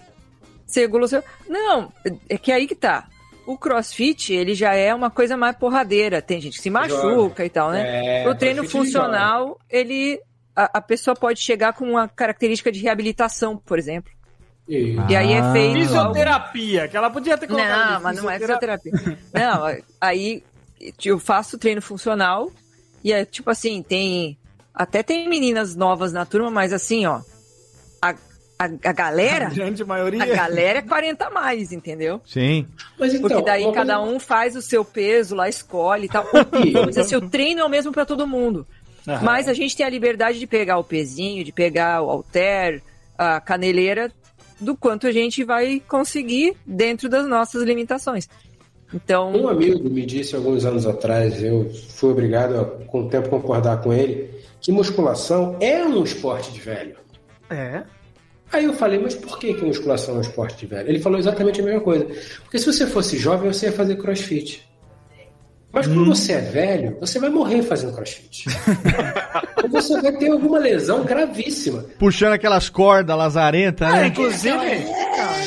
Você regula o seu. Não, é que aí que tá. O crossfit, ele já é uma coisa mais porradeira. Tem gente que se machuca e tal, né? É, o treino crossfit funcional, ele. A, a pessoa pode chegar com uma característica de reabilitação, por exemplo. E aí Ah. é feito. Fisioterapia, que ela podia ter colocado. Não, ali, mas não é fisiotera- fisioterapia. não, aí eu faço treino funcional e é tipo assim, tem. Até tem meninas novas na turma, mas assim, ó. A, a, a galera. A grande maioria. A galera é 40 a mais, entendeu? Sim. Mas então, Porque daí uma cada coisa- um faz o seu peso lá, escolhe e tal. Mas assim, o treino é o mesmo pra todo mundo. Aham. Mas a gente tem a liberdade de pegar o pezinho, de pegar o halter, a caneleira, do quanto a gente vai conseguir dentro das nossas limitações. Então, Um amigo me disse alguns anos atrás, eu fui obrigado a, com o tempo, concordar com ele, que musculação é um esporte de velho. É. Aí eu falei, mas por que, que musculação é um esporte de velho? Ele falou exatamente a mesma coisa. Porque se você fosse jovem, você ia fazer crossfit. Mas quando você é velho, você vai morrer fazendo crossfit. Ou você vai ter alguma lesão gravíssima. Puxando aquelas cordas lazarentas, Ah, né? inclusive,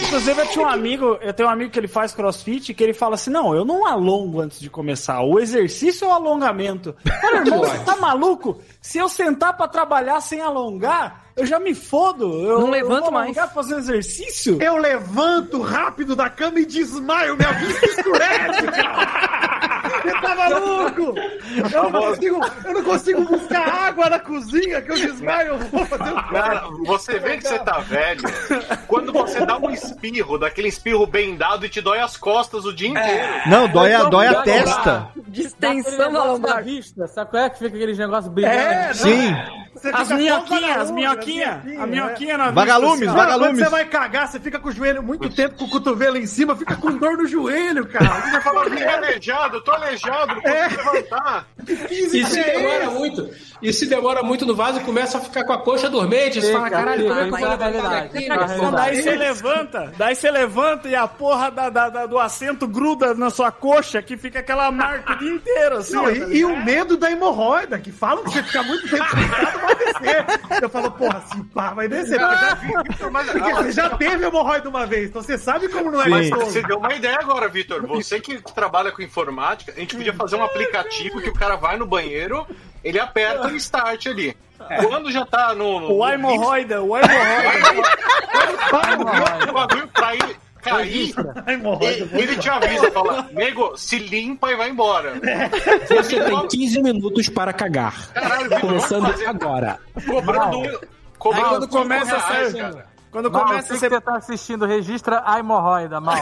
inclusive eu tinha um amigo, eu tenho um amigo que ele faz crossfit que ele fala assim: não, eu não alongo antes de começar. O exercício é o alongamento. Cara, irmão, você tá maluco? Se eu sentar pra trabalhar sem alongar, eu já me fodo. Eu Não levanto eu vou mais. alongar pra fazer um exercício? Eu levanto rápido da cama e desmaio, minha vista escurece, cara! Você tá maluco? Eu não, consigo, eu não consigo buscar água na cozinha que eu desmaio, eu vou fazer o Cara, você vê que você tá velho quando você dá um espirro, daquele espirro bem dado e te dói as costas o dia inteiro. Não, dói a- dói a testa. Dá aquele Distensão a negócio lombar. da vista, sabe qual é que fica aquele negócio brilhando? É, não Sim. As minhoquinhas, as minhoquinhas, assim, né? a minhoquinha na né? vista, assim, ó. Quando você vai cagar, você fica com o joelho muito tempo com o cotovelo em cima, fica com dor no joelho, cara. Você fala, eu fiquei aleijado, eu tô aleijado, não consigo É. levantar. E se demora muito, e se demora muito no vaso, começa a ficar com a coxa dormente. Você fala, Fica, caralho, como é que fica, eu vou fica, fica, levantar daqui? fica, é fica. Daí você levanta, daí você levanta e a porra da, da- da- do assento gruda na sua coxa que fica aquela marca o dia inteiro, assim. Não, ó, e- tá e, ligado? o medo da hemorroida, que falam que você fica muito tempo sentado, vai descer. Eu falo, porra, se pá, vai descer. Porque, já- porque você já teve hemorroida uma vez, então você sabe como não é Mas gostoso. você deu uma ideia agora, Vitor. Você que trabalha com informática, a gente podia fazer um aplicativo que o cara vai no banheiro, ele aperta o start ali. Quando já tá no. no É. O hemorroida, o hemorroida. O bagulho pra ir cair, e- ele te avisa, fala, nego, se limpa e vai embora. Você tem 15 minutos para cagar. Caralho, Vitor, Começando vamos fazer- agora. Cobrando. Aí cobrando quando começa a cinco reais, sair. cara. Quando Mal, começa tu a que ser. você tá assistindo, registra a hemorroida, mal.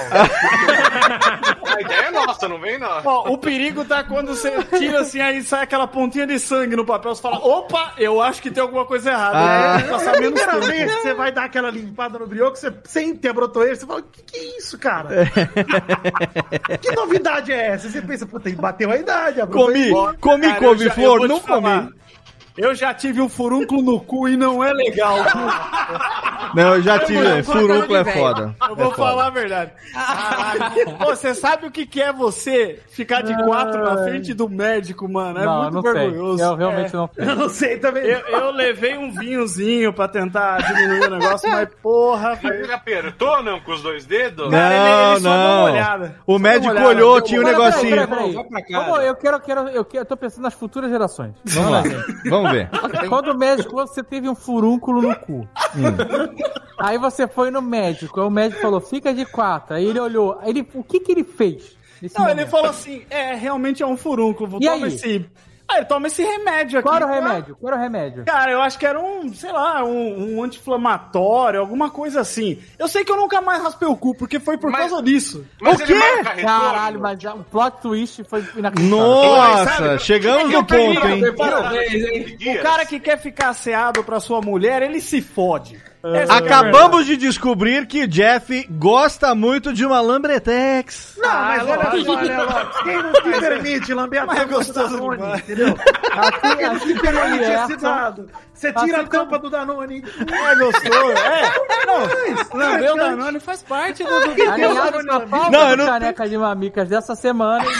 A ideia é nossa, não vem não. Ó, o perigo tá quando você tira assim, aí sai aquela pontinha de sangue no papel, você fala, opa, eu acho que tem alguma coisa errada. Ah. Aí vai passar menos primeira tempo. vez que você vai dar aquela limpada no brioco, você sente a brotoeira, você fala, o que, que é isso, cara? que novidade é essa? Você pensa, puta, bateu a idade. A Comi, brotoeira- comi Cara, eu couve-flor, já- eu vou não te falar. comi. Eu já tive um furúnculo no cu e não é legal. Não, eu já Eu tive. vou- é, Furúnculo é foda. Eu vou É foda. falar a verdade. Pô, você sabe o que que é você ficar de quatro na frente do médico, mano? É Não, muito não sei. vergonhoso. Eu realmente É. não sei. Eu não sei também. Eu, eu levei um vinhozinho pra tentar diminuir o negócio, mas porra. Aí ele apertou, não, com os dois dedos? Não, não. O médico olhou, tinha um negocinho. Como eu quero, eu quero, eu quero, eu tô pensando nas futuras gerações. Vamos lá. Vamos ver. Quando o médico, quando você teve um furúnculo no Hum. cu. Aí você foi no médico, aí o médico falou, fica de quatro. Aí ele olhou, aí ele, o que que ele fez? nesse Não, ele momento? falou assim: é, realmente é um furúnculo. E toma aí? esse. Ah, ele toma esse remédio aqui. Qual era o Ah, remédio? Qual era o remédio? Cara, eu acho que era um, sei lá, um, um anti-inflamatório, alguma coisa assim. Eu sei que eu nunca mais raspei o cu, porque foi por causa disso. mas ele marca retorno. Caralho, mas já- o plot twist foi inacreditável. Nossa, chegamos no ponto, hein? O cara que quer ficar asseado pra sua mulher, ele se fode. Essa que é a Acabamos de descobrir que Jeff gosta muito de uma Lambretex. Não, mas olha só, né, Lopes? Quem não se permite lamber a Mas é tampa gostoso do Danone, demais. entendeu? Quem não assim se como permite é, esse dado? Você tira a tampa do Danone. verdade. É gostoso, é. Não, Não, meu Danone faz parte do... do- do- Aliado na pauta Não, eu do não Caneca de Mamicas dessa semana,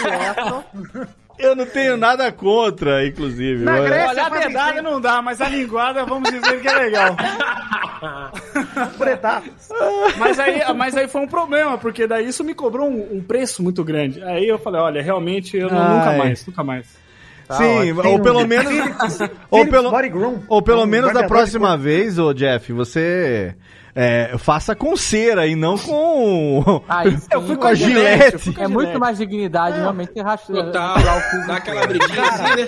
Eu não tenho nada contra, inclusive. Na mas- Grécia, a dedada não dá, mas a linguada, vamos dizer que é legal. é- Mas aí, mas aí foi um problema, porque daí isso me cobrou um, um preço muito grande. Aí eu falei, olha, realmente eu não- nunca Ai. mais, nunca mais. Sim, ou um pelo menos. ou pelo, ou pelo menos da guardador um de próxima vez, ô Jeff, você. é, faça com cera e não com. eu fui com a gilete. É muito mais dignidade, realmente, rastrear o cu. Dá aquela briguinha assim, né?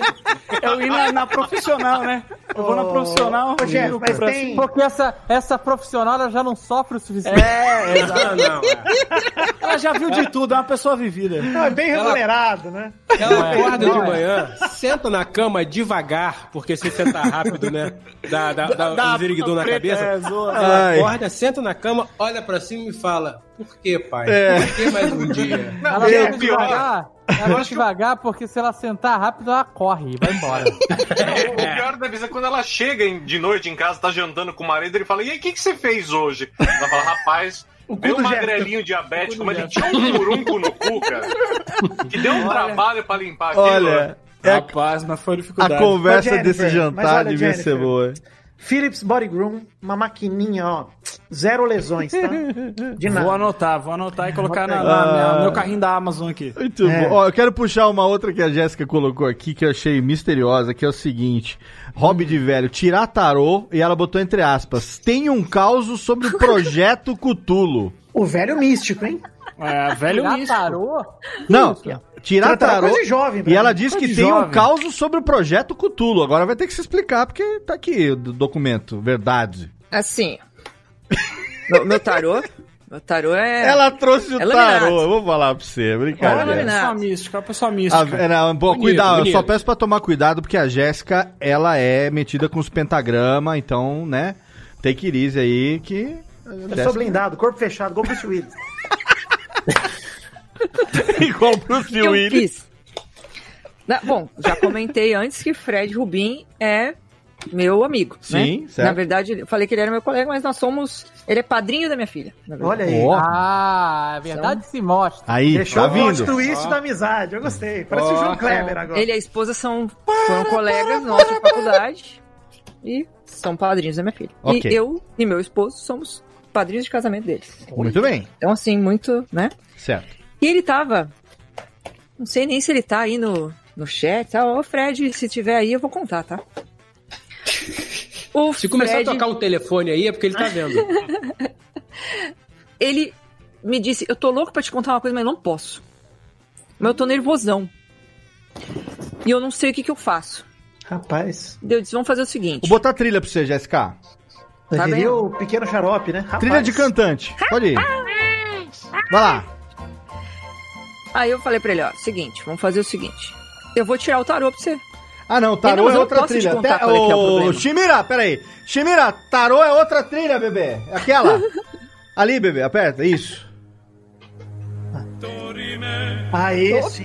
Eu ia na, na profissional, né? Eu vou na profissional. Ô, Jeff, eu- mas pra- tem- Porque essa, essa profissional ela já não sofre o suficiente. É, exato. Ela já viu de tudo, é uma pessoa vivida. Não, é bem Ela- remunerado, né? Não Ela é, acorda não de é. manhã, senta na cama devagar, porque se sentar rápido, né? Dá, dá, dá, Dá um ziriguidum na preta, cabeça. é, zoa. Ela Ai. acorda, senta na cama, olha pra cima e fala: Por que, pai? É. Por que mais um dia? Ela Meu é vai pior. devagar, ela vai devagar, porque se ela sentar rápido, ela corre e vai embora. O pior da vez é quando ela chega em- de noite em casa, tá jantando com o marido, ele fala, e aí, o que, que você fez hoje? Ela fala, rapaz, O cu do magrelinho diabético, mas ele tinha um furunco no cu, cara. Que deu um trabalho pra limpar aquilo. Olha, é Rapaz, mas foi dificuldade. a conversa Ô, Jennifer, desse mas jantar olha, devia Jennifer. ser boa. Philips Body Groom, uma maquininha, ó. Zero lesões, tá? De nada. Vou anotar, vou anotar e colocar na, Ah. na minha- no meu carrinho da Amazon aqui. Muito É. bom. Ó, eu quero puxar uma outra que a Jéssica colocou aqui que eu achei misteriosa, que é o seguinte: hobby de velho, tirar tarô, e ela botou entre aspas, tem um caos sobre o projeto Cutulo. O velho místico, hein? É, velho um Tirar místico. tarô? Não, Isso. tirar tarô. coisa de jovem, pra e ela mim. diz Coisa que de tem um jovem. caos sobre o projeto Cutulo. Agora vai ter que se explicar, porque tá aqui o do- documento, verdade. Assim. meu, meu tarô? Meu tarô é. Ela trouxe o é laminado. tarô, eu vou falar pra você, Olha, brincadeira. é uma pessoa mística, é uma pessoa Ah, mística. era, bom, Bonito, cuidado, eu bonito. só peço pra tomar cuidado, porque a Jéssica, ela é metida com os pentagrama, então, né, tem que ir aí que... a Eu Jéssica- sou blindado, corpo fechado, igual Bruce Willis. Igual o Bruce que eu Willis. fiz? Na- bom, já comentei antes que Fred Rubin é meu amigo. Sim, né? certo. Na verdade, eu falei que ele era meu colega, mas nós somos. Ele é padrinho da minha filha. na verdade. Olha aí. Ó. Ah, A é verdade se mostra. Aí, Deixou tá o plot vindo. twist da amizade, eu gostei. Parece o João Kleber agora. Ele e a esposa são foram colegas nossos de faculdade e são padrinhos da minha filha. Ok. E eu e meu esposo somos padrinhos de casamento deles. Muito bem, Então, assim, muito, né? certo. E ele tava. Não sei nem se ele tá aí no, no chat. Tá? Ô, Fred, se tiver aí, eu vou contar, tá? O Se começar Fred- a tocar um telefone aí, é porque ele tá vendo. Ele me disse: Eu tô louco pra te contar uma coisa, mas eu não posso. Mas eu tô nervosão. E eu não sei o que, que eu faço. Rapaz. Daí Eu disse: Vamos fazer o seguinte. Vou botar trilha pra você, Jéssica. Eu Tá diria bem. o pequeno xarope, né? Rapaz. Trilha de cantante, pode ir. Vai lá. Aí eu falei pra ele: Ó, seguinte, vamos fazer o seguinte. Eu vou tirar o tarô pra você. Ah, não, Eu não- tarô eu é não outra posso te trilha. contar Até, qual é que é o ô, problema. Shimira, peraí. Shimira, tarô é outra trilha, bebê. É Aquela. Ali, bebê, aperta, isso. Aê, sim.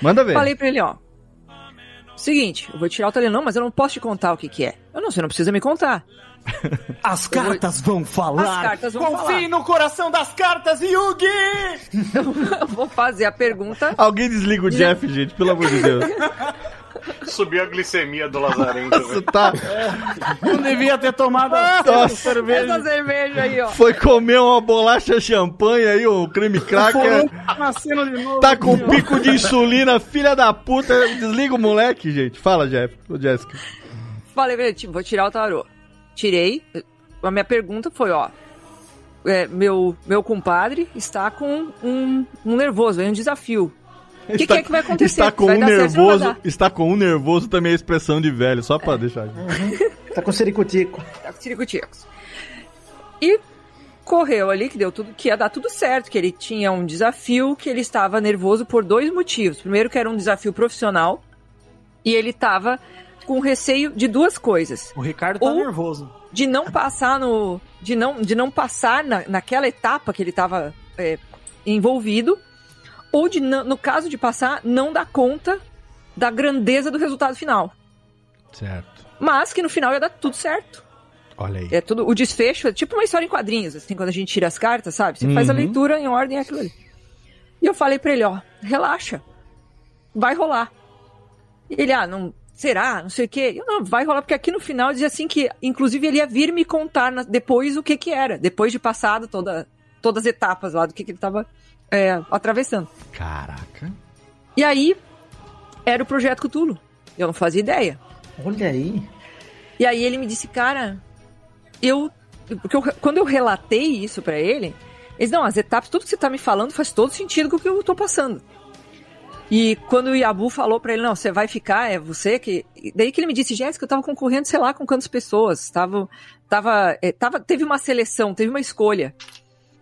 Manda É. ver. Falei pra ele: Ó, seguinte, eu vou tirar o tarô. Ele, Não, mas eu não posso te contar o que, que é. Eu não sei, não precisa me contar. As cartas vão falar. As cartas vão Confie falar. no coração das cartas, Yugi! Eu vou fazer a pergunta. Alguém desliga o Jeff, gente, pelo amor de Deus. Subiu a glicemia do Lazarento. Você tá... Não devia ter tomado Nossa. a cerveja. Essa cerveja aí, ó. Foi comer uma bolacha champanhe aí, um creme cracker. Foram nascendo de novo. Tá com pico de insulina, filha da puta. Desliga o moleque, gente. Fala, Jeff. Ô, Jéssica. Falei pra ele, tipo, vou tirar o tarô. Tirei. A minha pergunta foi, ó. é, meu, meu compadre está com um, um nervoso, aí um desafio. O que, que é que vai acontecer? Está com vai um dar certo ou não vai nervoso. Está com um nervoso também a expressão de velho, só pra deixar. Tá com sericutico. dar? Tá com tiricuticos. E correu ali que deu tudo, que ia dar tudo certo, que ele tinha um desafio, que ele estava nervoso por dois motivos. Primeiro que era um desafio profissional e ele estava com receio de duas coisas. O Ricardo tá Ou- nervoso. de não passar no de não de não passar na, naquela etapa que ele estava envolvido ou de não- no caso de passar não dar conta da grandeza do resultado final Certo. mas que no final ia dar tudo certo Olha aí. é tudo o desfecho é tipo uma história em quadrinhos assim quando a gente tira as cartas sabe você faz a Uhum. leitura em ordem é aquilo ali e eu falei pra ele ó relaxa vai rolar ele ah não será não sei o quê eu não vai rolar porque aqui no final dizia assim que inclusive ele ia vir me contar na- depois o que que era depois de passado toda todas as etapas lá do que que ele tava é, atravessando Caraca. e aí era o projeto Cutulo eu não fazia ideia Olha aí. e aí ele me disse, cara, eu. Porque eu- quando eu relatei isso pra ele, eles, não, as etapas, tudo que você tá me falando faz todo sentido com o que eu tô passando. E quando o Iabu falou pra ele, não, você vai ficar, é você que. e Daí que ele me disse, Jéssica, eu tava concorrendo, sei lá, com quantas pessoas. Tava. Tava, é, tava. Teve uma seleção, teve uma escolha.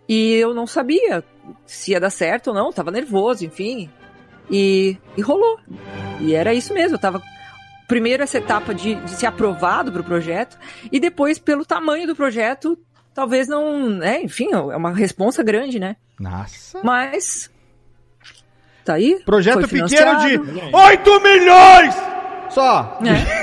E eu não sabia se ia dar certo ou não, tava nervoso, enfim. E, e rolou. E era isso mesmo, eu tava primeiro essa etapa de, de ser aprovado para o projeto e depois pelo tamanho do projeto talvez não né enfim é uma responsa grande né Nossa. mas tá aí Projeto foi pequeno de financiado. 8 milhões! Só.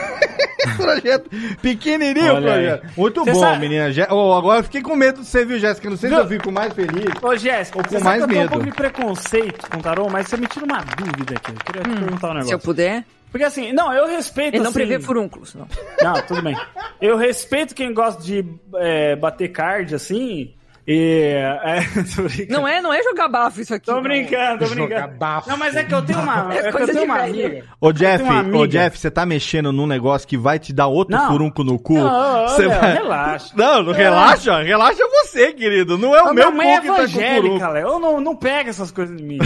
É. projeto pequenininho, Olha aí. projeto. Muito Cê bom, sabe- menina. Gé- Ô, agora eu fiquei com medo de você, viu, Jéssica? Não sei se eu fico mais feliz. Ô, Jéssica, Ou você com sabe mais que eu tenho um medo. pouco de preconceito com tarô, mas você me tira uma dúvida aqui. Eu queria te perguntar um negócio. Se eu puder. Porque assim, não, eu respeito. Hum, Ele não assim, prevê furúnculos, não. Não, tudo bem. Eu respeito quem gosta de é, bater card assim. E. É, tô brincando. Não é, não é jogar bafo isso aqui. Tô não. brincando, tô brincando. Não, mas é que eu tenho uma, É é que eu coisa tenho de uma velho. amiga. Ô eu tenho Jeff, uma ô amiga- Jeff, você tá mexendo num negócio que vai te dar outro Não. furunco no cu. Não, ô, Você Léo, vai- relaxa. Não, não relaxa, relaxa você, querido. Não é o A meu minha mãe é cu que tá com evangélica, furunco. Léo. Eu não, não pego essas coisas de mim.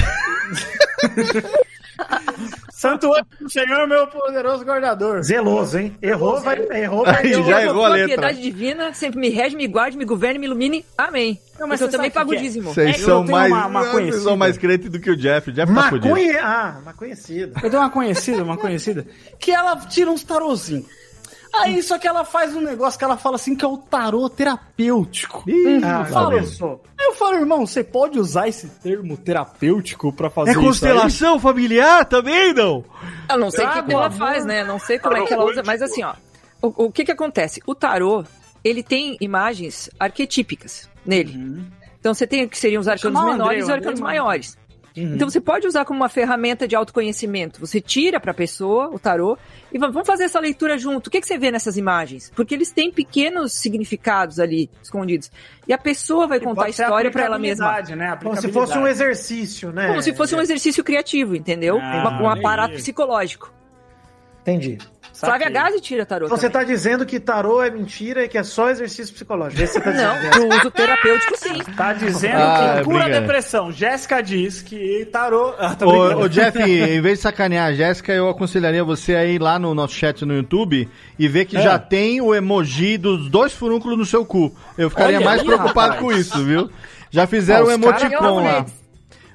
Santo anjo do Senhor, meu poderoso guardador. Zeloso, hein? Errou, vai, errou, vai. Aí, Eu já louvo errou a tua letra. piedade divina, sempre me rege, me guarde, me governe, me ilumine. Amém. Não, mas mas eu você também sabe o pago que é? dízimo. Vocês É, eu são tenho mais, uma- uma vocês são conhecida. mais crente do que o Jeff. O Jeff tá fudido. Maconhe... Ah, uma conhecida. Eu tenho uma conhecida, uma conhecida, que ela tira uns tarozinhos. Aí, só que ela faz um negócio que ela fala assim que é o tarô terapêutico. Ih, Ah, eu falo, começou. Aí eu falo, irmão, você pode usar esse termo terapêutico pra fazer É isso aí? constelação familiar também, não? Eu não sei o que, Trago que ela amor. faz, né? Não sei como é que ela usa, mas assim, ó. O, o que que acontece? O tarô, ele tem imagens arquetípicas nele. Então você tem o que seriam os arcanos Chama Uhum. o Uhum. André, menores e o os André arcanos manda. maiores. Então você pode usar como uma ferramenta de autoconhecimento. Você tira pra pessoa o tarô e va- vamos fazer essa leitura junto. O que, que você vê nessas imagens? Porque eles têm pequenos significados ali escondidos. E a pessoa vai contar a pode ser história pra ela mesma. aplicabilidade, Né? Como se fosse um exercício, né? Como se fosse um exercício criativo, entendeu? Ah, Uma- um aparato É. entendi. psicológico. Entendi. Flávia Gazi tira tarô. Então também. você tá dizendo que tarô é mentira e que é só exercício psicológico. Esse você tá dizendo. Não, pro uso terapêutico sim. Tá dizendo Ah, que cura a obrigado. depressão. Jéssica diz que tarô... Ah, tô brincando. Ô, ô, Jeff, em vez de sacanear a Jéssica, eu aconselharia você a ir lá no nosso chat no YouTube e ver que É. já tem o emoji dos dois furúnculos no seu cu. Eu ficaria Olha mais aí, preocupado rapaz. com isso, viu? Já fizeram Ah, um os caras- emoticon lá.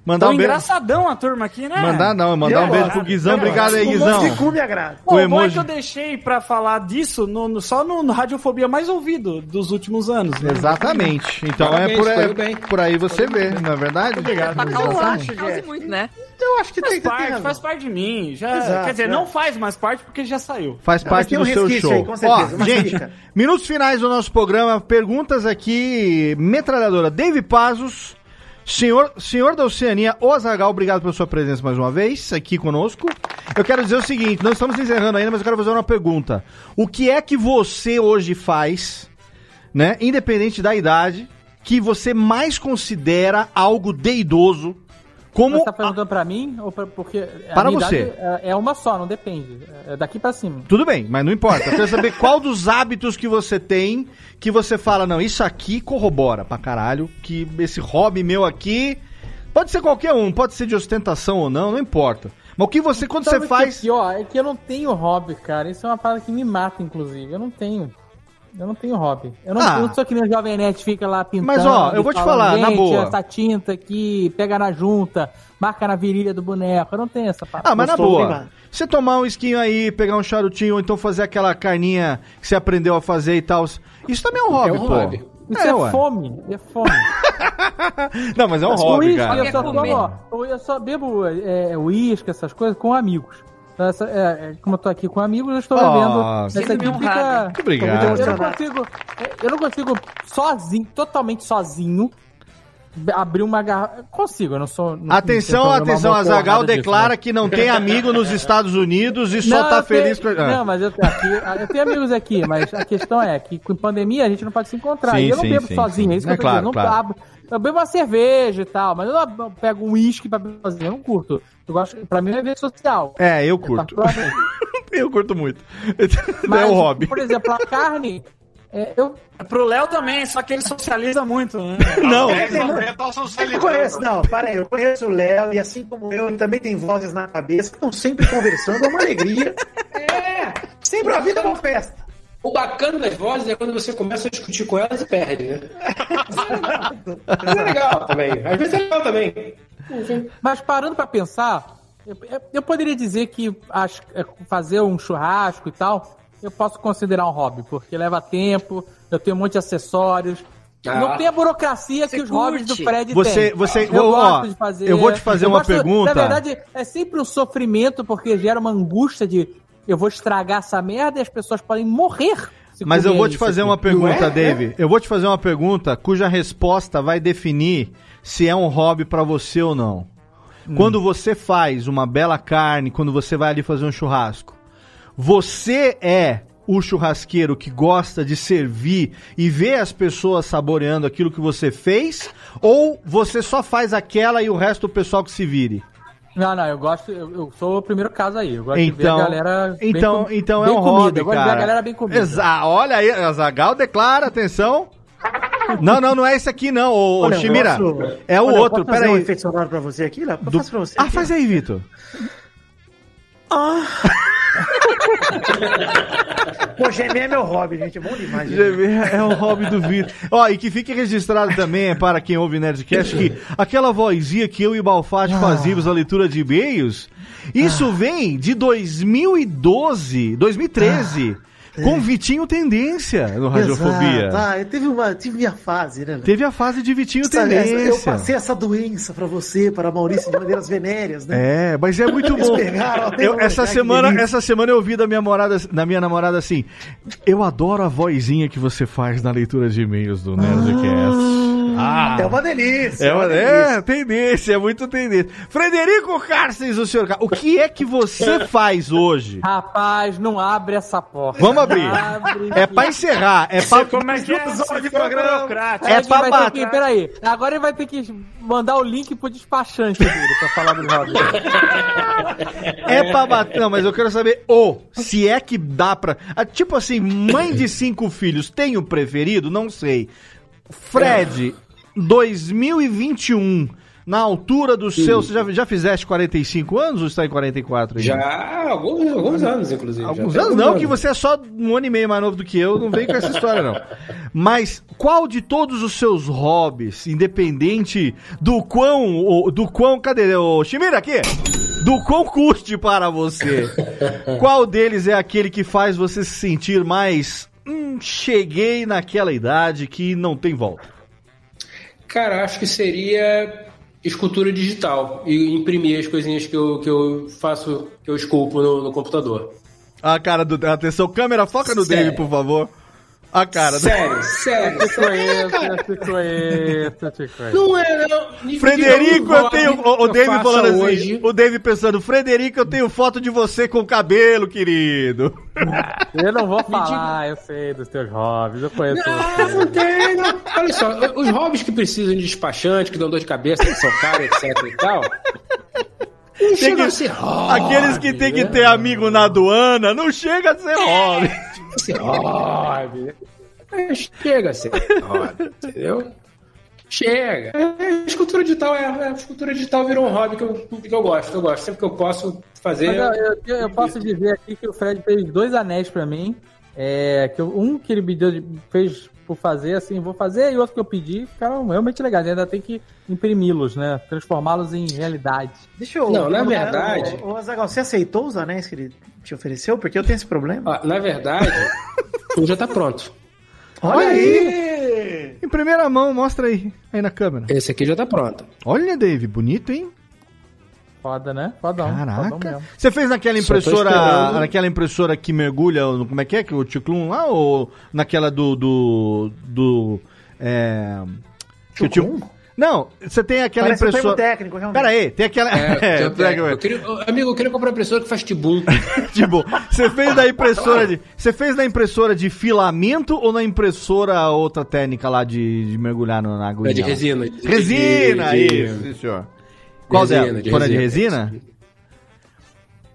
Mandar Tão um beijo. engraçadão a turma aqui, né? Mandar não, mandar um beijo pro Guizão. Obrigado aí, O Guizão. monte de cu me agrada. O Pô, o bom é emoji- que eu deixei pra falar disso no- no- só no, no Radiofobia mais ouvido dos últimos anos. né? Exatamente. Então Parabéns, é foi por aí, bem. por aí você vê, não é verdade? Obrigado. Pra causar, Exatamente. cause muito, né? Eu acho que Faz tem, tem parte, razão. faz parte de mim. Já, Exato, quer dizer, é. não faz mais parte porque já saiu. Faz Não, mas parte tem um do seu resquício show. aí, com certeza, Ó, uma gente, crítica. minutos finais do nosso programa. Perguntas aqui, metralhadora. Dave Pazos, senhor, senhor da Oceania, Ozagal, obrigado pela sua presença mais uma vez aqui conosco. Eu quero dizer o seguinte: não estamos encerrando ainda, mas eu quero fazer uma pergunta. O que é que você hoje faz, né, independente da idade, que você mais considera algo de idoso? Como. Você tá perguntando pra mim? Ou pra, porque a Para minha você. idade é- é uma só, não depende. É daqui pra cima. Tudo bem, mas não importa. Eu quero saber qual dos hábitos que você tem que você fala, não, isso aqui corrobora pra caralho, que esse hobby meu aqui. Pode ser qualquer um, pode ser de ostentação ou não, não importa. Mas o que você, quando Sabe o você que faz. É, pior? é que eu não tenho hobby, cara. Isso é uma parada que me mata, inclusive. Eu não tenho. Eu não tenho hobby. Eu não, Ah. eu não sou que nem o Jovem Nerd fica lá pintando. Mas, ó, eu vou te falando, falar, na "Gente, boa." Essa tinta aqui, pega na junta, marca na virilha do boneco. Eu não tenho essa parada. Ah, mas na Gostou, boa. Neymar? Você tomar um esquinho aí, pegar um charutinho, ou então fazer aquela carninha que você aprendeu a fazer e tal. Isso também é um hobby, um pô. hobby. Isso é, ué. fome. É fome. Não, mas é um Mas hobby, uísque, cara. Eu só, Quer tomo, comer. ó, eu- eu só bebo é, uísque, essas coisas, com amigos. Então, essa- é, é, como eu tô aqui com amigos, eu estou Ó, bebendo. sinto-me Essa aqui honrado. fica, Ah, Muito obrigado. Eu não consigo, eu não consigo sozinho, totalmente sozinho, be- abrir uma garrafa. Consigo, eu não sou. não- Atenção, não tenho problema atenção, uma porrada Azagal disso, declara né? que não tem amigo nos Estados Unidos e Não, só tá eu feliz tenho- com. Ah. Não, mas eu, aqui, eu tenho amigos aqui, mas a questão é que com pandemia a gente não pode se encontrar. Sim, e eu não sim, bebo sim, sozinho, sim. é isso É que eu tô claro, dizendo. claro. Não, abro- eu bebo uma cerveja e tal, mas eu não ab- pego um uísque pra beber sozinho, eu não curto. Eu gosto, pra mim é evento social. É, eu Tá curto. Particularmente. Eu curto muito. Mas, é o hobby. Por exemplo, a carne, é, eu Pro Léo também, só que ele socializa muito, né? Não. é né? Eu conheço, não, para aí, eu conheço o Léo e assim como eu, ele também tem vozes na cabeça, estão sempre conversando, é uma alegria. É, sempre a vida é uma festa. O bacana das vozes é quando você começa a discutir com elas e perde, né? Isso é legal também. Às vezes é legal também. Mas parando pra pensar, eu, eu- eu poderia dizer que as- é, fazer um churrasco e tal, eu posso considerar um hobby, porque leva tempo, eu tenho um monte de acessórios. Ah. não tem a burocracia Você que os curte. hobbies do Fred Você- têm. você- eu- ó, eu vou te fazer eu uma gosto- pergunta. Na verdade, é sempre um sofrimento, porque gera uma angústia de eu vou estragar essa merda e as pessoas podem morrer. se Mas eu comerem vou te isso fazer aqui. uma pergunta, Não é? Dave. Eu vou te fazer uma pergunta cuja resposta vai definir se é um hobby pra você ou não. Hum. Quando você faz uma bela carne, quando você vai ali fazer um churrasco, você é o churrasqueiro que gosta de servir e ver as pessoas saboreando aquilo que você fez? Ou você só faz aquela e o resto do pessoal que se vire? Não, não, eu gosto, eu, eu sou o primeiro caso aí. Eu gosto de ver a Então, galera. bem então, com- então é bem um comida. hobby, Eu gosto de ver cara. a galera bem comida. Exa- olha aí, Azagal declara, atenção. Não, não, não é esse aqui não, ô, ô Olha, eu Shimira. posso- É o olha, eu outro, posso fazer um peraí. efeito sonoro pra você aqui, Léo? Eu Ah. Do- faço pra você Ah, aqui, faz aí, Vitor. Pô, gemer é meu hobby, gente. É bom demais. gente. É o hobby do Vitor. Ó, e que fique registrado também, é para quem ouve Nerdcast, que aquela vozinha que eu e Balfatti Ah. fazíamos na leitura de e-mails, isso vem de 2012, 2013, com Vitinho Tendência no Radiofobia. Ah. Exato. Ah, eu teve uma, tive minha fase, né? Léo? Teve a fase de Vitinho Essa- Tendência. Eu passei essa doença pra você, para Maurício, de maneiras venéreas, né? É, mas é muito Eles bom. pegaram até Eu- hoje, essa, cara, que semana, delícia. essa semana eu ouvi da minha, morada, da minha namorada assim: Eu adoro a vozinha que você faz na leitura de e-mails do Nerdcast. Ah, Ah. É uma delícia. É, uma- delícia. é, tendência, é muito tendência. Frederico Carces, o senhor. Car- O que é que você faz hoje? Rapaz, não abre essa porta. Vamos abrir. Abre, É pra encerrar. É pra. de programa? É É pra vai ter que, bater. peraí, agora ele vai ter que mandar o link pro despachante dele pra falar do hobby. É pra bater. Não, mas eu quero saber, ô, se é que dá pra. Ah, Tipo assim, mãe de cinco filhos, tem o preferido? Não sei. Fred, 2021, na altura do seu. Você já, já fizeste 45 anos ou está em 44 ainda? Já há alguns, alguns anos, inclusive. Alguns Já tem anos não, que você é só um ano e meio mais novo do que eu, não vem com essa história não. Mas qual de todos os seus hobbies, independente do quão, o- do quão, cadê o Chimira aqui? Do quão custe para você, qual deles é aquele que faz você se sentir mais, hum, cheguei naquela idade que não tem volta? Cara, acho que seria escultura digital e imprimir as coisinhas que eu, que eu faço, que eu esculpo no, no computador. A cara do, atenção, câmera, foca no Sério? Dave, por favor. A cara. do- Sério, sério. Eu te sério, conheço, cara. eu te conheço, eu te conheço. Não é, não. Me- me Frederico, diga um eu tenho. hobby O, o que eu Dave faça falando assim. hoje. O Dave pensando, Frederico, eu tenho foto de você com cabelo, querido. Eu não vou falar, eu sei dos teus hobbies, eu conheço. Ah, não tem, não. Olha só, os hobbies que precisam de despachante, que dão dor de cabeça, que são caros, etc e tal. Não Tem chega que- a ser hobby. Aqueles que tem que ter amigo na aduana, não chega a É. ser hobby. ser hobby. né? É, Chega a ser hobby, entendeu? Chega. É, é, escultura digital é, é, escultura digital virou um hobby que eu, que eu gosto, eu gosto. Sempre que eu posso fazer. Mas, ó, eu, eu- eu posso dizer aqui que o Fred fez dois anéis pra mim. É, que eu- um que ele me deu, de- fez por fazer, assim, vou fazer, e outro que eu pedi, ficaram realmente legais. Ainda tem que imprimi-los, né? Transformá-los em realidade. Deixa eu. Não, na verdade- Ô, ô, Azaghal, você aceitou os anéis que ele te ofereceu? Porque eu tenho esse problema. Ó, na verdade, um já tá pronto. Olha aí! Em primeira mão, mostra aí, aí na câmera. Esse aqui já tá pronto. Olha, Dave, bonito, hein? Foda, né? Fodão. Fodão Caraca. mesmo. Você fez naquela Só tô impressora, esperando. naquela impressora que mergulha, no- como é que é, que o Ticlum lá, ou naquela do, do, do, é... que o Ticlum? Tic- Não, você tem aquela Parece um termo impressora... técnico, realmente. Pera aí, tem aquela... É, É, eu- pega- eu queria- eu- amigo, eu queria comprar uma impressora que faz tibum. Tipo, você fez na impressora de. Você fez na impressora de filamento ou na impressora outra técnica lá de, de mergulhar no- na agulha? É de lá? resina. Resina, De- de- isso, isso, senhor. Qual resina, dela? de Foi na de resina. resina?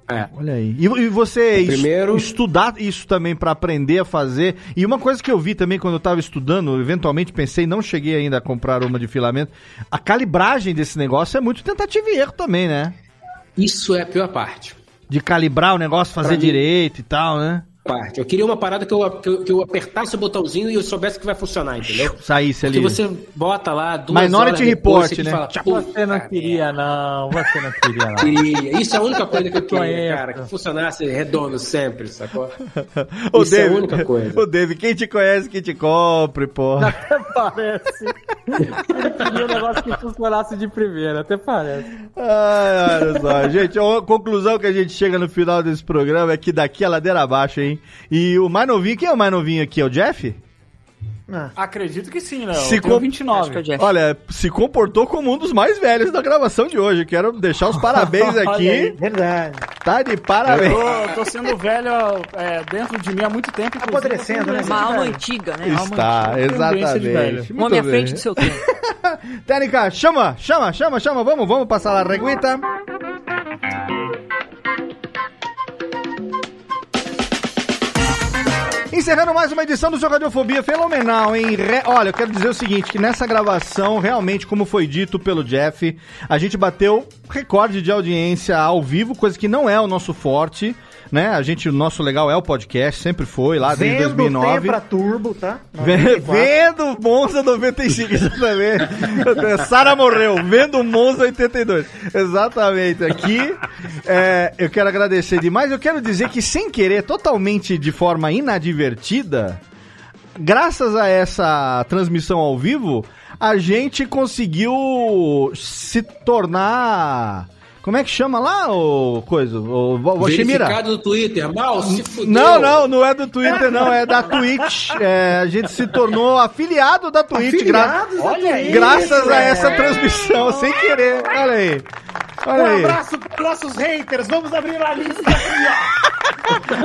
É. Olha aí. E, e você O primeiro- es- estudar isso também pra aprender a fazer. E uma coisa que eu vi também quando eu tava estudando, eu eventualmente pensei, não cheguei ainda a comprar uma de filamento. A calibragem desse negócio é muito tentativa e erro também, né? Isso é a pior parte. De calibrar o negócio, fazer Pra mim- direito e tal, né? parte. Eu queria uma parada que eu, que eu, que eu apertasse o botãozinho e eu soubesse que vai funcionar, entendeu? Saísse ali. Que você bota lá duas Minority horas depois, Report, você né? fala, "Pô, Tipo, Você não queria, não. Você não queria, não. Queria. Isso é a única coisa que eu queria, Conheço. cara. Que funcionasse redondo sempre, sacou? O Isso é a Dave, única coisa. O Dave, quem te conhece, que te compre, porra. Até parece. Ele queria um negócio que funcionasse de primeira, até parece. Ai, olha só, gente, a conclusão que a gente chega no final desse programa é que daqui a ladeira abaixo, hein? E o mais novinho, quem é o mais novinho aqui? É o Jeff? Acredito que É, sim, né? Léo. Se Se com- com é 29. Olha, se comportou como um dos mais velhos da gravação de hoje. Quero deixar os parabéns Olha aí, aqui. Verdade. Tá de parabéns. Eu tô, tô sendo velho é, dentro de mim há muito tempo. inclusive, eu tô Uma alma velho. antiga, né? Uma Está, alma antiga. exatamente. Um homem à frente do seu tempo. Técnica, chama, chama, chama, chama. Vamos, vamos passar a reguita. Encerrando mais uma edição do Jogadorfobia, fenomenal, hein? Re- Olha, eu quero dizer o seguinte, que nessa gravação, realmente, como foi dito pelo Jeff, a gente bateu recorde de audiência ao vivo, coisa que não é o nosso forte, né? A gente, o nosso legal é o podcast, sempre foi, lá desde Vendo 2009. tem pra turbo, tá? Vê- Vendo Monza 95, exatamente. Sara morreu, vendo Monza 82. Exatamente, aqui. é, eu quero agradecer demais. Eu quero dizer que, sem querer, totalmente de forma inadvertida, graças a essa transmissão ao vivo, a gente conseguiu se tornar. Como é que chama lá, o coisa? O, o, Verificado do Twitter. Mal, se fudeu. não, não, não é do Twitter, não, é da Twitch. É, a gente se tornou afiliado da Twitch, gra Afiliados da Olha Twitch, graças a é. essa transmissão, sem querer. Olha aí. Olha Um aí. abraço para nossos haters. Vamos abrir a lista.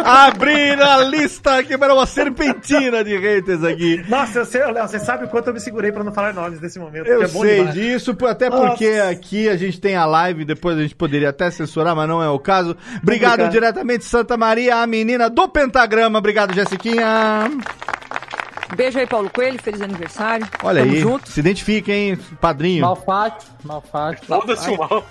Abrindo a lista aqui para uma serpentina de haters aqui. Nossa, eu sei, Léo, você sabe o quanto eu me segurei pra não falar nomes nesse momento. Eu que é bom sei demais. disso, pô, até Nossa. porque aqui a gente tem a live, depois a gente poderia até censurar, mas não é o caso. Obrigado Complicado. diretamente, Santa Maria, a menina do Pentagrama. Obrigado, Jessiquinha. Beijo aí, Paulo Coelho. Feliz aniversário. Olha Tamo aí, junto. se identifica, hein, padrinho. Malfate, malfate. Foda-se o mal.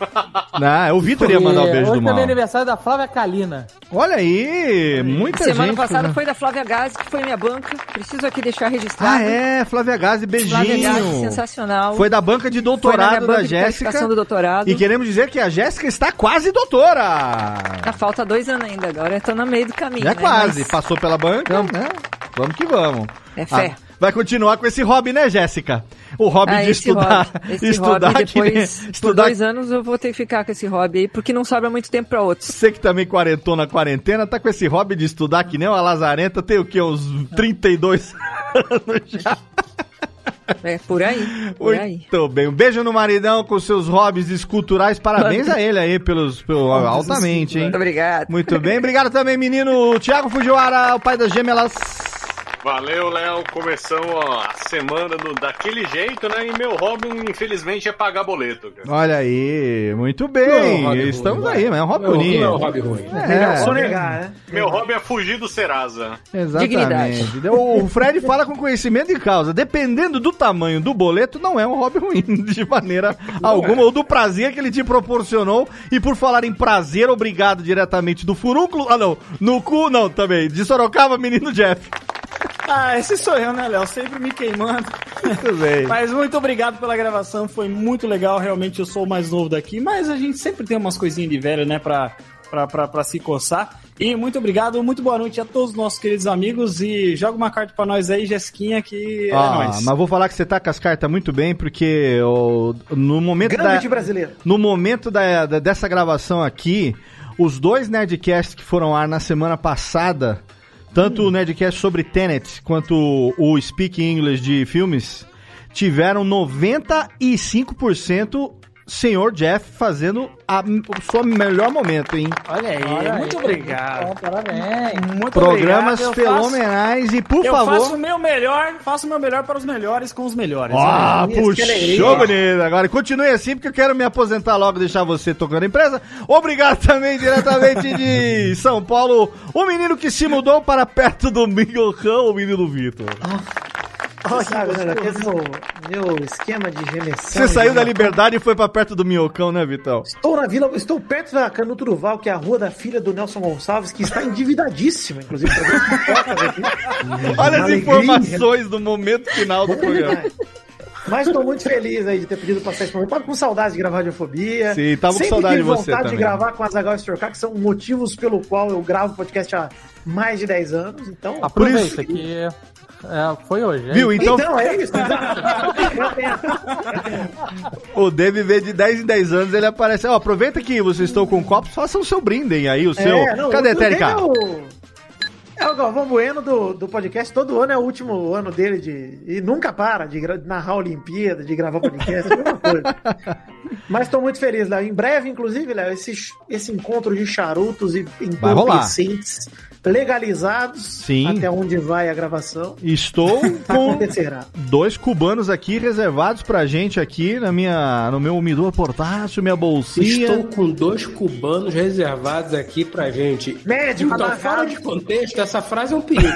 Não, é o Vitor ia mandar o beijo Hoje do mal. também é aniversário da Flávia Kalina. Olha aí, muita Semana gente. né? passada fazendo- foi da Flávia Gazi, que foi minha banca. Preciso aqui deixar registrado. Ah, é, Flávia Gazi, beijinho. Flávia Gazi, sensacional. Foi da banca de Foi na minha doutorado banca da de Jéssica. qualificação do doutorado. E queremos dizer que a Jéssica está quase doutora. Ah, falta dois anos ainda agora. Eu tô no meio do caminho. Já é né? quase, Mas passou pela banca, né? Vamos que vamos. Ah, É fé. vai continuar com esse hobby, né, Jéssica? O hobby Ah, de esse estudar. hobby, esse estudar hobby, que nem- depois, Por estudar dois anos eu vou ter que ficar com esse hobby aí, porque não sobra muito tempo pra outros. Você que também quarentou na quarentena, tá com esse hobby de estudar que nem uma lazarenta, tem o quê? Uns 32 anos já. É, por aí. Por aí. Muito bem. Um beijo no maridão com seus hobbies esculturais. Parabéns a ele aí pelos, pelo, altamente, hein? Muito obrigado. Muito bem. Obrigado também, menino Thiago Fujiwara, o pai das gemelas. Valeu, Léo. Começamos ó, a semana do, daquele jeito, né? E meu hobby, infelizmente, é pagar boleto. Cara. Olha aí, muito Não é bem. um hobby ruim, Estamos vai. aí, mas é um hobby Não é um- bonito. não é um hobby ruim. É, né? Meu hobby é fugir do Serasa. Exatamente. O Fred fala com conhecimento de causa. Dependendo do tamanho do boleto, não é um hobby ruim, de maneira alguma, é. ou do prazer que ele te proporcionou. E por falar em prazer, obrigado diretamente do furúnculo. Ah, não. No cu, não, também. De Sorocaba, menino Jeff. Ah, esse sou eu, né, Léo? Sempre me queimando. Muito bem. Mas muito obrigado pela gravação, foi muito legal. Realmente eu sou o mais novo daqui, mas a gente sempre tem umas coisinhas de velho, né, pra, pra, pra, pra se coçar. E muito obrigado, muito boa noite a todos os nossos queridos amigos. E joga uma carta pra nós aí, Jesquinha, que é Ah, nóis. mas vou falar que você tá com as cartas muito bem, porque ô, no momento Grande da, brasileiro. No momento da- da- dessa gravação aqui, os dois Nerdcasts que foram ao ar na semana passada, tanto o Nerdcast sobre Tenet quanto o Speak English de filmes, tiveram 95% Senhor Jeff fazendo a- o seu melhor momento, hein? Olha aí, muito obrigado. parabéns. Hum. Muito Programas obrigado, eu faço- fenomenais e por eu favor. faço o meu melhor, faço o meu melhor para os melhores com os é melhores. né? Ó, Olha aí. puxou, Ah, bonito. Agora continue assim, porque eu quero me aposentar logo, deixar você tocando a empresa. Obrigado também, diretamente de São Ah, Paulo, o menino que se mudou para perto do Minhocão, o menino Vitor. Você sabe, né, daquele meu, meu esquema de gemessão. Você de saiu da gemessão. liberdade e foi pra perto do minhocão, né, Vitão? Estou na vila, estou perto da Canuto Durval, que é a rua da filha do Nelson Gonçalves, que está endividadíssima, inclusive. pra ver pipocas aqui. Olha as Alegria. informações do momento final do programa. Mas estou muito feliz aí de ter pedido passar esse momento. Tava com saudade de gravar Radiofobia. Sim, tava com Sempre saudade tive de você vontade de também. gravar com a Zagal e Strocar, que são motivos pelo qual eu gravo podcast há mais de 10 anos. Então, Aproveita Ah, que é, foi hoje. hein? Viu? Então- é isso. O DVV de 10 em 10 anos ele aparece. Ó, aproveita que vocês estão com copos, façam o seu brindem aí, o seu. É, não, Cadê, o dele Térica? É o, é o Galvão Bueno do, do podcast. Todo ano é o último ano dele de. E nunca para de gra- narrar a Olimpíada, de gravar podcast, é a mesma coisa. Mas estou muito feliz, Léo. Em breve, inclusive, Léo, esse, esse encontro de charutos e rolar. entorpecentes legalizados Sim. até um onde vai a gravação. Estou com Acontecerá. dois cubanos aqui reservados pra gente aqui na minha, no meu umidor portátil, minha bolsinha. Estou com dois cubanos reservados aqui pra gente. É Médico, Tá tá então, amarrado. fora de contexto, essa frase é um perigo.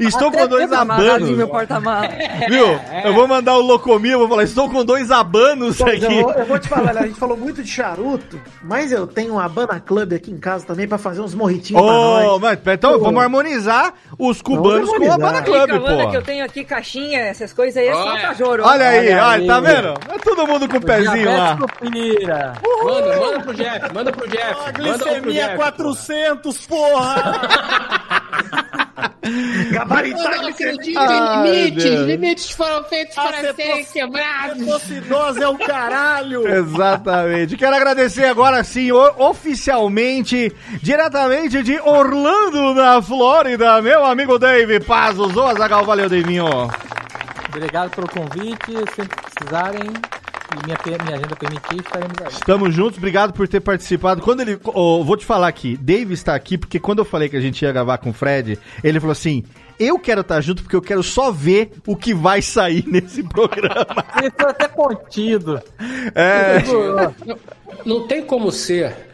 Estou com dois amarrado abanos. em meu porta-malas. Viu? Eu vou mandar o Locomia, vou falar, estou com dois abanos Então, eu, aqui. vou, eu vou te falar, Léo, a gente falou muito de charuto, mas eu tenho uma Habana Club aqui em casa também pra fazer uns morritinhos Ô, pra nós. mas então Pô. vamos harmonizar os cubanos com o harmonizar. Habana Fica, Club, Wanda, que eu pô. tenho aqui caixinha, essas coisas aí, é só pra joro. Olha aí, Olha olha, aí. tá vendo? É todo mundo com o pezinho lá. Pira. Manda, manda pro Jeff, manda pro Jeff. manda um pro Glicemia Jeff. 400, porra! Gabaritar Deus. limites foram feitos para serem quebrados. Acidose é o caralho! Exatamente. Quero agradecer agora sim, o- oficialmente, diretamente de Orlando, na Flórida, meu amigo Dave Pazos. Ô, Azagal, valeu, Davinho. Obrigado pelo convite. Se precisarem e minha, pe- minha agenda permitir, estaremos aí. Estamos juntos, obrigado por ter participado. Quando ele. ó, vou te falar aqui, Dave está aqui, porque quando eu falei que a gente ia gravar com o Fred, ele falou assim: eu quero estar junto porque eu quero só ver o que vai sair nesse programa. Ele foi é até contido. É. Não, não tem como ser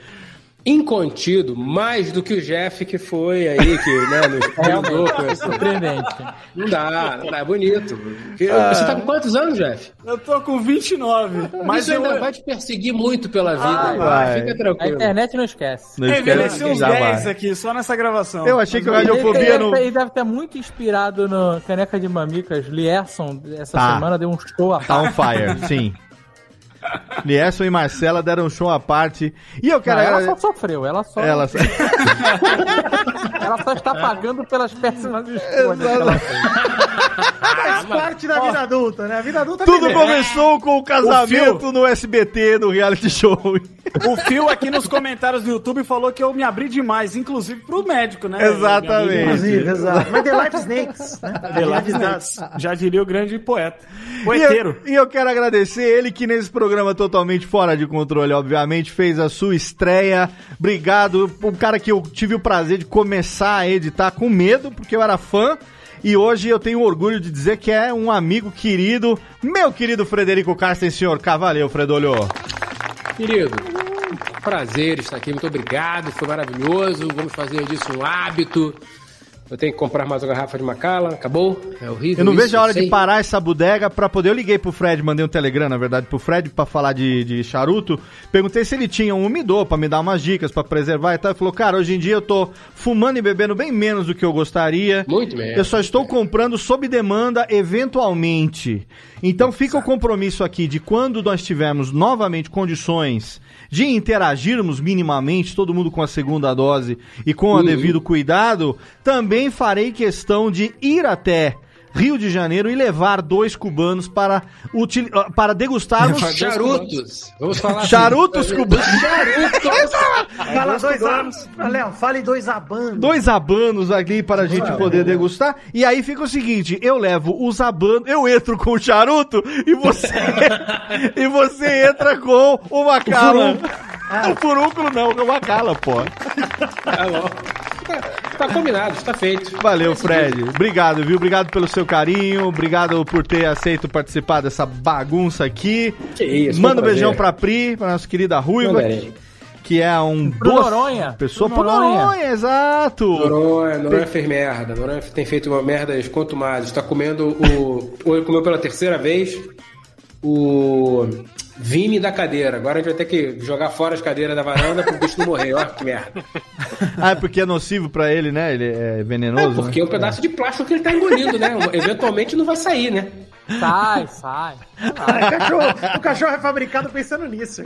incontido mais do que o Jeff que foi aí, que né, nos É, convidou. Realmente, pra foi esse- surpreendente. Não dá, não dá, é bonito. Porque Ah. Você tá com quantos anos, Jeff? Eu tô com 29. Mas Isso eu... ainda vai te perseguir muito pela Ah, vida. vai. Fica A tranquilo. internet não esquece. Não esquece, Envelheci uns já 10 vai. aqui, só nessa gravação. Eu achei que o Mas eu- Ele, Radiofobia deve- não. ele deve estar muito inspirado no Caneca de Mamicas. Lierson, essa Tá. semana, deu um show a Tá on fire, sim. Lierson e Marcela deram um show à parte. E eu quero Não, ela agradecer. só sofreu, ela só, Ela só- ela só está pagando pelas péssimas escolhas que ela fez. Faz parte da vida adulta, né? A vida tá adulta Tudo beleza. começou com o O casamento fio. no SBT, no reality show. O Phil aqui nos comentários do YouTube falou que eu me abri demais, inclusive pro médico, né? Exatamente. Inclusive, exato. Mas The Life Snakes, né? The Life Snakes. Já diria o grande poeta. E Poeteiro. eu, e eu quero agradecer ele que nesse programa totalmente fora de controle, obviamente, fez a sua estreia. Obrigado. Um cara que eu tive o prazer de começar a editar com medo, porque eu era fã. E hoje eu tenho orgulho de dizer que é um amigo querido, meu querido Frederico Carsten, senhor Cavaleu, Fredolho. Querido, prazer estar aqui, muito obrigado, foi maravilhoso. Vamos fazer disso um hábito. Eu tenho que comprar mais uma garrafa de Macala, acabou? É horrível. Eu não isso, vejo a hora de sei. parar essa bodega pra poder. Eu liguei pro Fred, mandei um telegram, na verdade, pro Fred pra falar de, de charuto. Perguntei se ele tinha um umidor pra me dar umas dicas pra preservar e tal. Ele falou, cara, hoje em dia eu tô fumando e bebendo bem menos do que eu gostaria. Muito menos. Eu só estou comprando sob demanda, eventualmente. Então fica o compromisso aqui de quando nós tivermos novamente condições de interagirmos minimamente, todo mundo com a segunda dose e com o Uhum. devido cuidado, também farei questão de ir até Rio de Janeiro e levar dois cubanos para, util- ah, para degustarmos Charutos. Vamos falar. assim. Charutos cubanos. Charutos. Fala dois anos. Ah, Léo, fale dois abanos. dois abanos ali para a gente poder degustar. E aí fica o seguinte: eu levo os abanos, eu entro com o charuto e você e você entra com o macala. O furúnculo não, com o macala, pô. Tá bom. Tá combinado, está feito. Valeu, Fred. Obrigado, viu? Obrigado pelo seu carinho, obrigado por ter aceito participar dessa bagunça aqui. Que isso, Manda um foi um beijão pra prazer. Pri, pra nossa querida Ruiva. Mandarei. que é um Pro doce- Noronha. Pessoa Pro pro Noronha. Noronha, exato. Noronha, Noronha Pe- fez merda. Noronha tem feito uma merda quanto mais. Está comendo o. ou ele comeu pela terceira vez o Vini da cadeira. Agora a gente vai ter que jogar fora as cadeiras da varanda para o bicho não morrer. Olha que merda. Ah, é porque é nocivo pra ele, né? Ele é venenoso. Porque é um pedaço de plástico que ele tá engolindo, né? Eventualmente não vai sair, né? Sai, sai. Ah, o, cachorro, o cachorro é fabricado pensando nisso.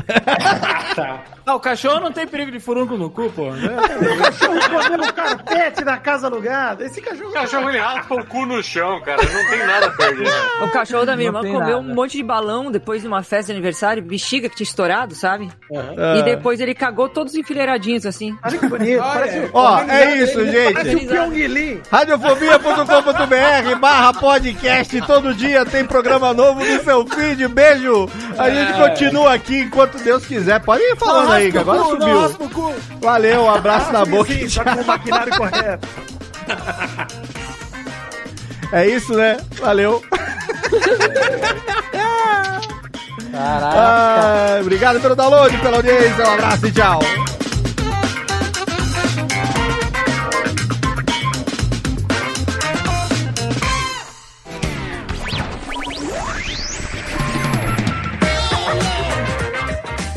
Não, o cachorro não tem perigo de furúnculo no cu, pô. O cachorro comendo é um o carpete da casa alugada. Esse cachorro. O cachorro ele raspa o cu no chão, cara. Não tem nada a perder. O cachorro da minha Não irmã tem comeu nada. um monte de balão depois de uma festa de aniversário, bexiga que tinha estourado, sabe? Ah. E depois ele cagou todos enfileiradinhos assim. Olha que bonito. Ó, é isso, um Parece um o gente. Pyongyi. Radiofobia.com.br barra podcast. Todo dia tem programa novo no seu feed. Beijo. A gente continua aqui enquanto Deus quiser. Pode ir falando aí, que agora subiu. Valeu, um abraço na boca. e Só tá com o maquinário correto. tchau. É isso, né? Valeu. Ah, obrigado pelo download, pela audiência. Um abraço e tchau.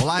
Olá,